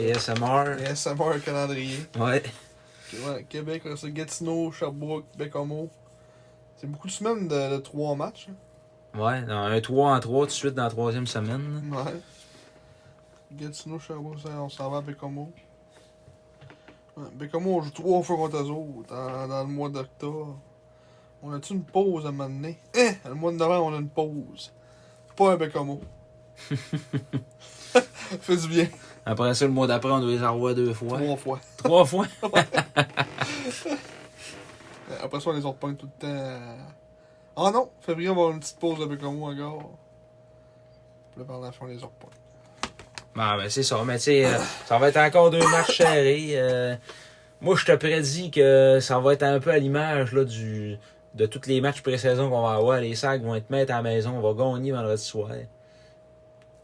Speaker 1: Et SMR.
Speaker 2: Les SMR calendrier.
Speaker 1: Ouais.
Speaker 2: Ok, ouais, Québec, là, c'est Gatineau, Sherbrooke, Bécomo. C'est beaucoup de semaines de, de trois matchs. hein.
Speaker 1: Ouais, dans un 3 en 3 tout de suite dans la troisième semaine.
Speaker 2: Ouais. Gatineau, Sherbrooke, ça, on s'en va à Bécomo. Ouais, Bécomo, on joue trois fois contre eux autres dans, dans le mois d'octobre. On a-tu une pause à un moment donné? Hein? Le mois de novembre, on a une pause. Pas un Bécomo. Fais du bien.
Speaker 1: Après ça, le mois d'après, on doit les envoyer deux fois.
Speaker 2: Trois fois.
Speaker 1: Trois fois?
Speaker 2: Après ça, on les repogne tout le temps. Ah non! Février, on va avoir une petite pause de Bécamo encore. Puis là, par la fin, on les repogne.
Speaker 1: Bah ben c'est ça, mais tu sais, euh, ça va être encore deux matchs serrés. euh, moi, je te prédis que ça va être un peu à l'image là, du de tous les matchs pré-saison qu'on va avoir. Les sacs vont être mettre à la maison, on va gagner vendredi soir.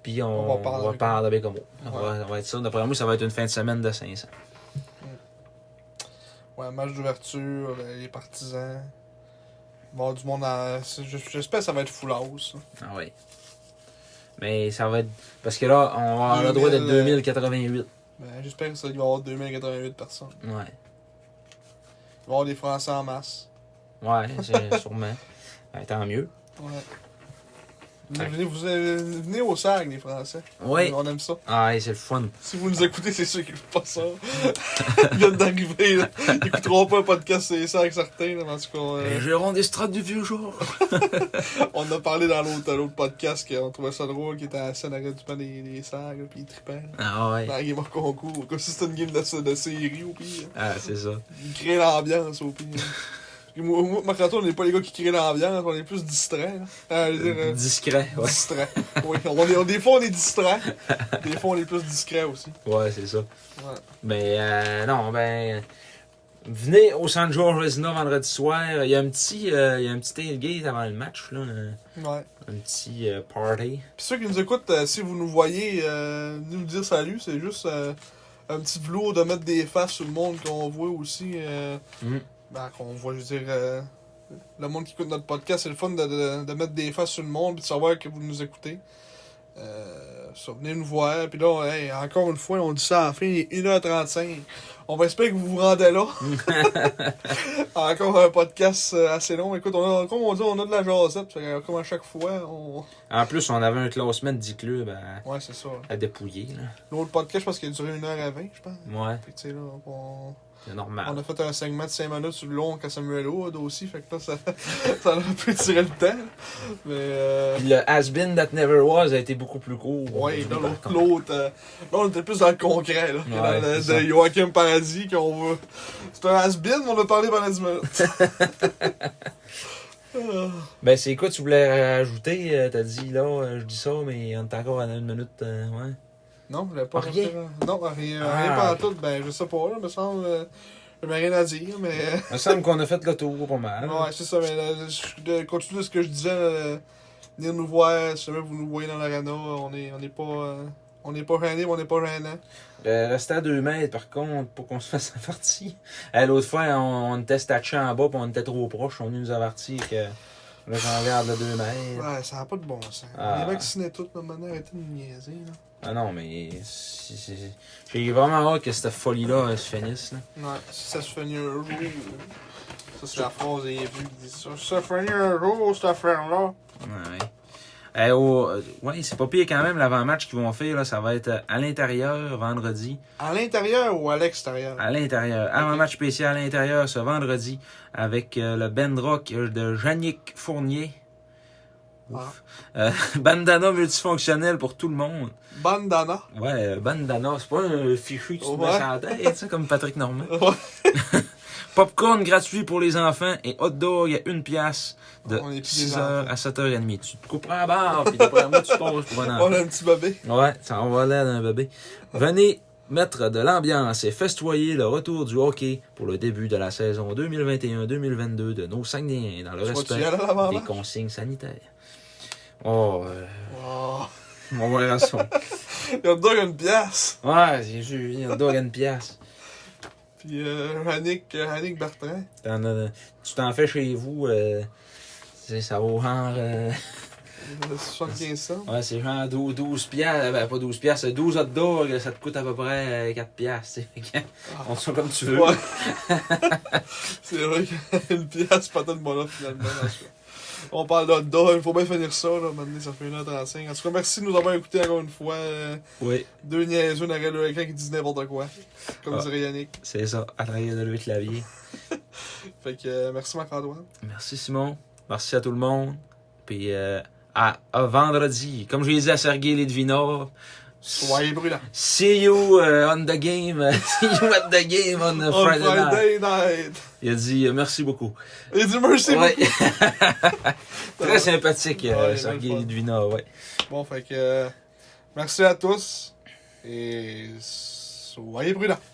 Speaker 1: Puis on,
Speaker 2: On va parler
Speaker 1: on va
Speaker 2: avec
Speaker 1: parler avec Homo. On
Speaker 2: Ouais.
Speaker 1: va- ça va être ça. D'après moi, ça va être une fin de semaine de 500.
Speaker 2: Ouais, match d'ouverture, le- les partisans. Bon, du monde à. c'est- j- J'espère que ça va être full house.
Speaker 1: Ah oui. Mais ça va être. Parce que là, on va avoir le droit d'être
Speaker 2: 2000, euh,
Speaker 1: 2088.
Speaker 2: Ben, J'espère que ça il va y avoir 2088 personnes.
Speaker 1: Ouais.
Speaker 2: Il va y avoir des Français en masse.
Speaker 1: Ouais, c'est- sûrement. Ben, tant mieux.
Speaker 2: Ouais. Venez, venez- vous, euh, venez au SAG, les Français.
Speaker 1: Oui.
Speaker 2: On aime ça.
Speaker 1: Ah, ouais, c'est le fun.
Speaker 2: Si vous nous écoutez, c'est sûr qu'ils ne pas ça. Ils viennent d'arriver. là. Ils n'écouteront pas un podcast, c'est ça, avec certains. là, mais en tout cas, euh,
Speaker 1: Les gérants des strates du vieux jour.
Speaker 2: On a parlé dans l'autre dans l'autre podcast qu'on trouvait ça drôle, qui était à la scène arrêt du pan des, des sacs, là, puis il tripait. là,
Speaker 1: Ah ouais.
Speaker 2: Dans la game en concours, comme si c'était une game de, de série au pire.
Speaker 1: Ah, c'est ça.
Speaker 2: Il crée l'ambiance au pire. Puis Moi, moi Marc Antoine, on n'est pas les gars qui créent l'ambiance, on est plus distraits. là. Euh, je veux dire, euh,
Speaker 1: Discret, ouais.
Speaker 2: distraits. Oui, on est, on- des fois on est distraits, des fois on est plus discrets aussi.
Speaker 1: Ouais, c'est ça.
Speaker 2: Ouais.
Speaker 1: Mais euh, non, ben. Venez au San Jorge Resina vendredi soir. Il y a un petit, euh, il y a un petit tailgate avant le match, là. Un,
Speaker 2: ouais.
Speaker 1: un petit euh, party.
Speaker 2: Puis ceux qui nous écoutent, euh, si vous nous voyez, euh, venez nous dire salut, c'est juste euh, un petit velours de mettre des faces sur le monde qu'on voit aussi. euh,
Speaker 1: Mm.
Speaker 2: ben, qu'on voit, je veux dire, euh, le monde qui écoute notre podcast, c'est le fun de, de- de mettre des faces sur le monde et de savoir que vous nous écoutez. Euh, ça, venez nous voir. Puis là, hey, encore une fois, on dit ça à la fin, il est 1h35. On va espérer que vous vous rendez là. encore un podcast euh, assez long. Écoute, on a, comme on dit, on a de la jasette. fait que, Comme à chaque fois, on...
Speaker 1: En plus, on avait un classement de 10 clubs à,
Speaker 2: Ouais, c'est ça.
Speaker 1: à dépouiller, là.
Speaker 2: L'autre podcast, je pense qu'il a duré 1h20, je pense.
Speaker 1: Ouais,
Speaker 2: Fait que, tu sais, là, on,
Speaker 1: c'est
Speaker 2: on
Speaker 1: normal.
Speaker 2: a fait un segment de 5 minutes sur le long qu'à Samuel Wood aussi, fait que là, ça, ça a un peu tiré le temps. Mais, euh,
Speaker 1: Puis le Has Been That Never Was a été beaucoup plus court.
Speaker 2: ouais,
Speaker 1: Aujourd'hui,
Speaker 2: là,
Speaker 1: par
Speaker 2: l'autre,
Speaker 1: contre.
Speaker 2: l'autre, euh, là, on était plus dans le concret, là, que
Speaker 1: Ouais,
Speaker 2: dans le-
Speaker 1: c'est ça.
Speaker 2: de Joachim Paradis, qu'on veut. C'est un has-been, mais on a parlé pendant 10 minutes. Ah.
Speaker 1: Ben, c'est quoi, tu voulais ajouter? euh, T'as dit, là, euh, je dis ça, mais on est encore à une minute, euh, ouais.
Speaker 2: Non, je l'ai pas
Speaker 1: Rien.
Speaker 2: rentré- Non, rien,
Speaker 1: Ah.
Speaker 2: rien pas tout. Ben, je sais pas, là, me semble. euh, J'avais rien à dire, mais.
Speaker 1: Il me semble qu'on a fait le tour pas mal.
Speaker 2: Ouais, c'est ça, mais là, je de- continue ce que je disais, là, venir nous voir, si jamais vous nous voyez dans l'arena, on est, on est pas. euh, on est pas gêné, mais on est pas gênant.
Speaker 1: Euh, rester à 2 mètres, par contre, pour qu'on se fasse avertir. Euh, L'autre fois, on, on était statché en bas, puis on était trop proche. On est venu nous avertir que là, j'en regarde le 2 mètres.
Speaker 2: Ouais, ça n'a pas de bon sens.
Speaker 1: Ah.
Speaker 2: Les vaccinés toutes, ma manière, arrêtez de nous niaiser, là.
Speaker 1: Ah non, mais c'est- c'est- j'ai vraiment hâte que cette folie-là euh, se finisse. là.
Speaker 2: Ouais, si ça se fait mieux un jour. Ça, c'est la phrase des vieux qui disent ça. Si ça se fait mieux un jour, cette affaire-là.
Speaker 1: Ouais, ouais. Euh, au- euh, ouais, c'est pas pire quand même l'avant-match qu'ils vont faire. Là, ça va être euh, à l'intérieur vendredi.
Speaker 2: À l'intérieur ou à l'extérieur
Speaker 1: À l'intérieur. Avant-match spécial à l'intérieur ce vendredi avec euh, le band rock de Yannick Fournier.
Speaker 2: Ah.
Speaker 1: Ouf. Euh, bandana multifonctionnel pour tout le monde.
Speaker 2: Bandana.
Speaker 1: Ouais, euh, bandana, c'est pas un fichu que tu te mets
Speaker 2: Ouais.
Speaker 1: sur la tête, ça, comme Patrick Normand.
Speaker 2: Ouais.
Speaker 1: Popcorn gratuit pour les enfants et hot dog à une pièce de
Speaker 2: On est plus des
Speaker 1: 6h à 7h30. Tu te couperas la barre, puis d'après moi, tu passes pour un enfant.
Speaker 2: On a un petit bébé.
Speaker 1: Ouais, ça en va là d'un bébé. Venez mettre de l'ambiance et festoyer le retour du hockey pour le début de la saison 2021-2022 de nos Saguenayens dans le
Speaker 2: Tu vas-tu
Speaker 1: respect
Speaker 2: y aller à l'avant
Speaker 1: des consignes sanitaires. Oh, euh,
Speaker 2: Wow.
Speaker 1: on verra ça.
Speaker 2: Il y a une pièce.
Speaker 1: Ouais, j'ai vu, il y a un dog à une pièce.
Speaker 2: puis euh, Annick, euh, Annick Bertrand.
Speaker 1: T'en as- tu t'en fais chez vous, euh, c'est- ça vaut genre. euh,
Speaker 2: euh, 75 cents.
Speaker 1: ouais, c'est genre 12, 12 piastres, ben, pas 12 piastres, 12 hot dogs, ça te coûte à peu près euh, 4 piastres. tu sais. On se fait comme tu veux.
Speaker 2: Ah. Ouais. C'est vrai qu'une pièce, pas tant de bon là, finalement. en tout cas. On parle d'hot dog, il faut bien finir ça, là, maintenant, ça fait 1h35. En tout cas, merci de nous avoir écoutés encore une fois. euh,
Speaker 1: Oui,
Speaker 2: deux niaiseux derrière le écran qui disent n'importe quoi, comme
Speaker 1: Ah.
Speaker 2: dirait Yannick.
Speaker 1: c'est ça, à l'arrière de le clavier.
Speaker 2: Fait que euh, merci Marc-Antoine.
Speaker 1: Merci Simon. Merci à tout le monde. Puis euh, à, à vendredi. Comme je l'ai dit à Sergei Litvinov,
Speaker 2: Soyez brûlants.
Speaker 1: see you euh, on the game. see you at the game on a
Speaker 2: On
Speaker 1: Friday, night.
Speaker 2: Friday night.
Speaker 1: Il a dit euh, merci beaucoup.
Speaker 2: Et du merci
Speaker 1: Ouais.
Speaker 2: beaucoup.
Speaker 1: Très sympathique, euh,
Speaker 2: Ouais,
Speaker 1: Sergei
Speaker 2: bien le fun.
Speaker 1: Litvinov. Ouais.
Speaker 2: Bon, fait que euh, merci à tous et soyez brûlants.